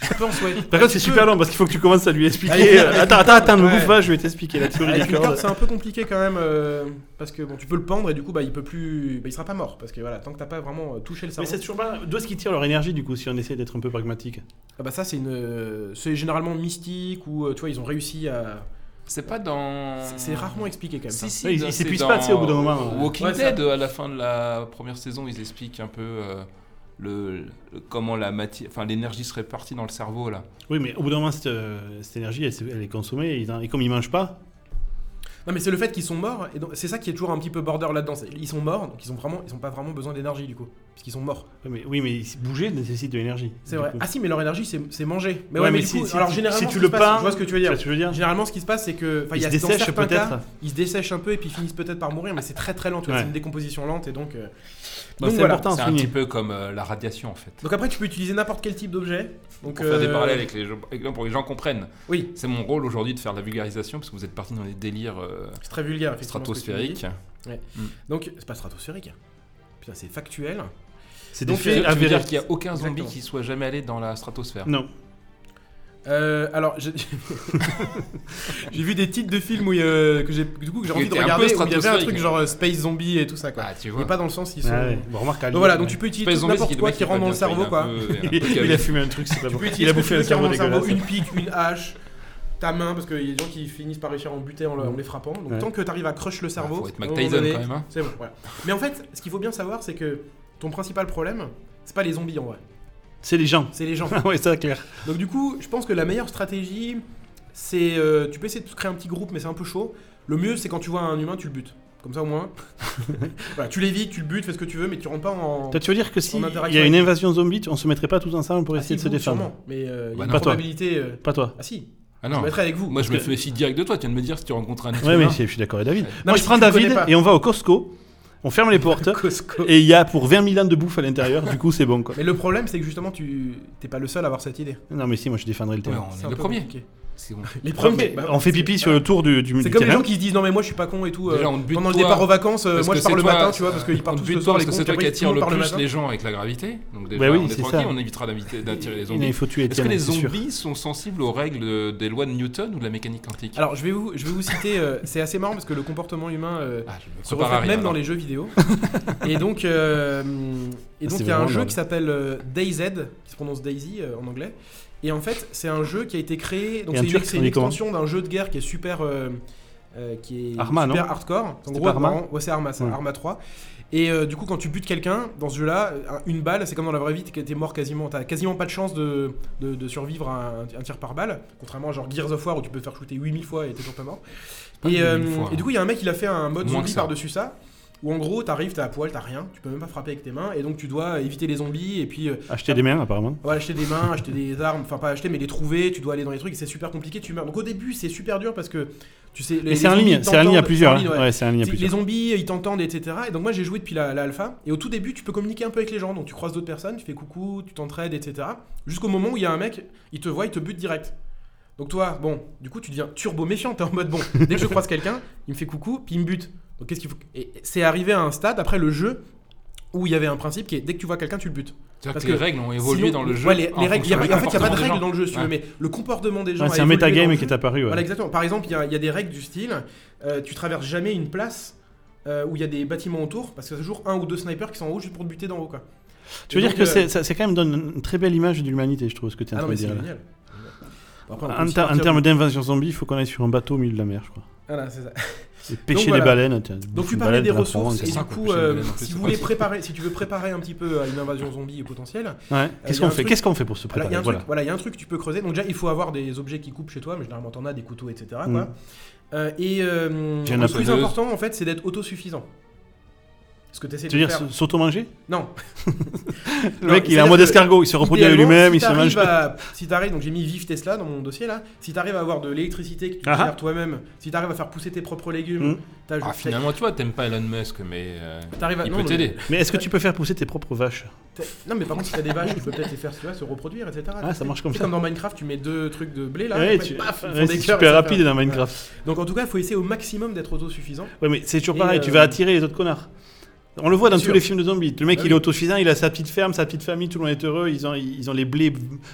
Speaker 2: je pense, ouais.
Speaker 1: Par contre, c'est super long parce qu'il faut que tu commences à lui
Speaker 2: Allez,
Speaker 1: expliquer. euh, Attends, attends, attends, ne
Speaker 2: ouais. Ah,
Speaker 1: bouffe pas, je vais t'expliquer la théorie
Speaker 2: Avec
Speaker 1: des
Speaker 2: une corde,
Speaker 3: hein.
Speaker 1: cordes.
Speaker 2: c'est un peu compliqué quand même, euh, parce que bon, tu peux le pendre et du coup, bah il peut plus. Bah, il sera pas mort, parce que voilà, tant que t'as pas vraiment euh, touché le
Speaker 1: Mais
Speaker 2: cerveau.
Speaker 1: c'est toujours pas. D'où est-ce qu'ils tirent leur énergie du coup si on essaie d'être un peu pragmatique
Speaker 2: Ah bah ça, c'est une. euh, C'est généralement mystique ou euh, tu vois, ils ont réussi à.
Speaker 3: C'est pas dans.
Speaker 2: c'est- C'est rarement expliqué quand même. ça.
Speaker 3: Si, si,
Speaker 1: Ouais, ils-
Speaker 3: dans-
Speaker 1: ils
Speaker 3: c'est
Speaker 1: s'épuisent
Speaker 3: dans
Speaker 1: pas, tu sais, au bout d'un moment, ouais.
Speaker 3: Walking
Speaker 2: Ouais, ça-
Speaker 3: Dead, à la fin de la première saison, ils expliquent un peu euh, le, le- comment la matière, enfin l'énergie se répartit dans le cerveau là.
Speaker 1: Oui, mais au bout d'un moment, cette, euh, cette énergie, elle, s'est- elle est consommée et, ils en- et comme ils mangent pas,
Speaker 2: Non mais c'est le fait qu'ils sont morts et donc c'est ça qui est toujours un petit peu border là-dedans. c'est- Ils sont morts, donc ils ont vraiment, ils ont pas vraiment besoin d'énergie du coup, parce qu'ils sont morts.
Speaker 1: ouais, mais, oui, mais bouger nécessite de l'énergie.
Speaker 2: C'est
Speaker 1: du
Speaker 2: vrai.
Speaker 1: coup.
Speaker 2: Ah si, mais leur énergie, c'est c'est manger. Mais
Speaker 1: Ouais,
Speaker 2: ouais,
Speaker 1: mais
Speaker 2: mais, du
Speaker 1: si-
Speaker 2: coup,
Speaker 1: si
Speaker 2: alors
Speaker 1: tu-
Speaker 2: généralement,
Speaker 1: si
Speaker 2: ce
Speaker 1: tu
Speaker 2: qui
Speaker 1: le
Speaker 2: se passe-
Speaker 1: peins,
Speaker 2: je vois ce que tu veux
Speaker 1: Tu vois
Speaker 2: dire.
Speaker 1: ce que je veux dire
Speaker 2: Généralement, ce qui se passe, c'est que, enfin, il
Speaker 1: Ils
Speaker 2: y a
Speaker 1: se
Speaker 2: dans
Speaker 1: dessèchent
Speaker 2: certains
Speaker 1: peut-être.
Speaker 2: cas, ils se dessèchent un peu et puis ils finissent peut-être par mourir, mais c'est très très lent. tu vois,
Speaker 1: Ouais.
Speaker 2: C'est une décomposition lente et donc. euh,
Speaker 1: Bah,
Speaker 2: donc
Speaker 1: C'est
Speaker 2: voilà.
Speaker 1: important à
Speaker 3: C'est un petit
Speaker 1: souligner.
Speaker 3: peu comme euh, la radiation en fait.
Speaker 2: Donc après, tu peux utiliser n'importe quel type d'objet. Donc
Speaker 3: Pour faire des
Speaker 2: euh,
Speaker 3: parallèles avec les gens, avec- pour que les gens comprennent.
Speaker 2: Oui,
Speaker 3: C'est mon rôle aujourd'hui de faire de la vulgarisation parce que vous êtes parti dans des délires euh,
Speaker 2: c'est très vulgaire. effectivement, ce que tu
Speaker 3: stratosphériques.
Speaker 2: dis. Donc c'est pas stratosphérique. Putain, c'est factuel.
Speaker 1: C'est des
Speaker 2: Donc,
Speaker 3: Tu veux
Speaker 1: faits
Speaker 3: tu veux
Speaker 1: avérés.
Speaker 3: dire qu'il n'y a aucun zombie
Speaker 2: Exactement.
Speaker 3: qui soit jamais allé dans la stratosphère
Speaker 1: Non.
Speaker 2: Euh, alors, j'ai j'ai vu des titres de films où, il y a- que j'ai du coup que j'ai
Speaker 3: Il
Speaker 2: envie de
Speaker 3: était un peu
Speaker 2: regarder. où Il y avait un
Speaker 3: stratosphérique.
Speaker 2: truc genre euh, space zombie et tout ça quoi.
Speaker 3: Ah, tu
Speaker 2: Mais
Speaker 3: vois.
Speaker 2: pas dans le sens ils
Speaker 1: Ouais,
Speaker 2: sont.
Speaker 1: ouais. Bon, remarque, à
Speaker 2: Donc voilà, donc
Speaker 1: Lyon,
Speaker 2: tu peux
Speaker 3: Pas hein. les
Speaker 2: utiliser
Speaker 3: zombies, c'est
Speaker 2: n'importe
Speaker 3: le
Speaker 2: quoi
Speaker 3: mec
Speaker 2: qui rentre dans le
Speaker 3: est pas
Speaker 2: cerveau,
Speaker 3: bien fait,
Speaker 2: quoi.
Speaker 3: il est un peu-
Speaker 1: ouais.
Speaker 3: il a un peu
Speaker 1: Il a
Speaker 3: gavé.
Speaker 1: fumé un truc, c'est pas
Speaker 2: Tu
Speaker 1: bon.
Speaker 2: peux
Speaker 1: Il
Speaker 2: utiliser
Speaker 1: a
Speaker 2: ce
Speaker 1: bouffé
Speaker 2: truc
Speaker 1: un
Speaker 2: qui
Speaker 1: cerveau
Speaker 2: rentre dans le cerveau,
Speaker 1: dégueulasse.
Speaker 2: une pique, une hache, ta main, parce qu'il y a des gens qui finissent par réussir à en buter en, le- en les frappant. Donc
Speaker 1: Ouais.
Speaker 2: tant que tu arrives à crush le cerveau,
Speaker 3: Ah, faut être Mike
Speaker 2: à un moment
Speaker 3: Tyson,
Speaker 2: donné,
Speaker 3: quand même, hein.
Speaker 2: C'est bon, voilà. Mais en fait, ce qu'il faut bien savoir, c'est que ton principal problème, c'est pas les zombies en vrai,
Speaker 1: C'est les gens.
Speaker 2: c'est les gens.
Speaker 1: Ah ouais, ça, clair.
Speaker 2: Donc du coup, je pense que la meilleure stratégie, c'est euh, tu peux essayer de créer un petit groupe, mais c'est un peu chaud. Le mieux, c'est quand tu vois un humain, tu le butes. Comme ça au moins. voilà, tu l'évites, tu le butes, fais ce que tu veux, mais tu rentres pas en.
Speaker 1: Toi, tu veux dire que si
Speaker 2: En
Speaker 1: il y
Speaker 2: interaction
Speaker 1: a une
Speaker 2: avec-
Speaker 1: invasion zombie, tu- on se mettrait pas tous ensemble pour
Speaker 2: Ah,
Speaker 1: essayer de
Speaker 2: si,
Speaker 1: se
Speaker 2: vous,
Speaker 1: défendre
Speaker 2: sûrement, Mais euh, il y
Speaker 3: Bah
Speaker 2: a une
Speaker 3: non.
Speaker 1: Pas toi.
Speaker 2: probabilité. euh,
Speaker 1: Pas toi.
Speaker 2: Ah si,
Speaker 3: Ah
Speaker 2: je
Speaker 3: non,
Speaker 2: me mettrai avec vous.
Speaker 3: moi je me
Speaker 1: Parce que-
Speaker 3: méfie direct de toi. Tu viens de me dire si tu rencontres un être
Speaker 1: Ouais, mais
Speaker 3: humain.
Speaker 1: je je suis d'accord avec David.
Speaker 2: mais
Speaker 1: Moi, je
Speaker 2: si
Speaker 1: prends
Speaker 2: tu connais
Speaker 1: David
Speaker 2: pas.
Speaker 1: et on va au Costco. On ferme les portes. Et il y a pour 20 000 ans de bouffe à l'intérieur, du coup, c'est bon quoi.
Speaker 2: Mais le problème, c'est que justement, tu t'es pas le seul à avoir cette idée.
Speaker 1: Non, mais si, moi je défendrai le
Speaker 3: Ouais,
Speaker 1: terrain.
Speaker 3: on
Speaker 2: C'est
Speaker 3: est
Speaker 2: un
Speaker 3: le
Speaker 2: peu
Speaker 3: premier.
Speaker 2: compliqué.
Speaker 3: C'est bon.
Speaker 2: Les
Speaker 1: Mais
Speaker 2: premiers. bah,
Speaker 1: on fait pipi sur le tour du, du, du
Speaker 2: C'est comme les
Speaker 1: terrain.
Speaker 2: gens qui se disent non mais moi je suis pas con et tout. euh,
Speaker 3: Déjà, on te bute
Speaker 2: pendant le
Speaker 3: toi,
Speaker 2: départ aux vacances, euh,
Speaker 3: Parce
Speaker 2: moi
Speaker 3: que
Speaker 2: je pars
Speaker 3: c'est
Speaker 2: le
Speaker 3: toi,
Speaker 2: matin, tu vois, parce
Speaker 3: euh,
Speaker 2: qu'ils partent
Speaker 3: on te
Speaker 2: tous
Speaker 3: bute
Speaker 2: le
Speaker 3: toi
Speaker 2: soir.
Speaker 3: parce
Speaker 2: les
Speaker 3: que
Speaker 2: cons,
Speaker 3: c'est toi
Speaker 2: puis
Speaker 3: qui
Speaker 2: après, tout
Speaker 3: attire
Speaker 2: le
Speaker 3: le
Speaker 2: monde part
Speaker 3: plus
Speaker 2: matin.
Speaker 3: les gens avec la gravité. Donc déjà,
Speaker 1: Bah oui,
Speaker 3: on est
Speaker 1: c'est
Speaker 3: tranquille,
Speaker 1: ça.
Speaker 3: on évitera d'inviter- d'attirer les
Speaker 1: Il
Speaker 3: zombies.
Speaker 1: faut tuer
Speaker 3: Est-ce que
Speaker 1: Étienne,
Speaker 3: les
Speaker 1: c'est sûr.
Speaker 3: zombies sont sensibles aux règles de- des lois de Newton ou de la mécanique quantique
Speaker 2: Alors je vais vous, je vais vous citer. euh, c'est assez marrant parce que le comportement humain euh,
Speaker 3: Ah, je me
Speaker 2: se
Speaker 3: prépare à
Speaker 2: reflète
Speaker 3: rien,
Speaker 2: même dans
Speaker 3: alors.
Speaker 2: les jeux vidéo. et donc, euh,
Speaker 1: Ah,
Speaker 2: et donc
Speaker 1: c'est
Speaker 2: il y a un
Speaker 1: vraiment
Speaker 2: jeu
Speaker 1: dingue.
Speaker 2: qui s'appelle euh, DayZ, qui se prononce Daisy euh, en anglais. Et en fait, c'est un jeu qui a été créé. Donc
Speaker 1: Et un
Speaker 2: c'est une,
Speaker 1: Turc,
Speaker 2: c'est
Speaker 1: on
Speaker 2: une
Speaker 1: dit comment
Speaker 2: extension d'un jeu de guerre qui est super, euh, euh, qui est
Speaker 1: Arma,
Speaker 2: super
Speaker 1: non
Speaker 2: hardcore. En
Speaker 1: C'était pas Arma
Speaker 2: ouais, c'est Arma, ça,
Speaker 1: Ouais.
Speaker 2: Arma 3. Et euh, du coup, quand tu butes quelqu'un dans ce jeu-là, un- une balle, c'est comme dans la vraie vie, t'es t'es mort quasiment. T'as quasiment pas de chance de, de, de survivre à un, un tir par balle, contrairement à genre Gears of War où tu peux faire shooter 8000 fois et t'es toujours pas mort.
Speaker 3: pas
Speaker 2: Et,
Speaker 3: 8000
Speaker 2: euh,
Speaker 3: fois,
Speaker 2: et du
Speaker 3: hein.
Speaker 2: coup, il y a un mec, il a fait un mode
Speaker 3: Moins que
Speaker 2: zombie
Speaker 3: ça.
Speaker 2: par-dessus ça. Où en gros, t'arrives, t'as à poil, t'as rien, tu peux même pas frapper avec tes mains, et donc tu dois éviter les zombies, et puis euh,
Speaker 1: Acheter des mains, apparemment.
Speaker 2: voilà, acheter des mains, acheter des armes, enfin pas acheter, mais les trouver, tu dois aller dans les trucs, et c'est super compliqué, tu meurs. Donc au début, c'est super dur parce que tu sais.
Speaker 1: Et c'est un ligne, c'est un ligne à plusieurs. hein.
Speaker 2: ouais.
Speaker 1: Ouais, c'est un ligne à
Speaker 2: C'est- Les
Speaker 1: plusieurs.
Speaker 2: zombies, ils t'entendent, etc. Et donc moi j'ai joué depuis la, la alpha. Et au tout début, tu peux communiquer un peu avec les gens. Donc tu croises d'autres personnes, tu fais coucou, tu t'entraides, etc. Jusqu'au moment où il y a un mec, il te voit, il te bute direct. Donc toi, bon, du coup tu deviens turbo méfiant. T'es en mode bon, dès que je croise quelqu'un, il me fait coucou, puis il me bute. Donc qu'est-ce qu'il faut Et c'est arrivé à un stade après le jeu où il y avait un principe qui est dès que tu vois quelqu'un, tu le butes.
Speaker 3: C'est-à-dire
Speaker 2: Parce
Speaker 3: que les
Speaker 2: que
Speaker 3: règles ont évolué
Speaker 2: Sinon-
Speaker 3: dans le jeu.
Speaker 2: Ouais, les,
Speaker 3: en
Speaker 2: les règles. il y a-
Speaker 3: fonction
Speaker 2: en fait, il n'y a pas de
Speaker 3: des
Speaker 2: règles dans le jeu, si tu
Speaker 3: Ouais.
Speaker 2: veux, mais le comportement des gens.
Speaker 1: Ouais,
Speaker 2: a
Speaker 1: C'est un
Speaker 2: évolué dans le
Speaker 1: metagame qui
Speaker 2: jeu.
Speaker 1: est apparu. ouais.
Speaker 2: Voilà, exactement. Par exemple, il y, a- il y a des règles du style euh, tu traverses jamais une place euh, où il y a des bâtiments autour, parce que c'est toujours un ou deux snipers qui sont en haut juste pour te buter d'en haut. Quoi.
Speaker 1: Tu veux
Speaker 2: Et
Speaker 1: dire
Speaker 2: donc,
Speaker 1: que
Speaker 2: euh,
Speaker 1: c'est- ça c'est quand même donne une très belle image de l'humanité, je trouve, ce que tu es
Speaker 2: Ah
Speaker 1: en
Speaker 2: non,
Speaker 1: train de
Speaker 2: mais
Speaker 1: dire
Speaker 2: c'est
Speaker 1: là.
Speaker 2: génial. Bon, après, on peut
Speaker 1: En,
Speaker 2: aussi
Speaker 1: ter- en
Speaker 2: partir-
Speaker 1: termes d'invasion zombie, il faut qu'on aille sur un bateau au milieu de la mer, je crois.
Speaker 2: Voilà, c'est ça.
Speaker 1: Et pêcher
Speaker 2: voilà.
Speaker 1: les baleines. tiens, bouffe
Speaker 2: Donc tu
Speaker 1: une
Speaker 2: parlais
Speaker 1: baleine,
Speaker 2: des
Speaker 1: t'en apprends,
Speaker 2: ressources,
Speaker 1: quoi.
Speaker 2: et du
Speaker 3: cinq
Speaker 2: coup,
Speaker 3: prochaines
Speaker 2: euh,
Speaker 3: baleines, en
Speaker 2: si,
Speaker 3: plus.
Speaker 2: vous voulez préparer, si tu veux préparer un petit peu à une invasion zombie potentielle,
Speaker 1: Ouais.
Speaker 2: il y
Speaker 1: Qu'est-ce
Speaker 2: a
Speaker 1: qu'on
Speaker 2: un
Speaker 1: fait
Speaker 2: truc-
Speaker 1: Qu'est-ce qu'on fait pour se
Speaker 2: Voilà, il
Speaker 1: préparer
Speaker 2: y a un
Speaker 1: Voilà.
Speaker 2: truc, voilà, il y a un truc que tu peux creuser. Donc déjà, il faut avoir des objets qui coupent chez toi, mais généralement t'en as des couteaux, etc. quoi.
Speaker 1: Mm.
Speaker 2: Euh, et euh,
Speaker 1: J'ai une
Speaker 2: le plus
Speaker 3: appeuse.
Speaker 2: important, en fait, c'est d'être autosuffisant. Ce que t'essaies
Speaker 1: Tu
Speaker 2: de
Speaker 1: veux
Speaker 2: faire.
Speaker 1: dire s- s'auto-manger
Speaker 2: Non.
Speaker 1: Le mec, il est en mode escargot, il se reproduit à
Speaker 2: Idéalement,
Speaker 1: lui-même,
Speaker 2: si
Speaker 1: il se
Speaker 2: t'arrives
Speaker 1: mange.
Speaker 2: à- Si t'arrives, donc j'ai mis vive Tesla dans mon dossier là. Si t'arrives à avoir de l'électricité que tu
Speaker 1: Ah ah.
Speaker 2: gères toi-même, si t'arrives à faire pousser tes propres légumes,
Speaker 1: Mm.
Speaker 2: t'as-
Speaker 3: Ah, finalement, tu vois, t'aimes pas Elon Musk, mais euh,
Speaker 2: t'arrives à.
Speaker 3: il
Speaker 2: non,
Speaker 3: peut
Speaker 2: mais-
Speaker 3: t'aider.
Speaker 1: Mais est-ce que tu peux faire pousser tes propres vaches
Speaker 2: t'as- Non, mais par contre, si t'as des vaches, tu peux peut-être les faire tu vois, se reproduire, etc.
Speaker 1: Ah, ça marche comme
Speaker 2: C'est
Speaker 1: ça.
Speaker 2: comme dans Minecraft, tu mets deux trucs de blé là.
Speaker 1: Ouais,
Speaker 2: après,
Speaker 1: tu-
Speaker 2: paf, ils font
Speaker 1: ouais,
Speaker 2: des
Speaker 1: c'est
Speaker 2: cœurs,
Speaker 1: super
Speaker 2: etc.
Speaker 1: rapide dans Minecraft.
Speaker 2: Donc en tout cas, il faut essayer au maximum d'être autosuffisant.
Speaker 1: Ouais, mais c'est toujours
Speaker 2: Et,
Speaker 1: pareil, tu
Speaker 2: euh,
Speaker 1: vas attirer les autres connards. On le voit dans
Speaker 2: Sûr.
Speaker 1: tous les films de zombies. Le mec,
Speaker 2: Ah
Speaker 1: il est
Speaker 2: oui.
Speaker 1: autosuffisant, il a sa petite ferme, sa petite famille, tout le monde est heureux, ils ont, ils ont les blés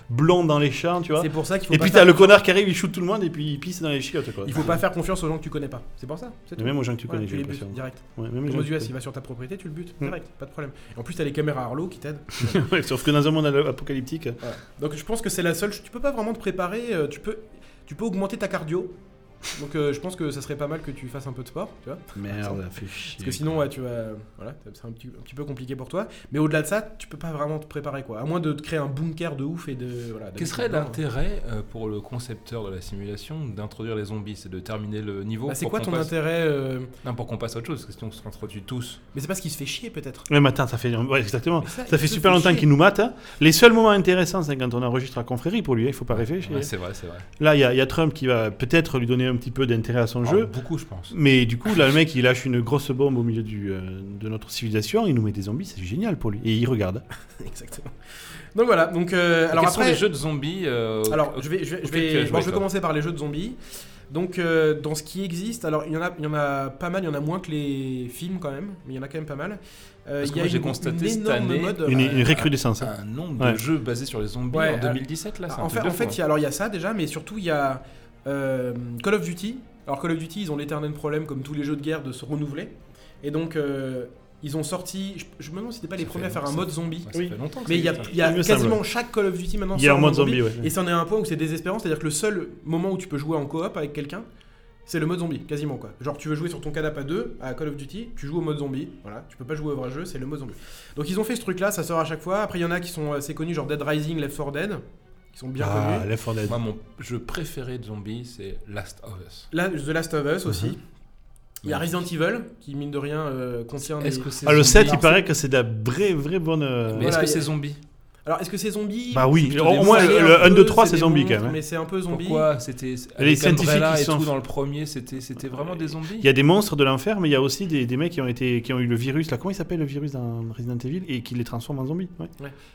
Speaker 1: blonds dans les champs, tu vois.
Speaker 2: C'est pour ça qu'il faut
Speaker 1: Et
Speaker 2: pas
Speaker 1: puis
Speaker 2: faire...
Speaker 1: t'as le connard qui arrive, il shoot tout le monde et puis il pisse dans les chiottes, quoi.
Speaker 2: il faut pas faire confiance aux gens que tu connais pas. C'est pour ça. C'est
Speaker 1: Et
Speaker 2: tout.
Speaker 1: Même aux gens que tu
Speaker 2: Voilà,
Speaker 1: connais,
Speaker 2: tu
Speaker 1: j'ai
Speaker 2: les butes
Speaker 1: l'impression.
Speaker 2: direct.
Speaker 1: Ouais, même les
Speaker 2: Comme
Speaker 1: gens
Speaker 2: aux
Speaker 1: que tu
Speaker 2: US, il va sur ta propriété, tu le butes
Speaker 1: Mm.
Speaker 2: direct, pas de problème. Et en plus, t'as les caméras Harlow qui t'aident.
Speaker 1: connais. Ouais, Sauf que dans un monde apocalyptique,
Speaker 2: Voilà. Donc je pense que c'est la seule. Tu peux pas vraiment te préparer. euh, Tu peux, tu peux augmenter ta cardio. Donc euh, je pense que ça serait pas mal que tu fasses un peu de sport, tu vois.
Speaker 1: merde, fait chier.
Speaker 2: Parce que sinon, ouais, tu vas, voilà, c'est un petit, un petit peu compliqué pour toi. Mais au-delà de ça, tu peux pas vraiment te préparer, quoi. À moins de te créer un bunker de ouf et de, voilà.
Speaker 3: Quel
Speaker 2: d'habiter
Speaker 3: serait
Speaker 2: dedans, hein.
Speaker 3: l'intérêt euh, pour le concepteur de la simulation d'introduire les zombies C'est de terminer le niveau
Speaker 2: Bah, C'est
Speaker 3: pour
Speaker 2: quoi
Speaker 3: qu'on
Speaker 2: ton
Speaker 3: passe-
Speaker 2: intérêt euh,
Speaker 3: Non, pour qu'on passe à autre chose, parce que sinon on se retrouve tous.
Speaker 2: Mais c'est parce qu'il se fait chier, peut-être.
Speaker 1: Ouais, mais attends, ça fait, ouais, exactement.
Speaker 2: Mais
Speaker 1: Ça,
Speaker 2: ça,
Speaker 1: fait
Speaker 2: il se
Speaker 1: super
Speaker 2: fait
Speaker 1: longtemps
Speaker 2: chier.
Speaker 1: qu'il nous mate. hein. Les seuls moments intéressants, c'est quand on enregistre à confrérie pour lui, hein, il faut pas réfléchir.
Speaker 3: Ouais, c'est vrai, c'est vrai.
Speaker 1: Là, il y, a- il y a Trump qui va peut-être lui donner un petit peu d'intérêt à son
Speaker 3: Alors,
Speaker 1: jeu.
Speaker 3: Beaucoup, je pense.
Speaker 1: Mais du coup, là, le mec, il lâche une grosse bombe au milieu du, euh, de notre civilisation, il nous met des zombies, c'est génial pour lui. Et il regarde. hein.
Speaker 2: Exactement. Donc voilà. Donc euh, alors
Speaker 3: Quels
Speaker 2: après,
Speaker 3: sont les jeux de zombies euh,
Speaker 2: alors
Speaker 3: au-
Speaker 2: je vais, je vais, je
Speaker 3: auxquels
Speaker 2: vais-
Speaker 3: tu as
Speaker 2: bon,
Speaker 3: joué,
Speaker 2: je vais
Speaker 3: toi
Speaker 2: commencer par les jeux de zombies. Donc euh, dans ce qui existe, alors il y en a, il y en a pas mal, il y en a moins que les films quand même, mais il y en a quand même pas mal. Euh,
Speaker 3: Parce
Speaker 2: il
Speaker 3: que
Speaker 2: y a
Speaker 3: moi, j'ai
Speaker 2: une-
Speaker 3: constaté
Speaker 2: une
Speaker 3: cette
Speaker 2: énorme
Speaker 3: année
Speaker 2: mode,
Speaker 1: Une,
Speaker 2: euh,
Speaker 1: une récrudescence. hein.
Speaker 3: un nombre
Speaker 1: Ouais.
Speaker 3: de jeux basés sur les zombies
Speaker 2: Ouais,
Speaker 3: en
Speaker 2: euh,
Speaker 3: 2017 là, c'est un
Speaker 2: en
Speaker 3: truc
Speaker 2: fait,
Speaker 3: de
Speaker 2: en
Speaker 3: fou,
Speaker 2: fait,
Speaker 3: hein.
Speaker 2: il y a- alors il y a ça déjà, mais surtout il y a euh, Call of Duty. Alors Call of Duty, ils ont l'éternel problème, comme tous les jeux de guerre, de se renouveler. Et donc euh, ils ont sorti, je, je me demande si c'était pas les
Speaker 3: Ça
Speaker 2: premiers à
Speaker 3: fait-
Speaker 2: faire un
Speaker 3: ça-
Speaker 2: mode zombie.
Speaker 3: Ouais, ça
Speaker 1: Oui.
Speaker 3: fait longtemps que
Speaker 2: Mais
Speaker 3: ça
Speaker 2: il y a,
Speaker 3: existe, hein.
Speaker 2: il y a
Speaker 1: Il me semble,
Speaker 2: quasiment chaque Call of Duty maintenant.
Speaker 1: Il y a
Speaker 2: sort
Speaker 1: un mode zombie, ouais.
Speaker 2: euh, Et c'en est un point où c'est désespérant, c'est-à-dire que le seul moment où tu peux jouer en coop avec quelqu'un, c'est le mode zombie, quasiment quoi. Genre tu veux jouer sur ton canapé à deux, à Call of Duty, tu joues au mode zombie, voilà, tu peux pas jouer au vrai jeu, c'est le mode zombie. Donc ils ont fait ce truc là, ça sort à chaque fois, après il y en a qui sont assez connus, genre Dead Rising, Left 4 Dead, qui sont bien
Speaker 1: Ah,
Speaker 2: connus.
Speaker 1: Left 4 Dead.
Speaker 3: Moi, mon jeu préféré de zombies, c'est Last of Us.
Speaker 2: Là, The Last of Us
Speaker 1: Mhm.
Speaker 2: aussi. Il y a
Speaker 3: Magnifique.
Speaker 2: Resident Evil, qui mine de rien euh, contient des...
Speaker 3: Est-ce que c'est
Speaker 1: Ah, le
Speaker 3: zombie
Speaker 1: 7, il
Speaker 3: Alors,
Speaker 1: paraît que c'est de la vraie, vraie bonne. euh,
Speaker 3: Mais est-ce
Speaker 2: Voilà,
Speaker 3: que
Speaker 2: il y a-
Speaker 3: c'est zombie
Speaker 2: Alors est-ce que c'est zombie
Speaker 1: Bah oui,
Speaker 3: plutôt
Speaker 1: au au
Speaker 3: des
Speaker 1: moins
Speaker 2: Ça
Speaker 1: le,
Speaker 2: l'est un
Speaker 1: le 1, 2,
Speaker 2: peu,
Speaker 1: 3
Speaker 2: c'est
Speaker 1: c'est
Speaker 2: des
Speaker 1: zombie quand
Speaker 2: monstres,
Speaker 1: même. hein.
Speaker 2: Mais c'est un peu zombie.
Speaker 3: Pourquoi c'était avec
Speaker 1: scientifiques
Speaker 3: Umbrella
Speaker 1: qui
Speaker 3: et
Speaker 1: sont-
Speaker 3: tout dans le premier, c'était c'était vraiment des zombies
Speaker 1: Il y a des monstres de l'enfer, mais il y a aussi des, des mecs qui ont, été, qui ont eu le virus. Là, comment il s'appelle le virus dans Resident Evil Et qui les transforme en zombies. ouais.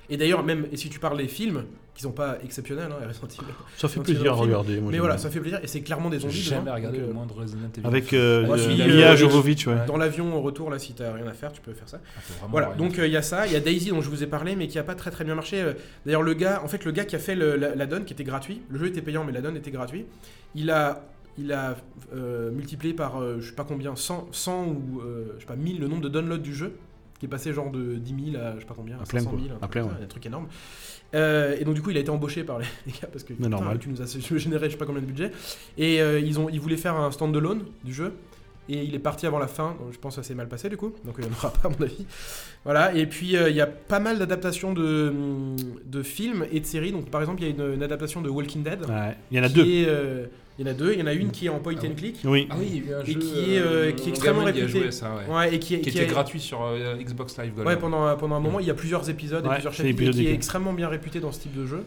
Speaker 2: Et d'ailleurs, même et si tu parles des films, qui sont pas exceptionnels, hein, Resident Evil.
Speaker 1: Ça fait
Speaker 2: Donc,
Speaker 1: plaisir à
Speaker 2: c'est un film.
Speaker 1: regarder. moi,
Speaker 2: Mais
Speaker 1: j'aime
Speaker 2: voilà,
Speaker 1: bien.
Speaker 2: ça fait plaisir. Et c'est clairement des
Speaker 3: J'ai
Speaker 2: zombies.
Speaker 3: jamais
Speaker 2: dedans,
Speaker 3: regardé
Speaker 2: donc,
Speaker 3: le
Speaker 2: euh,
Speaker 3: moindre Resident Evil.
Speaker 1: Avec euh,
Speaker 2: Moi, je
Speaker 1: euh,
Speaker 2: suis,
Speaker 1: Mia
Speaker 2: euh,
Speaker 1: Jovovich, ouais.
Speaker 2: Dans l'avion au retour, là, si t'as rien à faire, tu peux faire ça.
Speaker 3: Ah, faut vraiment
Speaker 2: voilà,
Speaker 3: rien.
Speaker 2: donc euh, il y a ça. Il y a Daisy dont je vous ai parlé, mais qui a pas très très bien marché. Euh, D'ailleurs, le gars, en fait, le gars qui a fait le- la, la donne, qui était gratuit, le jeu était payant, mais la donne était gratuite, il a, il a euh, multiplié par euh, je sais pas combien, 100, 100 ou euh, je sais pas 1000 le nombre de downloads du jeu, qui est passé genre de 10 000 à je sais pas combien,
Speaker 1: À plein,
Speaker 2: 500
Speaker 1: quoi.
Speaker 2: 000, un,
Speaker 1: À
Speaker 2: truc
Speaker 1: plein,
Speaker 2: comme ça, un truc énorme. Euh, et donc du coup, il a été embauché par les, les gars parce que putain,
Speaker 1: normal.
Speaker 2: tu nous as généré je sais pas combien de budget. Et euh, ils ont, ils voulaient faire un stand-alone du jeu. Et il est parti avant la fin, donc je pense que ça s'est mal passé du coup, donc il n'y en aura pas à mon avis. Voilà, et puis euh, il y a pas mal d'adaptations de, de films et de séries, donc par exemple il y a une, une adaptation de Walking Dead,
Speaker 1: Ouais. Il y en a
Speaker 2: qui
Speaker 1: deux. Mm.
Speaker 2: est, euh, Il y en a deux. Il y en a une qui est en point and click.
Speaker 1: Oui.
Speaker 3: Ah oui, il y a eu un
Speaker 2: Et
Speaker 3: jeu,
Speaker 2: qui est, euh, qui est
Speaker 3: mon
Speaker 2: extrêmement
Speaker 3: gamin, il y a
Speaker 2: réputé.
Speaker 3: joué à ça, ouais.
Speaker 2: Ouais, et qui, est-
Speaker 3: Qui,
Speaker 2: qui
Speaker 3: était
Speaker 2: a-
Speaker 3: gratuit sur euh, Xbox Live Gold.
Speaker 2: Ouais, pendant, pendant un moment, il y a plusieurs épisodes et
Speaker 1: Mm. Ouais,
Speaker 2: plusieurs
Speaker 1: c'est
Speaker 2: chapitres et qui
Speaker 1: épisodique.
Speaker 2: est extrêmement bien réputé dans ce type de jeu.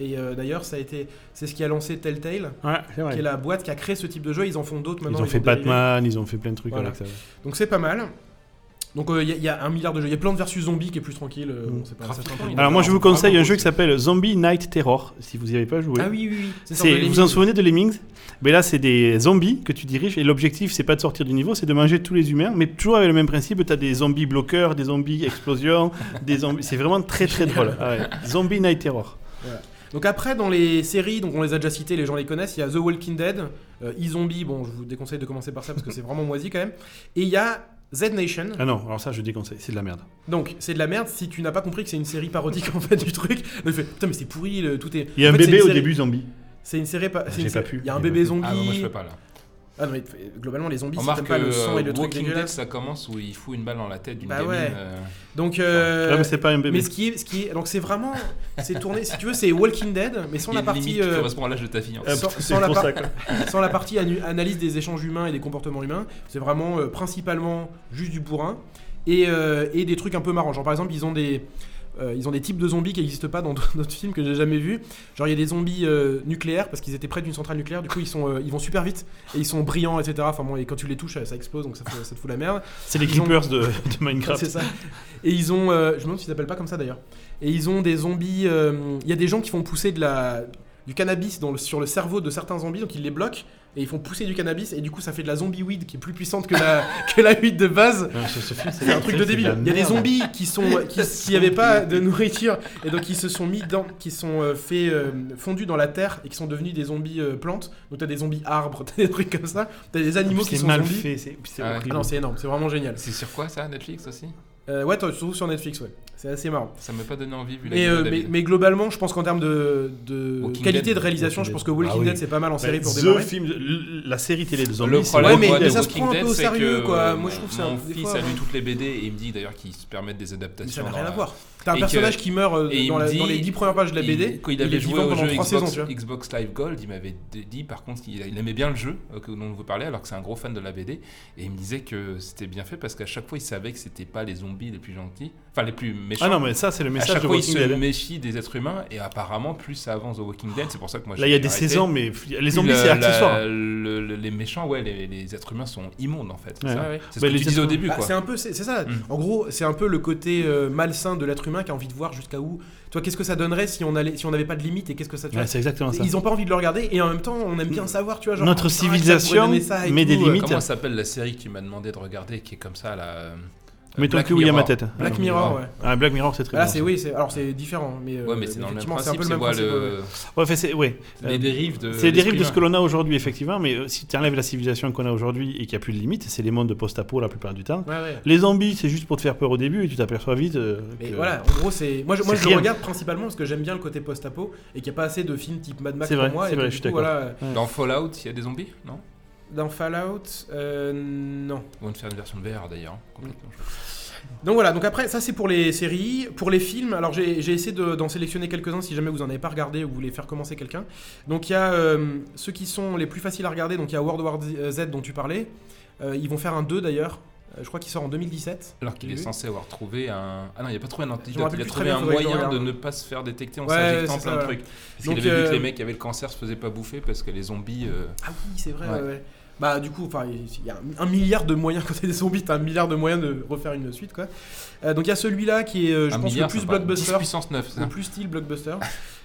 Speaker 2: Et euh, d'ailleurs, ça a été, c'est ce qui a lancé Telltale,
Speaker 1: Ouais, Ah, c'est
Speaker 2: qui
Speaker 1: vrai.
Speaker 2: est la boîte qui a créé ce type de jeu. Ils en font d'autres maintenant.
Speaker 1: Ils ont fait
Speaker 2: dérivé.
Speaker 1: Batman, ils ont fait plein de trucs
Speaker 2: Voilà.
Speaker 1: avec ça.
Speaker 2: Donc c'est pas mal. Donc euh, il y, a- il y a un milliard de jeux. Il y a Plante versus Zombie qui est plus tranquille. euh,
Speaker 1: Mm.
Speaker 2: bon, c'est pas-
Speaker 3: Graphiquement,
Speaker 2: c'est pas-
Speaker 3: il est
Speaker 1: Alors moi je vous
Speaker 3: vraiment
Speaker 1: conseille un
Speaker 3: beau,
Speaker 1: jeu qui
Speaker 3: ça.
Speaker 1: s'appelle Zombie Night Terror, si vous n'y avez pas joué.
Speaker 2: Ah oui, oui, oui. C'est
Speaker 1: C'est-
Speaker 2: sur
Speaker 1: vous
Speaker 2: les
Speaker 1: vous en
Speaker 2: lignes.
Speaker 1: souvenez de Lemmings Mais là, c'est des zombies que tu diriges et l'objectif, c'est pas de sortir du niveau, c'est de manger tous les humains, mais toujours avec le même principe. T'as des zombies bloqueurs, des zombies explosions, des zombies. C'est vraiment très très drôle. Ah ouais. Zombie Night Terror.
Speaker 2: Donc après, dans les séries, donc on les a déjà citées, les gens les connaissent, il y a The Walking Dead, euh, E-Zombie, bon, je vous déconseille de commencer par ça parce que c'est vraiment moisi quand même. Et il y a Z-Nation.
Speaker 1: Ah non, alors ça, je déconseille, c'est de la merde.
Speaker 2: Donc, c'est de la merde si tu n'as pas compris que c'est une série parodique en fait du truc. Il fait putain, mais c'est pourri, le- tout est.
Speaker 1: Il y a
Speaker 2: En
Speaker 1: un
Speaker 2: fait, c'est
Speaker 1: bébé
Speaker 2: une
Speaker 1: au
Speaker 2: série-
Speaker 1: début zombie.
Speaker 2: C'est une série. pas- c'est
Speaker 1: J'ai
Speaker 2: une
Speaker 1: pas
Speaker 2: série-
Speaker 1: pu.
Speaker 2: Il y a un
Speaker 1: J'ai pas
Speaker 2: bébé
Speaker 1: pu.
Speaker 2: zombie.
Speaker 3: Ah non, moi je peux pas là.
Speaker 2: Ah, non, mais f- globalement, les zombies,
Speaker 3: On
Speaker 2: si
Speaker 3: marque
Speaker 2: t'aimes pas
Speaker 3: que
Speaker 2: le sang et le truc
Speaker 3: Walking Dead,
Speaker 2: dégueulasse.
Speaker 3: ça commence où il fout une balle dans la tête d'une
Speaker 2: Bah
Speaker 3: gamine.
Speaker 2: ouais.
Speaker 3: euh,
Speaker 2: Donc, euh,
Speaker 1: Ah, Là, mais c'est pas un
Speaker 2: mais,
Speaker 1: bébé.
Speaker 2: ce qui est, ce qui est, donc c'est vraiment, c'est tourné. Si tu veux, c'est Walking Dead, mais sans
Speaker 3: il y
Speaker 2: la
Speaker 3: a une
Speaker 2: partie,
Speaker 3: limite qui
Speaker 2: euh,
Speaker 3: correspond à l'âge de ta fille. hein.
Speaker 1: Ah,
Speaker 2: sans-
Speaker 1: putain,
Speaker 2: sans
Speaker 1: c'est
Speaker 2: la
Speaker 1: pour
Speaker 2: part-
Speaker 1: ça, quoi.
Speaker 2: sans la partie anu- analyse des échanges humains et des comportements humains. C'est vraiment euh, principalement juste du bourrin et, euh, et des trucs un peu marrants. Genre par exemple, ils ont des euh, ils ont des types de zombies qui n'existent pas dans d'autres films que j'ai jamais vus. Genre il y a des zombies euh, nucléaires parce qu'ils étaient près d'une centrale nucléaire. Du coup ils sont euh, ils vont super vite et ils sont brillants etc. Enfin bon et quand tu les touches ça, ça explose donc ça, fout- ça te fout la merde.
Speaker 1: C'est les
Speaker 2: Ils ont-
Speaker 1: Creepers de, de Minecraft.
Speaker 2: C'est ça. Et ils ont, euh, je me demande s'ils s'appellent pas comme ça d'ailleurs. Et ils ont des zombies. euh, Il y a des gens qui font pousser de la du cannabis dans le- sur le cerveau de certains zombies, donc ils les bloquent et ils font pousser du cannabis et du coup ça fait de la zombie weed qui est plus puissante que la que la weed de base.
Speaker 3: Ah,
Speaker 1: Non, ce- ce film,
Speaker 2: C'est un truc de
Speaker 1: c'est la
Speaker 2: débile. Il y a des
Speaker 1: merde.
Speaker 2: zombies qui sont qui s'il y avait pas de nourriture et donc ils se sont mis dans qui sont euh, fait euh, fondus dans la terre et qui sont devenus des zombies euh, plantes. Donc t'as des zombies arbres, t'as des trucs comme ça, t'as des animaux qui
Speaker 1: C'est
Speaker 2: sont
Speaker 1: mal
Speaker 2: zombies.
Speaker 1: fait, c'est c'est
Speaker 3: Ah ouais.
Speaker 2: Ah
Speaker 1: horrible.
Speaker 2: non c'est énorme, c'est vraiment génial.
Speaker 3: C'est sur quoi ça, Netflix aussi
Speaker 2: Euh, ouais, toi, tu trouves sur Netflix, ouais. C'est assez marrant.
Speaker 3: Ça m'a pas donné envie vu la
Speaker 2: Mais,
Speaker 3: gueule de
Speaker 2: euh, mais,
Speaker 3: David.
Speaker 2: mais globalement, je pense qu'en termes de, de
Speaker 3: Walking
Speaker 2: qualité
Speaker 3: Dead. Bah,
Speaker 2: de réalisation,
Speaker 1: Walking
Speaker 2: je pense
Speaker 1: Dead.
Speaker 2: que Walking
Speaker 1: Ah oui.
Speaker 2: Dead, c'est pas mal en série pour
Speaker 1: The
Speaker 2: démarrer.
Speaker 1: film, l- la série télé de zombies.
Speaker 3: Le
Speaker 1: c'est
Speaker 3: problème,
Speaker 2: Ouais,
Speaker 1: Walking
Speaker 2: mais-
Speaker 3: moi,
Speaker 2: mais
Speaker 1: Dead.
Speaker 3: de
Speaker 2: ça se
Speaker 3: Walking
Speaker 2: prend un
Speaker 3: Dead,
Speaker 2: peu au
Speaker 3: c'est
Speaker 2: sérieux,
Speaker 3: que
Speaker 2: quoi. Moi, je trouve ça,
Speaker 3: Mon
Speaker 2: des
Speaker 3: fils
Speaker 2: fois,
Speaker 3: a vu
Speaker 2: hein.
Speaker 3: toutes les BD et il me dit d'ailleurs qu'il se permet des
Speaker 2: Mais
Speaker 3: adaptations.
Speaker 2: ça n'a rien
Speaker 3: dans
Speaker 2: à
Speaker 3: la-
Speaker 2: voir. T'as un
Speaker 3: hein. Et
Speaker 2: personnage
Speaker 3: que-
Speaker 2: qui meurt euh,
Speaker 3: et il
Speaker 2: dans,
Speaker 3: me
Speaker 2: la-
Speaker 3: dit-
Speaker 2: dans les 10 premières pages de la BD.
Speaker 3: Il- quand il avait
Speaker 2: est
Speaker 3: joué
Speaker 2: vivant
Speaker 3: au
Speaker 2: pendant
Speaker 3: jeu
Speaker 2: 3
Speaker 3: Xbox,
Speaker 2: saisons, tu vois.
Speaker 3: Xbox Live Gold, il m'avait d- dit par contre qu'il il aimait bien le jeu euh, que- dont vous parlez, alors que c'est un gros fan de la BD, et il me disait que c'était bien fait parce qu'à chaque fois il savait que c'était pas les zombies les plus gentils, enfin les plus méchants.
Speaker 1: Ah non, mais ça, c'est le
Speaker 3: à
Speaker 1: message
Speaker 3: chaque
Speaker 1: de
Speaker 3: fois il
Speaker 1: Walking
Speaker 3: se
Speaker 2: hein.
Speaker 1: Dead.
Speaker 3: méfie des êtres humains, et apparemment plus ça avance au Walking
Speaker 2: Ah.
Speaker 3: Dead, c'est pour ça que moi
Speaker 1: Là, il y a
Speaker 3: j'ai
Speaker 1: des
Speaker 3: arrêté.
Speaker 1: saisons, mais f- les
Speaker 3: Plus
Speaker 1: zombies,
Speaker 3: la-
Speaker 1: c'est
Speaker 3: euh, la-
Speaker 1: accessoire.
Speaker 3: le- le- les méchants, ouais, les, les êtres humains sont immondes en fait. c'est
Speaker 1: Ouais.
Speaker 3: ça
Speaker 1: Ouais,
Speaker 3: C'est ce
Speaker 1: Bah,
Speaker 3: que
Speaker 1: les
Speaker 3: tu disais au
Speaker 1: êtres-
Speaker 3: début,
Speaker 2: Bah,
Speaker 3: quoi.
Speaker 2: c'est un peu, c'est c'est ça.
Speaker 3: Mm.
Speaker 2: En gros, c'est un peu le côté euh, malsain de l'être humain qui a envie de voir jusqu'à où. Toi, qu'est-ce que ça donnerait si on allait, si on n'avait pas de limite et qu'est-ce que ça tu
Speaker 1: Ouais,
Speaker 2: vois
Speaker 1: c'est exactement ça. Mm.
Speaker 2: Ils ont pas envie de le regarder et en même temps, on aime bien savoir, tu vois. Genre,
Speaker 1: Notre
Speaker 2: ah, ça pourrait donner
Speaker 1: civilisation
Speaker 2: ça et
Speaker 1: met des
Speaker 2: tout, euh,
Speaker 1: limites.
Speaker 3: Comment s'appelle la série que tu m'as demandé de regarder qui est comme ça là euh,
Speaker 1: Mets ton
Speaker 3: Black
Speaker 1: cul où il y a ma
Speaker 3: Mirror.
Speaker 1: tête.
Speaker 2: Black
Speaker 3: Alors,
Speaker 2: Mirror,
Speaker 3: Mirror.
Speaker 2: ouais.
Speaker 1: Ah, Black Mirror, c'est très
Speaker 2: Bah Là,
Speaker 1: bien,
Speaker 2: c'est
Speaker 1: ça.
Speaker 2: oui, c'est- alors c'est différent, mais euh,
Speaker 3: Ouais, mais c'est dans le même
Speaker 2: effectivement, c'est un peu
Speaker 3: principe,
Speaker 2: le
Speaker 3: c'est
Speaker 2: même
Speaker 3: voir
Speaker 2: principe. ouais.
Speaker 3: le...
Speaker 1: Ouais, fait, c'est- ouais.
Speaker 3: les
Speaker 1: Euh,
Speaker 3: dérives de.
Speaker 1: C'est les dérives de ce que
Speaker 3: l'esprit
Speaker 1: l'on a aujourd'hui, effectivement, mais euh, si tu enlèves la civilisation qu'on a aujourd'hui et qu'il n'y a plus de limites, c'est les mondes de post-apo la plupart du temps.
Speaker 2: Ouais, ouais.
Speaker 1: Les zombies, c'est juste pour te faire peur au début et tu t'aperçois vite. euh,
Speaker 2: Mais
Speaker 1: que-
Speaker 2: voilà, en gros, c'est moi, je, moi
Speaker 1: c'est
Speaker 2: je le
Speaker 1: rien.
Speaker 2: regarde principalement parce que j'aime bien le côté post-apo et qu'il n'y a pas assez de films type Mad Max
Speaker 1: C'est
Speaker 2: pour
Speaker 1: vrai,
Speaker 2: moi.
Speaker 1: c'est
Speaker 2: et
Speaker 1: vrai,
Speaker 2: donc,
Speaker 1: je suis
Speaker 2: du coup,
Speaker 1: d'accord.
Speaker 2: voilà,
Speaker 1: l'on-
Speaker 3: Dans Fallout, il y a des zombies Non
Speaker 2: dans Fallout, euh, non.
Speaker 3: Ils vont te faire une version de VR d'ailleurs, hein, complètement. je crois.
Speaker 2: Donc voilà, donc après, ça c'est pour les séries. Pour les films, alors j'ai j'ai essayé de- d'en sélectionner quelques-uns si jamais vous n'en avez pas regardé ou vous voulez faire commencer quelqu'un. Donc il y a euh, ceux qui sont les plus faciles à regarder, donc il y a World War Z dont tu parlais. Euh, ils vont faire un 2 d'ailleurs, Euh, je crois qu'il sort en 2017.
Speaker 3: Alors qu'il
Speaker 2: Oui,
Speaker 3: est
Speaker 2: oui.
Speaker 3: censé avoir trouvé un. Ah non, il a pas trouvé un
Speaker 2: Je me
Speaker 3: antidote,
Speaker 2: rappelle
Speaker 3: il a
Speaker 2: plus très
Speaker 3: trouvé
Speaker 2: bien,
Speaker 3: un
Speaker 2: faudrait que je
Speaker 3: moyen de
Speaker 2: regarde.
Speaker 3: ne pas se faire détecter en
Speaker 2: Ouais,
Speaker 3: s'injectant
Speaker 2: c'est
Speaker 3: plein
Speaker 2: ça,
Speaker 3: de
Speaker 2: ouais.
Speaker 3: trucs. Parce
Speaker 2: Donc,
Speaker 3: qu'il avait vu
Speaker 2: euh,
Speaker 3: que les mecs qui avaient le cancer se faisaient pas bouffer parce que les zombies. euh,
Speaker 2: Ah oui, c'est vrai.
Speaker 3: Ouais.
Speaker 2: ouais, ouais. Bah du coup, enfin, il y a un milliard de moyens quand t'es des zombies, t'as un milliard de moyens de refaire une suite quoi. Euh, donc il y a celui-là qui est, euh, je
Speaker 3: un
Speaker 2: pense,
Speaker 3: milliard,
Speaker 2: le plus
Speaker 3: ça paraît- 10
Speaker 2: blockbuster,
Speaker 3: puissance 9, c'est
Speaker 2: le
Speaker 3: ça.
Speaker 2: plus style blockbuster.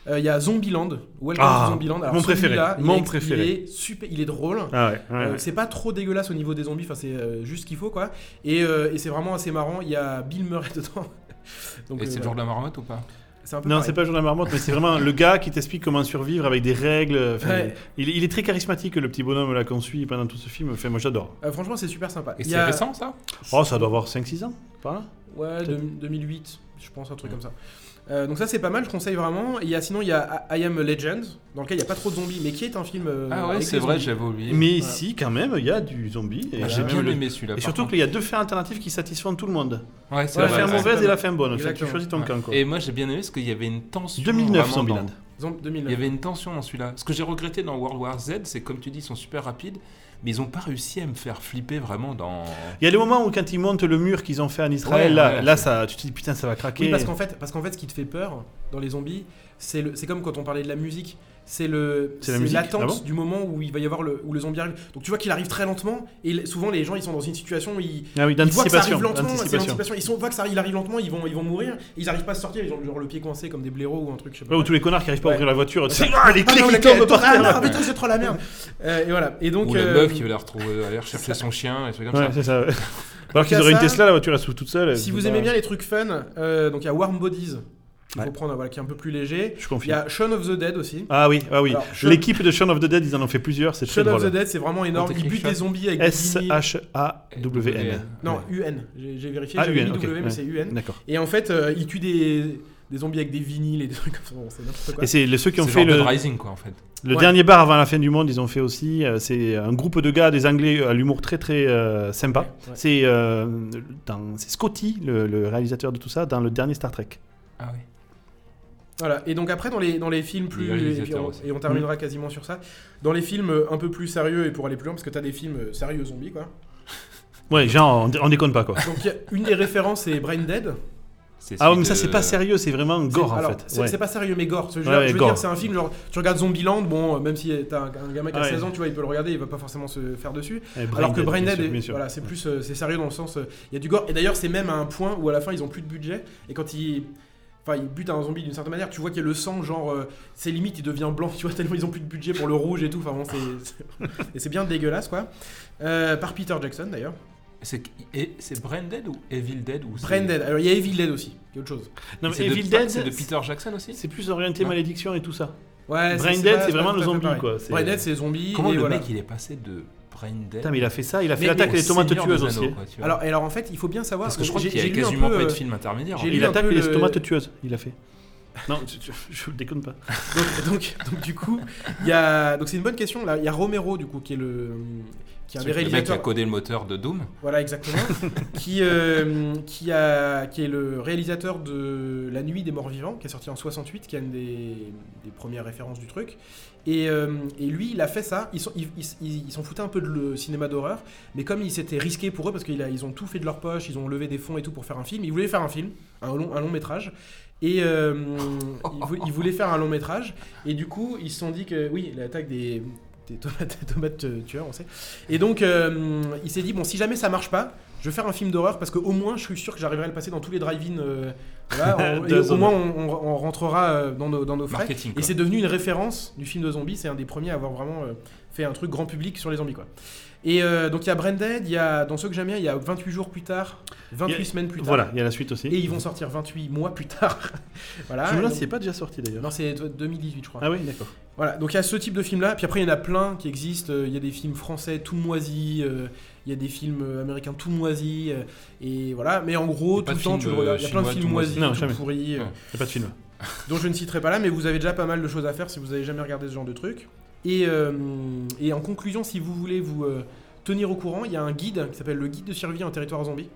Speaker 2: Euh, Il y a Zombieland, Welcome
Speaker 1: Ah,
Speaker 2: to Zombieland. Alors,
Speaker 1: mon préféré,
Speaker 2: celui-là, il
Speaker 1: mon
Speaker 2: est-
Speaker 1: préféré.
Speaker 2: Il est super, il est drôle.
Speaker 1: Ah ouais, ouais,
Speaker 2: Euh,
Speaker 1: ouais.
Speaker 2: c'est pas trop dégueulasse au niveau des zombies, enfin c'est euh, juste ce qu'il faut quoi. Et, euh, et c'est vraiment assez marrant. Il y a Bill Murray dedans. Donc,
Speaker 3: Et
Speaker 2: euh,
Speaker 3: c'est le
Speaker 2: voilà.
Speaker 3: jour de la marmotte ou pas
Speaker 2: C'est un peu
Speaker 1: Non,
Speaker 2: pareil.
Speaker 1: c'est pas le jour de la marmotte, mais c'est vraiment le gars qui t'explique comment survivre avec des règles. Enfin,
Speaker 2: Ouais.
Speaker 1: il, il est très charismatique, le petit bonhomme là qu'on suit pendant tout ce film. Enfin, moi j'adore.
Speaker 2: Euh, franchement, c'est super sympa.
Speaker 3: Et
Speaker 2: Il y
Speaker 3: c'est
Speaker 2: a-
Speaker 3: récent ça
Speaker 1: Oh, ça doit avoir 5-6 ans, par là.
Speaker 2: Ouais,
Speaker 1: Peut-être.
Speaker 2: 2000- 2008, je pense, un truc comme ça. Euh, donc ça c'est pas mal, je conseille vraiment. Il y a, sinon il y a I I Am a Legend, dans lequel il n'y a pas trop de zombies, mais qui est un film... euh,
Speaker 3: Ah ouais,
Speaker 2: avec
Speaker 3: c'est
Speaker 2: les
Speaker 3: vrai,
Speaker 2: zombies.
Speaker 3: j'avais oublié.
Speaker 1: Mais
Speaker 2: Voilà.
Speaker 1: ici, quand même, il y a du zombie. Et,
Speaker 3: Ah,
Speaker 1: il y a
Speaker 3: J'ai
Speaker 1: même
Speaker 3: bien
Speaker 1: le-
Speaker 3: aimé celui-là.
Speaker 1: et
Speaker 3: par
Speaker 1: surtout
Speaker 3: contre.
Speaker 1: qu'il y a deux faits alternatifs qui satisfont tout le monde.
Speaker 3: Ouais, bah, c'est
Speaker 2: Ouais,
Speaker 1: la
Speaker 3: vrai,
Speaker 1: fin
Speaker 2: c'est
Speaker 3: ouais.
Speaker 1: mauvaise et la fin bonne. Enfin, tu
Speaker 2: Exactement.
Speaker 1: choisis ton
Speaker 3: Ouais.
Speaker 1: camp. Quoi.
Speaker 3: Et moi j'ai bien aimé parce qu'il y avait une tension.
Speaker 1: 2009,
Speaker 3: vraiment dans-
Speaker 1: Zombieland.
Speaker 2: Zomb-
Speaker 3: Il y
Speaker 2: 2009.
Speaker 3: avait une tension dans celui-là. Ce que j'ai regretté dans World War Z, c'est comme tu dis, ils sont super rapides, mais ils n'ont pas réussi à me faire flipper vraiment dans.
Speaker 1: Il y a des moments où quand ils montent le mur qu'ils ont fait en Israël,
Speaker 3: Ouais,
Speaker 1: là,
Speaker 3: ouais.
Speaker 1: là ça, tu te dis putain ça va craquer.
Speaker 2: Oui, parce qu'en fait, parce qu'en fait, ce qui te fait peur dans les zombies, c'est le, c'est comme quand on parlait de la musique. C'est le,
Speaker 1: C'est la musique,
Speaker 2: l'attente
Speaker 1: ah bon
Speaker 2: du moment où il va y avoir le, où le zombie arrive. Donc tu vois qu'il arrive très lentement. Et l- souvent les gens ils sont dans une situation où ils,
Speaker 1: ah oui,
Speaker 2: ils voient que ça
Speaker 1: d'anticipation.
Speaker 2: arrive lentement. C'est
Speaker 1: d'anticipation.
Speaker 2: l'anticipation. Ils sont, voient que ça arrive, il arrive lentement, ils vont, ils vont mourir. Ils n'arrivent pas à sortir. Ils ont genre le pied coincé comme des blaireaux ou un truc. Je sais pas.
Speaker 1: Ouais, ou tous les connards qui arrivent pas à
Speaker 2: Ouais.
Speaker 1: ouvrir la voiture, tu
Speaker 2: Ouais.
Speaker 1: sais, ah, les
Speaker 2: Ah
Speaker 1: clés
Speaker 2: non,
Speaker 1: qui
Speaker 2: la
Speaker 1: tombent
Speaker 2: clé,
Speaker 1: par
Speaker 2: ah
Speaker 1: terre.
Speaker 2: non,
Speaker 1: là.
Speaker 2: ah, putain, c'est trop la merde. Euh, et voilà. Et donc
Speaker 3: Ou la
Speaker 2: euh,
Speaker 3: meuf qui veut aller, retrouver, aller chercher son chien, et trucs comme
Speaker 1: Ouais,
Speaker 3: ça.
Speaker 1: c'est ça. ouais. Alors qu'ils
Speaker 2: à
Speaker 1: auraient une
Speaker 2: ça,
Speaker 1: Tesla, la voiture elle s'ouvre toute seule.
Speaker 2: si
Speaker 1: elle- bah,
Speaker 2: vous aimez bien les trucs fun, euh, donc il y a Warm Bodies. Il
Speaker 1: Ouais.
Speaker 2: faut prendre voilà qui est un peu plus léger.
Speaker 1: Je
Speaker 2: Il y
Speaker 1: confie.
Speaker 2: a Shaun of the Dead aussi.
Speaker 1: Ah oui, ah oui.
Speaker 2: Alors, Shaun-
Speaker 1: L'équipe de Shaun of the Dead, ils en ont fait plusieurs, c'est très
Speaker 2: Shaun of the
Speaker 1: drôle.
Speaker 2: Dead, c'est vraiment énorme.
Speaker 3: Comment
Speaker 2: Ils
Speaker 3: t'écris
Speaker 2: butent
Speaker 3: Shaun
Speaker 2: des zombies avec des mini-
Speaker 1: S-H-A-W-N.
Speaker 2: Non, UN. J'ai j'ai vérifié.
Speaker 1: Ah,
Speaker 2: j'avais
Speaker 1: UN,
Speaker 2: mis
Speaker 1: ok,
Speaker 2: W, mais
Speaker 1: ouais.
Speaker 2: c'est UN.
Speaker 1: D'accord.
Speaker 2: Et en fait, euh, ils tuent des, des zombies avec des vinyles et des trucs comme ça. Bon, c'est n'importe quoi.
Speaker 1: Et c'est les- ceux qui
Speaker 3: Qui
Speaker 1: ont fait le,
Speaker 3: Rising, quoi, en fait.
Speaker 1: le
Speaker 2: Ouais.
Speaker 1: dernier bar avant la fin du monde, ils ont fait aussi. euh, c'est un groupe de gars, des Anglais, à l'humour très très euh, sympa.
Speaker 2: Ouais.
Speaker 1: C'est euh, dans- c'est Scotty, le, le réalisateur de tout ça, dans le dernier Star Trek.
Speaker 3: Ah oui.
Speaker 2: Voilà. Et donc après, dans les, dans les films
Speaker 3: Les
Speaker 2: plus. Et,
Speaker 3: réalisateurs
Speaker 2: puis on,
Speaker 3: aussi.
Speaker 2: et on terminera
Speaker 1: Mm.
Speaker 2: quasiment sur ça. Dans les films euh, un peu plus sérieux, et pour aller plus loin, parce que t'as des films euh, sérieux zombies, quoi.
Speaker 1: Ouais, genre, on, dé- on déconne pas quoi.
Speaker 2: Donc il y a- une des références, c'est Brain Dead.
Speaker 3: C'est
Speaker 1: Ah ouais,
Speaker 3: celui
Speaker 1: mais ça
Speaker 3: de-
Speaker 1: c'est pas sérieux, c'est vraiment gore
Speaker 2: C'est-
Speaker 1: en
Speaker 2: alors,
Speaker 1: fait.
Speaker 2: C'est
Speaker 1: Ouais.
Speaker 2: c'est pas sérieux, mais gore. Je veux,
Speaker 1: Ouais,
Speaker 2: dire-
Speaker 1: ouais,
Speaker 2: je veux
Speaker 1: gore.
Speaker 2: dire, c'est un film, genre, tu regardes Zombieland, bon, euh, même si t'as un, un gamin qui a
Speaker 1: Ouais.
Speaker 2: 16 ans, tu vois, il peut le regarder, il va pas forcément se faire dessus.
Speaker 1: Ouais, Brain
Speaker 2: Alors que
Speaker 1: Dead,
Speaker 2: Brain
Speaker 1: bien
Speaker 2: Dead,
Speaker 1: sûr,
Speaker 2: est-
Speaker 1: bien sûr.
Speaker 2: voilà, c'est plus, euh, c'est sérieux dans le sens, euh, il y a du gore. Et d'ailleurs, c'est même à un point où à la fin, ils ont plus de budget. Et quand ils, enfin, ils butent un zombie d'une certaine manière, tu vois qu'il y a le sang, genre, euh, c'est limite, il devient blanc, tu vois, tellement ils ont plus de budget pour le rouge et tout. Enfin, bon, c'est- c'est- et c'est bien dégueulasse, quoi. Euh, par Peter Jackson, d'ailleurs.
Speaker 3: C'est et- c'est Brain Dead ou Evil Dead ou c'est-
Speaker 2: Brain Dead. Alors, il y a Evil Dead aussi, qui est autre chose.
Speaker 1: Non, mais
Speaker 3: C'est de-
Speaker 1: Evil Dead,
Speaker 3: c'est de Peter Jackson aussi
Speaker 1: c'est plus orienté
Speaker 3: Non.
Speaker 1: malédiction et tout ça.
Speaker 2: Ouais,
Speaker 1: Brain Dead,
Speaker 2: pas-
Speaker 1: c'est vraiment
Speaker 2: pas tout
Speaker 1: le
Speaker 2: à fait
Speaker 1: zombie,
Speaker 2: pareil.
Speaker 1: quoi, c'est-
Speaker 2: Brain Dead, c'est zombie.
Speaker 3: Comment
Speaker 2: et
Speaker 3: le
Speaker 2: voilà.
Speaker 3: mec il est passé de Brain Dead
Speaker 1: Putain, mais il a fait ça, il a fait
Speaker 2: Mais-
Speaker 1: l'attaque
Speaker 2: mais
Speaker 1: des tomates
Speaker 3: Seigneur
Speaker 1: tueuses
Speaker 3: des
Speaker 1: aussi.
Speaker 3: Anneaux,
Speaker 1: hein.
Speaker 3: quoi, tu vois.
Speaker 2: Alors, et alors en fait, il faut bien savoir.
Speaker 3: Parce que je crois
Speaker 2: j'ai-
Speaker 3: qu'il y a
Speaker 2: j'ai lu un
Speaker 3: quasiment
Speaker 2: peu,
Speaker 3: pas eu de
Speaker 2: euh,
Speaker 3: film intermédiaire.
Speaker 2: j'ai
Speaker 3: hein.
Speaker 1: Il
Speaker 2: lu un
Speaker 1: attaque
Speaker 2: peu
Speaker 1: les
Speaker 2: le-
Speaker 1: tomates tueuses, il a fait. Non, tu- tu- je déconne pas.
Speaker 2: Donc, donc, donc, du coup, il y a donc c'est une bonne question là. Il y a Romero du coup qui est le qui est un des
Speaker 3: Le mec qui a
Speaker 2: réalisateurs.
Speaker 3: codé le moteur de Doom.
Speaker 2: Voilà exactement. qui euh, qui a qui est le réalisateur de La Nuit des Morts Vivants qui est sorti en 68, qui est une des, des premières références du truc. Et, euh, et lui, il a fait ça. Ils sont ils ils- ils s'en foutaient un peu de le cinéma d'horreur, mais comme il s'était risqué pour eux parce qu'ils a- ils ont tout fait de leur poche, ils ont levé des fonds et tout pour faire un film. Ils voulaient faire un film, un long un long métrage. Et euh, ils, vou- ils voulaient faire un long métrage. Et du coup, ils se sont dit que oui, l'attaque des, des tomates, des tomates euh, tueurs, on sait. Et donc, euh, il s'est dit bon, si jamais ça marche pas, je vais faire un film d'horreur parce que au moins, je suis sûr que j'arriverai à le passer dans tous les drive-in. euh, voilà, on-
Speaker 1: De
Speaker 2: et au
Speaker 1: zone.
Speaker 2: moins, on, on- on rentrera euh, dans nos, dans nos frais.
Speaker 3: Marketing.
Speaker 2: Et
Speaker 3: quoi.
Speaker 2: c'est devenu une référence du film de zombies. C'est un des premiers à avoir vraiment euh, fait un truc grand public sur les zombies, quoi. Et euh, donc il y a Branded, il y a dans ceux que j'aime bien, il y a 28 jours plus tard, 28
Speaker 1: Il y a-
Speaker 2: semaines plus tard,
Speaker 1: Voilà, il y a la suite aussi.
Speaker 2: et ils vont sortir 28 mois plus tard. voilà.
Speaker 1: Celui-là,
Speaker 2: Et donc-
Speaker 1: c'est pas déjà sorti d'ailleurs.
Speaker 2: non, c'est 2018, je crois.
Speaker 1: Ah oui, d'accord.
Speaker 2: Voilà, donc il y a ce type de film-là, puis après il y en a plein qui existent, euh, il y a des films français tout moisis, euh, il y a des films euh, américains tout moisis, euh, et voilà, mais en
Speaker 3: Il y
Speaker 2: gros,
Speaker 3: a pas
Speaker 2: tout le
Speaker 3: de
Speaker 2: temps
Speaker 3: film,
Speaker 2: tu le
Speaker 3: euh,
Speaker 2: regardes, il y a plein de
Speaker 3: chinois
Speaker 2: films
Speaker 3: tout
Speaker 2: moisis,
Speaker 1: moisi. Non,
Speaker 2: tout
Speaker 1: jamais.
Speaker 2: pourris, euh,
Speaker 3: Ouais.
Speaker 1: Il y a pas de film.
Speaker 2: dont je ne citerai pas là, mais vous avez déjà pas mal de choses à faire si vous avez jamais regardé ce genre de truc. Et, euh, et en conclusion, si vous voulez vous euh, tenir au courant, il y a un guide qui s'appelle le guide de survie en territoire zombie,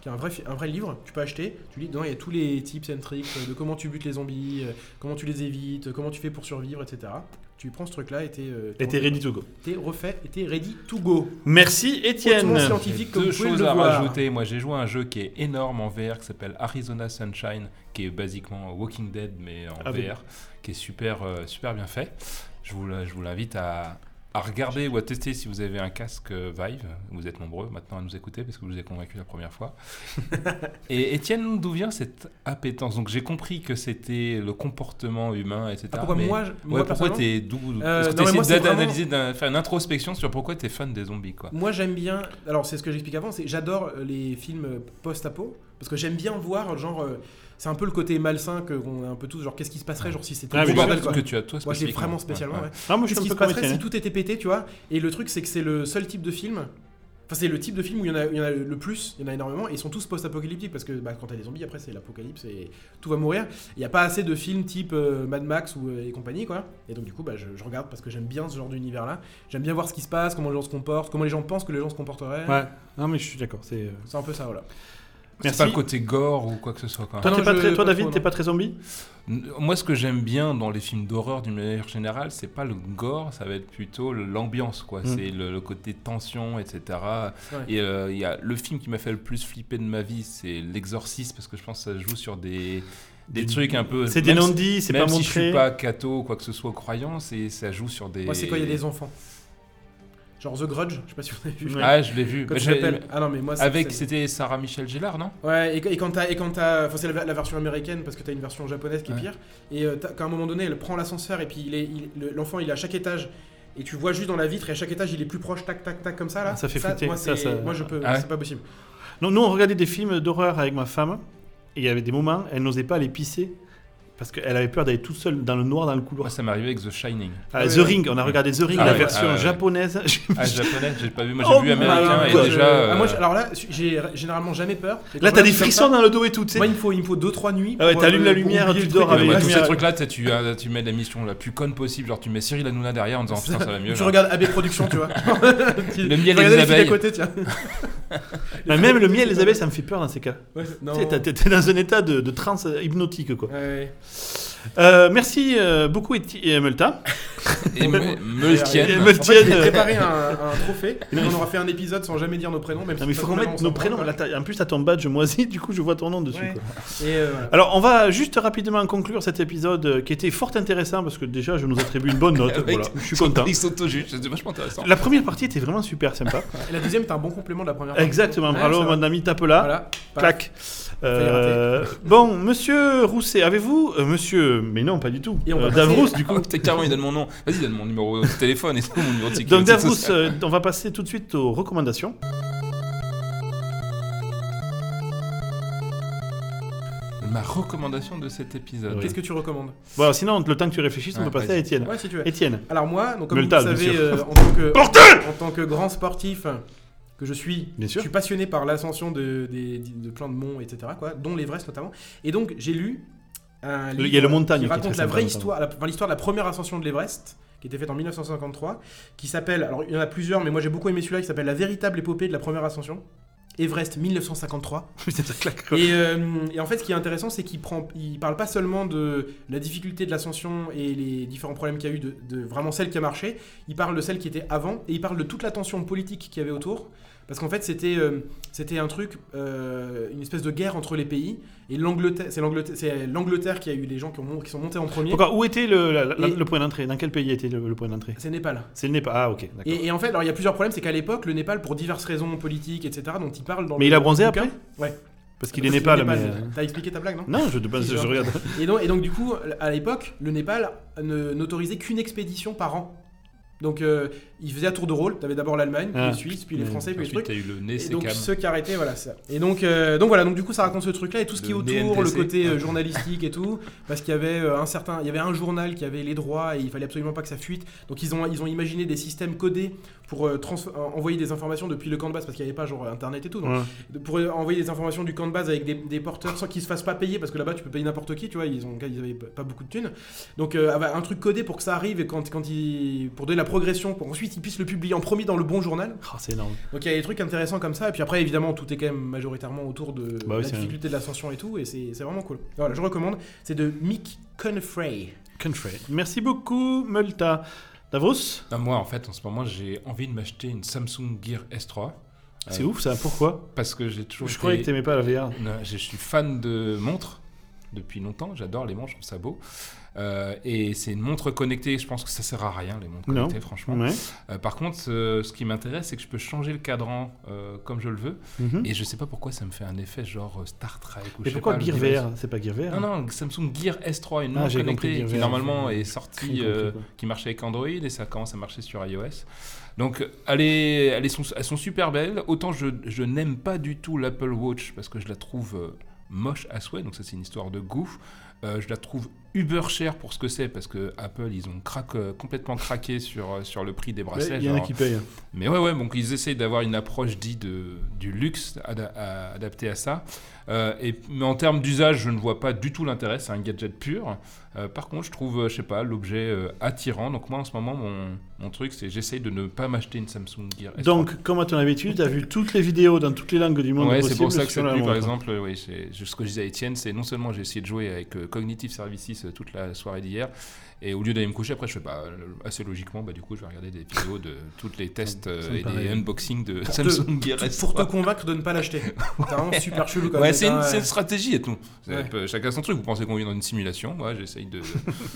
Speaker 2: qui est un vrai, fi- un vrai livre, tu peux acheter, tu lis dedans, il y a tous les tips and tricks euh, de comment tu butes les zombies, euh, comment tu les évites, euh, comment tu fais pour survivre, etc. Tu prends ce truc-là et t'es euh,
Speaker 1: Et t'es ready to go.
Speaker 2: t'es refait, et t'es ready to go.
Speaker 1: Merci Étienne.
Speaker 2: Hautement scientifique comme
Speaker 3: Deux
Speaker 2: vous pouvez
Speaker 3: choses
Speaker 2: le
Speaker 3: à
Speaker 2: voir.
Speaker 3: rajouter. Moi, j'ai joué à un jeu qui est énorme en VR qui s'appelle Arizona Sunshine, qui est basiquement Walking Dead mais en
Speaker 1: Ah oui.
Speaker 3: VR, qui est super, euh, super bien fait. Je vous, la- je vous l'invite à, à regarder ou à tester si vous avez un casque euh, Vive. Vous êtes nombreux maintenant à nous écouter parce que vous nous avez convaincus la première fois. Et Étienne, d'où vient cette appétence Donc, j'ai compris que c'était le comportement humain, etc.
Speaker 2: Ah, pourquoi
Speaker 3: mais-
Speaker 2: moi, je- moi,
Speaker 3: Ouais, pourquoi
Speaker 2: personnellement
Speaker 3: t'es d'où
Speaker 2: Euh,
Speaker 3: Est-ce que
Speaker 2: non, mais moi,
Speaker 3: t'essaies
Speaker 2: c'est vraiment-
Speaker 3: d'analyser, d'un- faire une introspection sur pourquoi t'es fan des zombies, quoi
Speaker 2: Moi j'aime bien, alors c'est ce que j'explique avant, c'est j'adore euh, les films euh, post-apo, parce que j'aime bien voir, genre, euh, c'est un peu le côté malsain que- qu'on a un peu tous, genre qu'est-ce qui se passerait, genre si c'était
Speaker 1: Ah
Speaker 2: un
Speaker 1: oui,
Speaker 2: gros bordel,
Speaker 3: ce
Speaker 2: quoi.
Speaker 3: que tu as toi
Speaker 2: Moi j'ai
Speaker 3: spécifiquement.
Speaker 2: vraiment spécialement,
Speaker 3: Ouais,
Speaker 2: ouais.
Speaker 3: ouais.
Speaker 1: Ah, moi je
Speaker 2: Qu'est-ce
Speaker 1: suis
Speaker 2: qui
Speaker 1: un peu
Speaker 2: se
Speaker 1: comme
Speaker 2: passerait si
Speaker 1: Étienne.
Speaker 2: tout était pété, tu vois Et le truc c'est que c'est le seul type de film, enfin c'est le type de film où il y en a, il y en a le plus, il y en a énormément, et ils sont tous post-apocalyptiques, parce que bah, quand t'as des zombies, après c'est l'apocalypse et tout va mourir. Il n'y a pas assez de films type euh, Mad Max ou, euh, et compagnie, quoi. Et donc du coup, bah, je, je regarde parce que j'aime bien ce genre d'univers-là. J'aime bien voir ce qui se
Speaker 1: hein.
Speaker 2: passe, comment les gens se comportent, comment les gens pensent que les gens se comporteraient.
Speaker 1: Ouais. Non mais je suis d'accord. C'est. euh,
Speaker 2: C'est un peu ça, voilà.
Speaker 3: C'est
Speaker 1: Merci.
Speaker 3: pas le côté gore ou quoi que ce soit. Quoi.
Speaker 1: Toi,
Speaker 2: Non,
Speaker 1: t'es pas
Speaker 2: je-
Speaker 1: très- toi,
Speaker 2: pas
Speaker 1: David,
Speaker 2: trop,
Speaker 1: t'es
Speaker 2: non.
Speaker 1: pas très zombie
Speaker 3: N- Moi, ce que j'aime bien dans les films d'horreur d'une manière générale, c'est pas le gore, ça va être plutôt le- l'ambiance, quoi.
Speaker 1: Mm.
Speaker 3: C'est le, le côté tension, etc.
Speaker 2: vrai.
Speaker 3: Et euh, il y a le film qui m'a fait le plus flipper de ma vie, c'est L'Exorciste, parce que je pense que ça joue sur des, des
Speaker 1: Des-
Speaker 3: trucs un
Speaker 2: Euh,
Speaker 3: peu.
Speaker 1: C'est des
Speaker 3: même si-
Speaker 1: non-dits, c'est
Speaker 3: même
Speaker 1: pas
Speaker 3: si je
Speaker 1: montré.
Speaker 3: suis pas catho ou quoi que ce soit croyant, c'est ça joue sur des.
Speaker 2: Moi, c'est quand il y a des enfants. Genre The Grudge, je sais pas si vous avez vu.
Speaker 1: Ouais.
Speaker 3: Ah, je l'ai vu.
Speaker 2: Quand
Speaker 3: Bah,
Speaker 2: tu
Speaker 3: j'ai-
Speaker 2: l'appelles- Ah non, mais moi, c'est-
Speaker 3: Avec
Speaker 2: c'est-
Speaker 3: c'était Sarah Michelle Gellar, non
Speaker 2: Ouais, et, et quand t'as. et quand t'as- Enfin, c'est la, la version américaine parce que t'as une version japonaise qui est
Speaker 3: Ouais.
Speaker 2: pire. Et euh, t'as- qu'à un moment donné, elle prend l'ascenseur et puis il est, il- le- l'enfant il est à chaque étage. Et tu vois juste dans la vitre et à chaque étage il est plus proche, tac tac tac comme ça là.
Speaker 1: Ça fait flipper,
Speaker 2: moi,
Speaker 1: ça,
Speaker 2: c'est-
Speaker 1: ça-
Speaker 2: moi je peux,
Speaker 3: Ah ouais.
Speaker 2: c'est pas possible.
Speaker 1: Non, nous, on regardait des films d'horreur avec ma femme, et il y avait des moments, elle n'osait pas aller pisser, parce qu'elle avait peur d'aller toute seule dans le noir, dans le couloir.
Speaker 3: Moi, ça m'est arrivé avec The Shining.
Speaker 1: Ah,
Speaker 2: Ouais,
Speaker 1: The
Speaker 2: ouais.
Speaker 1: Ring, on a regardé The Ring,
Speaker 3: Ah
Speaker 1: la
Speaker 3: ouais,
Speaker 1: version
Speaker 3: ah ouais.
Speaker 1: japonaise.
Speaker 3: Ah, japonais, j'ai pas vu. Moi,
Speaker 1: Oh,
Speaker 3: j'ai vu américain
Speaker 1: malin,
Speaker 3: et
Speaker 1: quoi.
Speaker 3: déjà.
Speaker 2: euh, ah,
Speaker 3: euh,
Speaker 2: moi, je- alors là, j'ai généralement jamais peur. Et
Speaker 1: Là,
Speaker 2: quand
Speaker 1: t'as
Speaker 2: même,
Speaker 1: des
Speaker 2: comme ça,
Speaker 1: frissons dans le dos et tout, tu sais.
Speaker 2: Moi, il me faut, il me faut 2-3 nuits.
Speaker 1: Ah ouais,
Speaker 2: pour,
Speaker 1: t'allumes
Speaker 2: euh,
Speaker 1: la
Speaker 2: pour
Speaker 1: lumière,
Speaker 2: oublier
Speaker 1: tu
Speaker 2: le
Speaker 1: dors
Speaker 2: truc.
Speaker 1: avec
Speaker 3: Ouais,
Speaker 1: la
Speaker 2: Là,
Speaker 3: tous
Speaker 1: lumière.
Speaker 3: ces trucs-là, tu sais, tu, ah, tu mets la mission la plus conne possible, genre tu mets Cyril Hanouna derrière en disant putain ça va mieux.
Speaker 2: Je
Speaker 3: là.
Speaker 2: regarde AB Productions, tu vois.
Speaker 3: Le
Speaker 2: Je
Speaker 3: miel
Speaker 2: regardais
Speaker 3: et les
Speaker 2: les filles d'à
Speaker 3: abeilles.
Speaker 2: côté, tiens.
Speaker 1: Mais même le miel, les abeilles, ça me fait peur dans ces cas.
Speaker 2: Non.
Speaker 1: Tu sais, t'as- T'es t'es dans un état de, de transe hypnotique, quoi.
Speaker 2: Ouais.
Speaker 1: Euh, merci euh, beaucoup, Eti- et Melta.
Speaker 3: Et me, me le
Speaker 1: Et
Speaker 3: tiennent.
Speaker 1: me le
Speaker 2: En fait,
Speaker 1: tiennent.
Speaker 2: j'ai
Speaker 1: euh,
Speaker 2: préparé un, un trophée. et on aura fait un épisode sans jamais dire nos prénoms. Même
Speaker 1: Non,
Speaker 2: si
Speaker 1: mais il
Speaker 2: ça,
Speaker 1: faut qu'on
Speaker 2: vraiment,
Speaker 1: mette
Speaker 2: on
Speaker 1: nos
Speaker 2: s'en
Speaker 1: prénoms.
Speaker 2: branle.
Speaker 1: Là, t'as- en plus, t'as ton badge moisi, du coup, je vois ton nom dessus.
Speaker 2: Ouais.
Speaker 1: quoi.
Speaker 2: Et euh, voilà.
Speaker 1: Alors, on va juste rapidement conclure cet épisode euh, qui était fort intéressant parce que déjà, je nous attribue une bonne note.
Speaker 3: Avec-
Speaker 1: voilà, je suis content.
Speaker 3: Ils s'auto-jugent, c'est vachement intéressant.
Speaker 1: La première partie était vraiment super sympa.
Speaker 2: Et la deuxième est un bon complément de la première.
Speaker 1: Exactement,
Speaker 2: Ouais,
Speaker 1: bravo,
Speaker 2: ça va.
Speaker 1: mon ami Tapela.
Speaker 2: Voilà. Paf.
Speaker 1: Clac. Euh, bon, monsieur Rousset, avez-vous. euh, monsieur. Mais non, pas du tout.
Speaker 2: Et on va
Speaker 1: Euh,
Speaker 2: passer-
Speaker 1: Davrous, du
Speaker 3: Ah,
Speaker 1: coup.
Speaker 3: putain, carrément, il donne mon nom. Vas-y, donne mon numéro de téléphone et tout, mon numéro de sécurité.
Speaker 1: Donc, Davrous,
Speaker 3: sociale.
Speaker 1: euh, on va passer tout de suite aux recommandations.
Speaker 3: Ma recommandation de cet épisode.
Speaker 1: Oui.
Speaker 2: Qu'est-ce que tu recommandes
Speaker 1: Bon, alors, sinon, le temps que tu réfléchisses, on
Speaker 3: Ouais,
Speaker 1: peut passer
Speaker 3: vas-y.
Speaker 1: à Étienne.
Speaker 2: Ouais, si tu veux.
Speaker 1: Étienne.
Speaker 2: Alors moi, donc comme
Speaker 1: Meltal,
Speaker 2: vous le
Speaker 1: bien
Speaker 2: savez,
Speaker 1: sûr.
Speaker 2: euh, en, tant que,
Speaker 1: Portez
Speaker 2: en tant que grand sportif euh, que je suis,
Speaker 1: Bien sûr.
Speaker 2: je suis passionné par l'ascension de, des- de plein de monts, etc., quoi, dont l'Everest notamment. Et donc j'ai lu un
Speaker 1: Le-
Speaker 2: livre
Speaker 1: il y a le montagne qui
Speaker 2: qui
Speaker 1: est
Speaker 2: raconte
Speaker 1: très
Speaker 2: la
Speaker 1: sympa,
Speaker 2: vraie
Speaker 1: notamment.
Speaker 2: histoire, la- enfin, l'histoire de la première ascension de l'Everest, qui était faite en 1953, qui s'appelle, alors il y en a plusieurs, mais moi j'ai beaucoup aimé celui-là, qui s'appelle La véritable épopée de la première ascension. Everest 1953.
Speaker 1: Putain, ça claque, quoi.
Speaker 2: Et, euh, et en fait, ce qui est intéressant, c'est qu'il prend, il parle pas seulement de la difficulté de l'ascension et les différents problèmes qu'il y a eu de, de vraiment celle qui a marché. Il parle de celle qui était avant et il parle de toute la tension politique qu'il y avait autour. Parce qu'en fait, c'était euh, c'était un truc, euh, une espèce de guerre entre les pays. Et l'Angleterre, c'est l'Angleterre, c'est l'Angleterre qui a eu les gens qui, ont mon- qui sont montés en premier.
Speaker 1: Pourquoi, où était le, la- la-
Speaker 2: Et-
Speaker 1: le point d'entrée Dans quel pays était le, le point d'entrée
Speaker 2: C'est Népal.
Speaker 1: C'est le Népal. Ah, ok, d'accord.
Speaker 2: Et, et en fait, alors il y a plusieurs problèmes, c'est qu'à l'époque, le Népal, pour diverses raisons politiques, etc., dont il parle dans
Speaker 1: Mais
Speaker 2: le
Speaker 1: il a bronzé
Speaker 2: bouquin.
Speaker 1: après
Speaker 2: Ouais.
Speaker 1: Parce qu'il est Népal, mais. euh,
Speaker 2: T'as expliqué ta blague, non
Speaker 1: Non, je, je, je
Speaker 2: genre.
Speaker 1: regarde.
Speaker 2: Et donc, et donc, du coup, à l'époque, le Népal ne- n'autorisait qu'une expédition par an. Donc euh, il faisait à tour de rôle. T'avais d'abord l'Allemagne, puis
Speaker 1: Ah.
Speaker 2: les Suisses, puis les
Speaker 1: Ouais.
Speaker 2: Français, puis les
Speaker 3: Ensuite,
Speaker 2: trucs.
Speaker 3: t'as eu le nez,
Speaker 2: Et
Speaker 3: c'est
Speaker 2: donc
Speaker 3: calme.
Speaker 2: ceux qui arrêtaient, voilà ça. Et donc, euh, donc voilà, donc du coup ça raconte ce truc-là et tout ce qui est
Speaker 3: Le
Speaker 2: autour, le
Speaker 3: NTSC.
Speaker 2: côté euh, journalistique et tout, parce qu'il y avait euh, un certain, il y avait un journal qui avait les droits et il fallait absolument pas que ça fuite. Donc ils ont ils ont imaginé des systèmes codés pour euh, trans- euh, envoyer des informations depuis le camp de base parce qu'il n'y avait pas genre internet et tout. Donc
Speaker 1: Ouais.
Speaker 2: de- pour euh, envoyer des informations du camp de base avec des, des porteurs sans qu'ils se fassent pas payer parce que là-bas tu peux payer n'importe qui tu vois ils ont ils avaient p- pas beaucoup de thunes donc euh, avoir un truc codé pour que ça arrive et quand quand ils pour donner la progression pour ensuite ils puissent le publier en premier dans le bon journal
Speaker 1: Oh, c'est énorme.
Speaker 2: donc il y a des trucs intéressants comme ça et puis après évidemment tout est quand même majoritairement autour de
Speaker 1: Bah oui,
Speaker 2: la
Speaker 1: c'est-
Speaker 2: difficulté de l'ascension et tout et c'est c'est vraiment cool voilà je recommande c'est de Mick Confrey
Speaker 1: Country. Merci beaucoup, Multa. Davros
Speaker 2: Euh,
Speaker 3: Ah, moi, en fait, en ce moment, j'ai envie de m'acheter une Samsung Gear S3
Speaker 1: C'est
Speaker 3: Euh,
Speaker 1: ouf ça, pourquoi
Speaker 3: parce que j'ai toujours
Speaker 1: Je
Speaker 3: été-
Speaker 1: croyais que t'aimais pas la VR.
Speaker 3: Non, je suis fan de montres depuis longtemps. J'adore les montres, je trouve ça beau. Euh, et c'est une montre connectée. Je pense que ça sert à rien les montres
Speaker 1: Non.
Speaker 3: connectées, franchement.
Speaker 1: Ouais.
Speaker 3: Euh, par contre, euh, ce qui m'intéresse, c'est que je peux changer le cadran euh, comme je le veux.
Speaker 1: Mhm.
Speaker 3: Et je sais pas pourquoi ça me fait un effet genre euh, Star Trek ou je
Speaker 1: Mais
Speaker 3: sais
Speaker 1: pourquoi
Speaker 3: pas, le
Speaker 1: Gear
Speaker 3: device.
Speaker 1: VR C'est pas Gear hein. VR
Speaker 3: Non, non, Samsung Gear S3, une
Speaker 1: Ah,
Speaker 3: montre
Speaker 1: j'ai compris,
Speaker 3: connectée
Speaker 1: Gear
Speaker 3: qui
Speaker 1: VR,
Speaker 3: normalement
Speaker 1: j'ai
Speaker 3: est
Speaker 1: compris,
Speaker 3: sortie,
Speaker 1: quoi.
Speaker 3: euh, qui marchait avec Android et ça commence à marcher sur iOS. Donc, elle est- elle est son- elles sont super belles. Autant je, je n'aime pas du tout l'Apple Watch parce que je la trouve euh, moche à souhait, donc ça c'est une histoire de goût. Euh, je la trouve uber chère pour ce que c'est parce que Apple ils ont craque- euh, complètement craqué sur, euh, sur le prix des
Speaker 1: Ouais,
Speaker 3: bracelets.
Speaker 1: Il y en a
Speaker 3: genre.
Speaker 1: qui payent. hein.
Speaker 3: Mais ouais, ouais, donc ils essayent d'avoir une approche dite de, du luxe ad- à- adaptée à ça. Euh, et, mais en termes d'usage, je ne vois pas du tout l'intérêt. C'est un gadget pur. Euh, par contre, je trouve, euh, je sais pas, l'objet euh, attirant. Donc moi, en ce moment, mon, mon truc, c'est j'essaye de ne pas m'acheter une Samsung Gear. S3.
Speaker 1: Donc, comme à ton habitude, t'as vu toutes les vidéos dans toutes les langues du monde
Speaker 3: Ouais, c'est
Speaker 1: possible
Speaker 3: pour ça que
Speaker 1: sur
Speaker 3: cette
Speaker 1: la
Speaker 3: nuit, par
Speaker 1: montre.
Speaker 3: exemple, euh, oui, c'est c'est ce que je disais à Étienne, c'est non seulement j'ai essayé de jouer avec euh, Cognitive Services euh, toute la soirée d'hier, et au lieu d'aller me coucher, après je fais bah, le- assez logiquement, bah, du coup je vais regarder des vidéos de toutes les tests euh,
Speaker 1: ça me
Speaker 3: et
Speaker 1: paraît-
Speaker 3: des unboxings de
Speaker 2: Pour te-
Speaker 3: Samsung Gear S3.
Speaker 2: Pour te convaincre de ne pas l'acheter. C'est vraiment super chelou quand
Speaker 3: Ouais,
Speaker 2: même.
Speaker 3: c'est une,
Speaker 2: Hein,
Speaker 3: c'est une stratégie et tout. C'est-
Speaker 2: Ouais.
Speaker 3: euh, Chacun son truc. Vous pensez qu'on vit dans une simulation Moi, j'essaye de.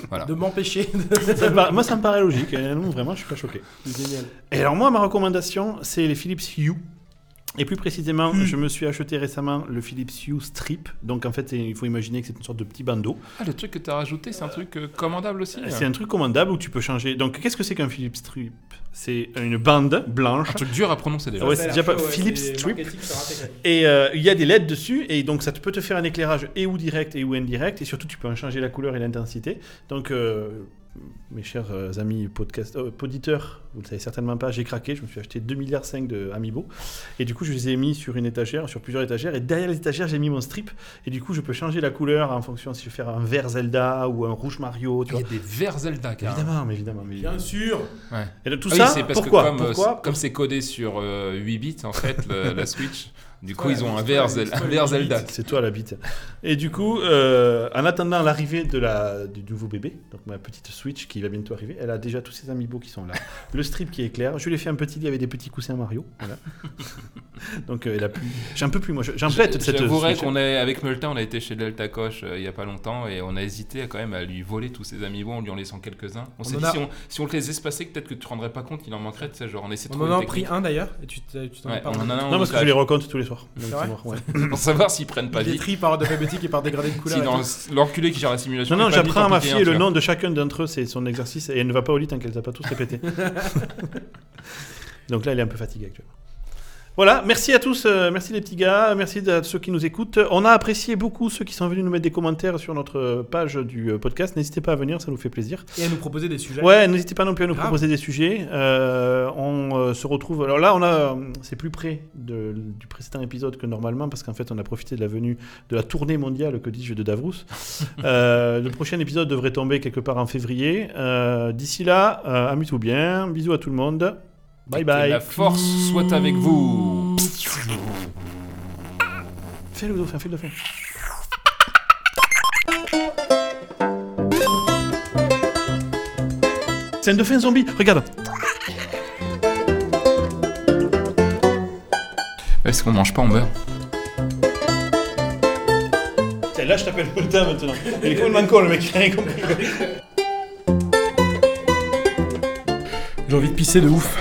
Speaker 3: voilà.
Speaker 2: De m'empêcher de.
Speaker 1: Ça me paraît- Moi, ça me paraît logique. Et non, vraiment, je suis pas choqué.
Speaker 2: Génial.
Speaker 1: Et alors, moi, ma recommandation, c'est les Philips Hue. Et plus précisément,
Speaker 3: Hmm.
Speaker 1: je me suis acheté récemment le Philips Hue Strip. Donc, en fait, c'est- il faut imaginer que c'est une sorte de petit bandeau.
Speaker 3: Ah, le truc que t'as rajouté, c'est un truc euh, commandable aussi.
Speaker 1: Ah, C'est
Speaker 3: un...
Speaker 1: un truc commandable où tu peux changer. Donc, qu'est-ce que c'est qu'un Philips Strip C'est une bande blanche.
Speaker 3: truc dur à prononcer déjà.
Speaker 1: Ouais, c'est déjà pas- Philips Strip. Et euh, il y a des LED dessus, et donc ça te- peut te faire un éclairage et ou direct et ou indirect, et surtout tu peux en changer la couleur et l'intensité. Donc, euh, mes chers euh, amis podcast, euh, poditeurs, vous ne le savez certainement pas, j'ai craqué, je me suis acheté 2,5 milliards de Amiibo, et du coup je les ai mis sur une étagère, sur plusieurs étagères, et derrière les étagères j'ai mis mon strip, et du coup je peux changer la couleur en fonction si je veux faire un vert Zelda ou un rouge Mario, tu
Speaker 3: Il y
Speaker 1: vois.
Speaker 3: a des verts Zelda, carrément.
Speaker 1: Évidemment, mais évidemment, mais évidemment.
Speaker 2: Bien sûr
Speaker 3: Ouais.
Speaker 1: Et donc, tout
Speaker 3: Ah oui,
Speaker 1: ça,
Speaker 3: c'est parce
Speaker 1: pourquoi,
Speaker 3: que comme, euh,
Speaker 1: pourquoi
Speaker 3: c'est- comme c'est codé sur euh, 8 bits, en fait, le- la Switch, du coup,
Speaker 2: Ouais,
Speaker 3: ils ont un
Speaker 2: c'est
Speaker 3: vert,
Speaker 2: pas-
Speaker 3: Zel-
Speaker 2: c'est
Speaker 3: un
Speaker 2: pas
Speaker 3: vert
Speaker 2: 8 bits.
Speaker 3: Zelda.
Speaker 1: C'est toi la bite. Et du coup, euh, en attendant l'arrivée de la du nouveau bébé, donc ma petite Switch qui va bientôt arriver, elle a déjà tous ses amiibo qui sont là. Le strip qui est clair. Je lui ai fait un petit lit avec des petits coussins Mario. Voilà. donc euh, elle a plus. J'en peux plus moi. je- J'en pète de cette.
Speaker 3: J'avouerais
Speaker 1: Switch.
Speaker 3: qu'on est avec Multa, on a été chez Delta Coche euh, il y a pas longtemps et on a hésité à, quand même à lui voler tous ses amiibo en lui en laissant quelques-uns. On, s'est
Speaker 2: en
Speaker 3: dit
Speaker 2: a-
Speaker 3: si on, si on te les espaçait, peut-être que tu te rendrais pas compte, il en manquerait, tu sais, genre on essaie de
Speaker 2: On
Speaker 3: trouver
Speaker 2: en a
Speaker 3: une
Speaker 2: pris
Speaker 3: technique.
Speaker 2: un d'ailleurs, et tu t'es- tu t'en
Speaker 3: Ouais,
Speaker 2: es pas
Speaker 3: on en
Speaker 2: rendu.
Speaker 3: a un,
Speaker 1: Non
Speaker 3: on
Speaker 1: parce
Speaker 3: en
Speaker 1: que
Speaker 3: a-
Speaker 1: je les recompte tous les soirs. Donc,
Speaker 2: C'est vrai
Speaker 1: mort, ouais.
Speaker 3: pour savoir s'ils prennent pas
Speaker 2: Il est
Speaker 3: vite.
Speaker 2: tri par ordre alphabétique et par dégradé de
Speaker 3: Si
Speaker 2: couleur. et
Speaker 3: dans
Speaker 2: tout.
Speaker 3: l'enculé qui gère la simulation.
Speaker 1: Non non,
Speaker 3: est pas
Speaker 1: j'apprends à
Speaker 3: mis,
Speaker 1: ma
Speaker 3: tant pis,
Speaker 1: fille
Speaker 3: hein,
Speaker 1: le
Speaker 3: tu vois.
Speaker 1: nom de chacun d'entre eux, c'est son exercice et elle ne va pas au lit tant qu'elle ne a pas tous répété. donc là elle est un peu fatiguée actuellement. Voilà, merci à tous, euh, merci les petits gars, merci à ceux qui nous écoutent. On a apprécié beaucoup ceux qui sont venus nous mettre des commentaires sur notre euh, page du euh, podcast. N'hésitez pas à venir, ça nous fait plaisir.
Speaker 2: Et à nous proposer des sujets.
Speaker 1: Ouais, n'hésitez pas non plus à nous
Speaker 2: Grave.
Speaker 1: proposer des sujets. Euh, on euh, se retrouve. Alors là, on a, euh, c'est plus près de- du précédent épisode que normalement, parce qu'en fait, on a profité de la venue de la tournée mondiale, que dis-je, de Davrous. Euh, le prochain épisode devrait tomber quelque part en février. Euh, D'ici là, euh, amuse-vous bien. Bisous à tout le monde. Bye
Speaker 3: Que
Speaker 1: bye.
Speaker 3: la force soit avec vous.
Speaker 1: Fais le dauphin, fais le dauphin. C'est un dauphin zombie. Regarde.
Speaker 3: Est-ce qu'on mange pas en beurre
Speaker 1: Tiens, Là, je t'appelle Volta maintenant. Il est complètement con, le mec, il a rien compris.
Speaker 2: J'ai envie de pisser de ouf.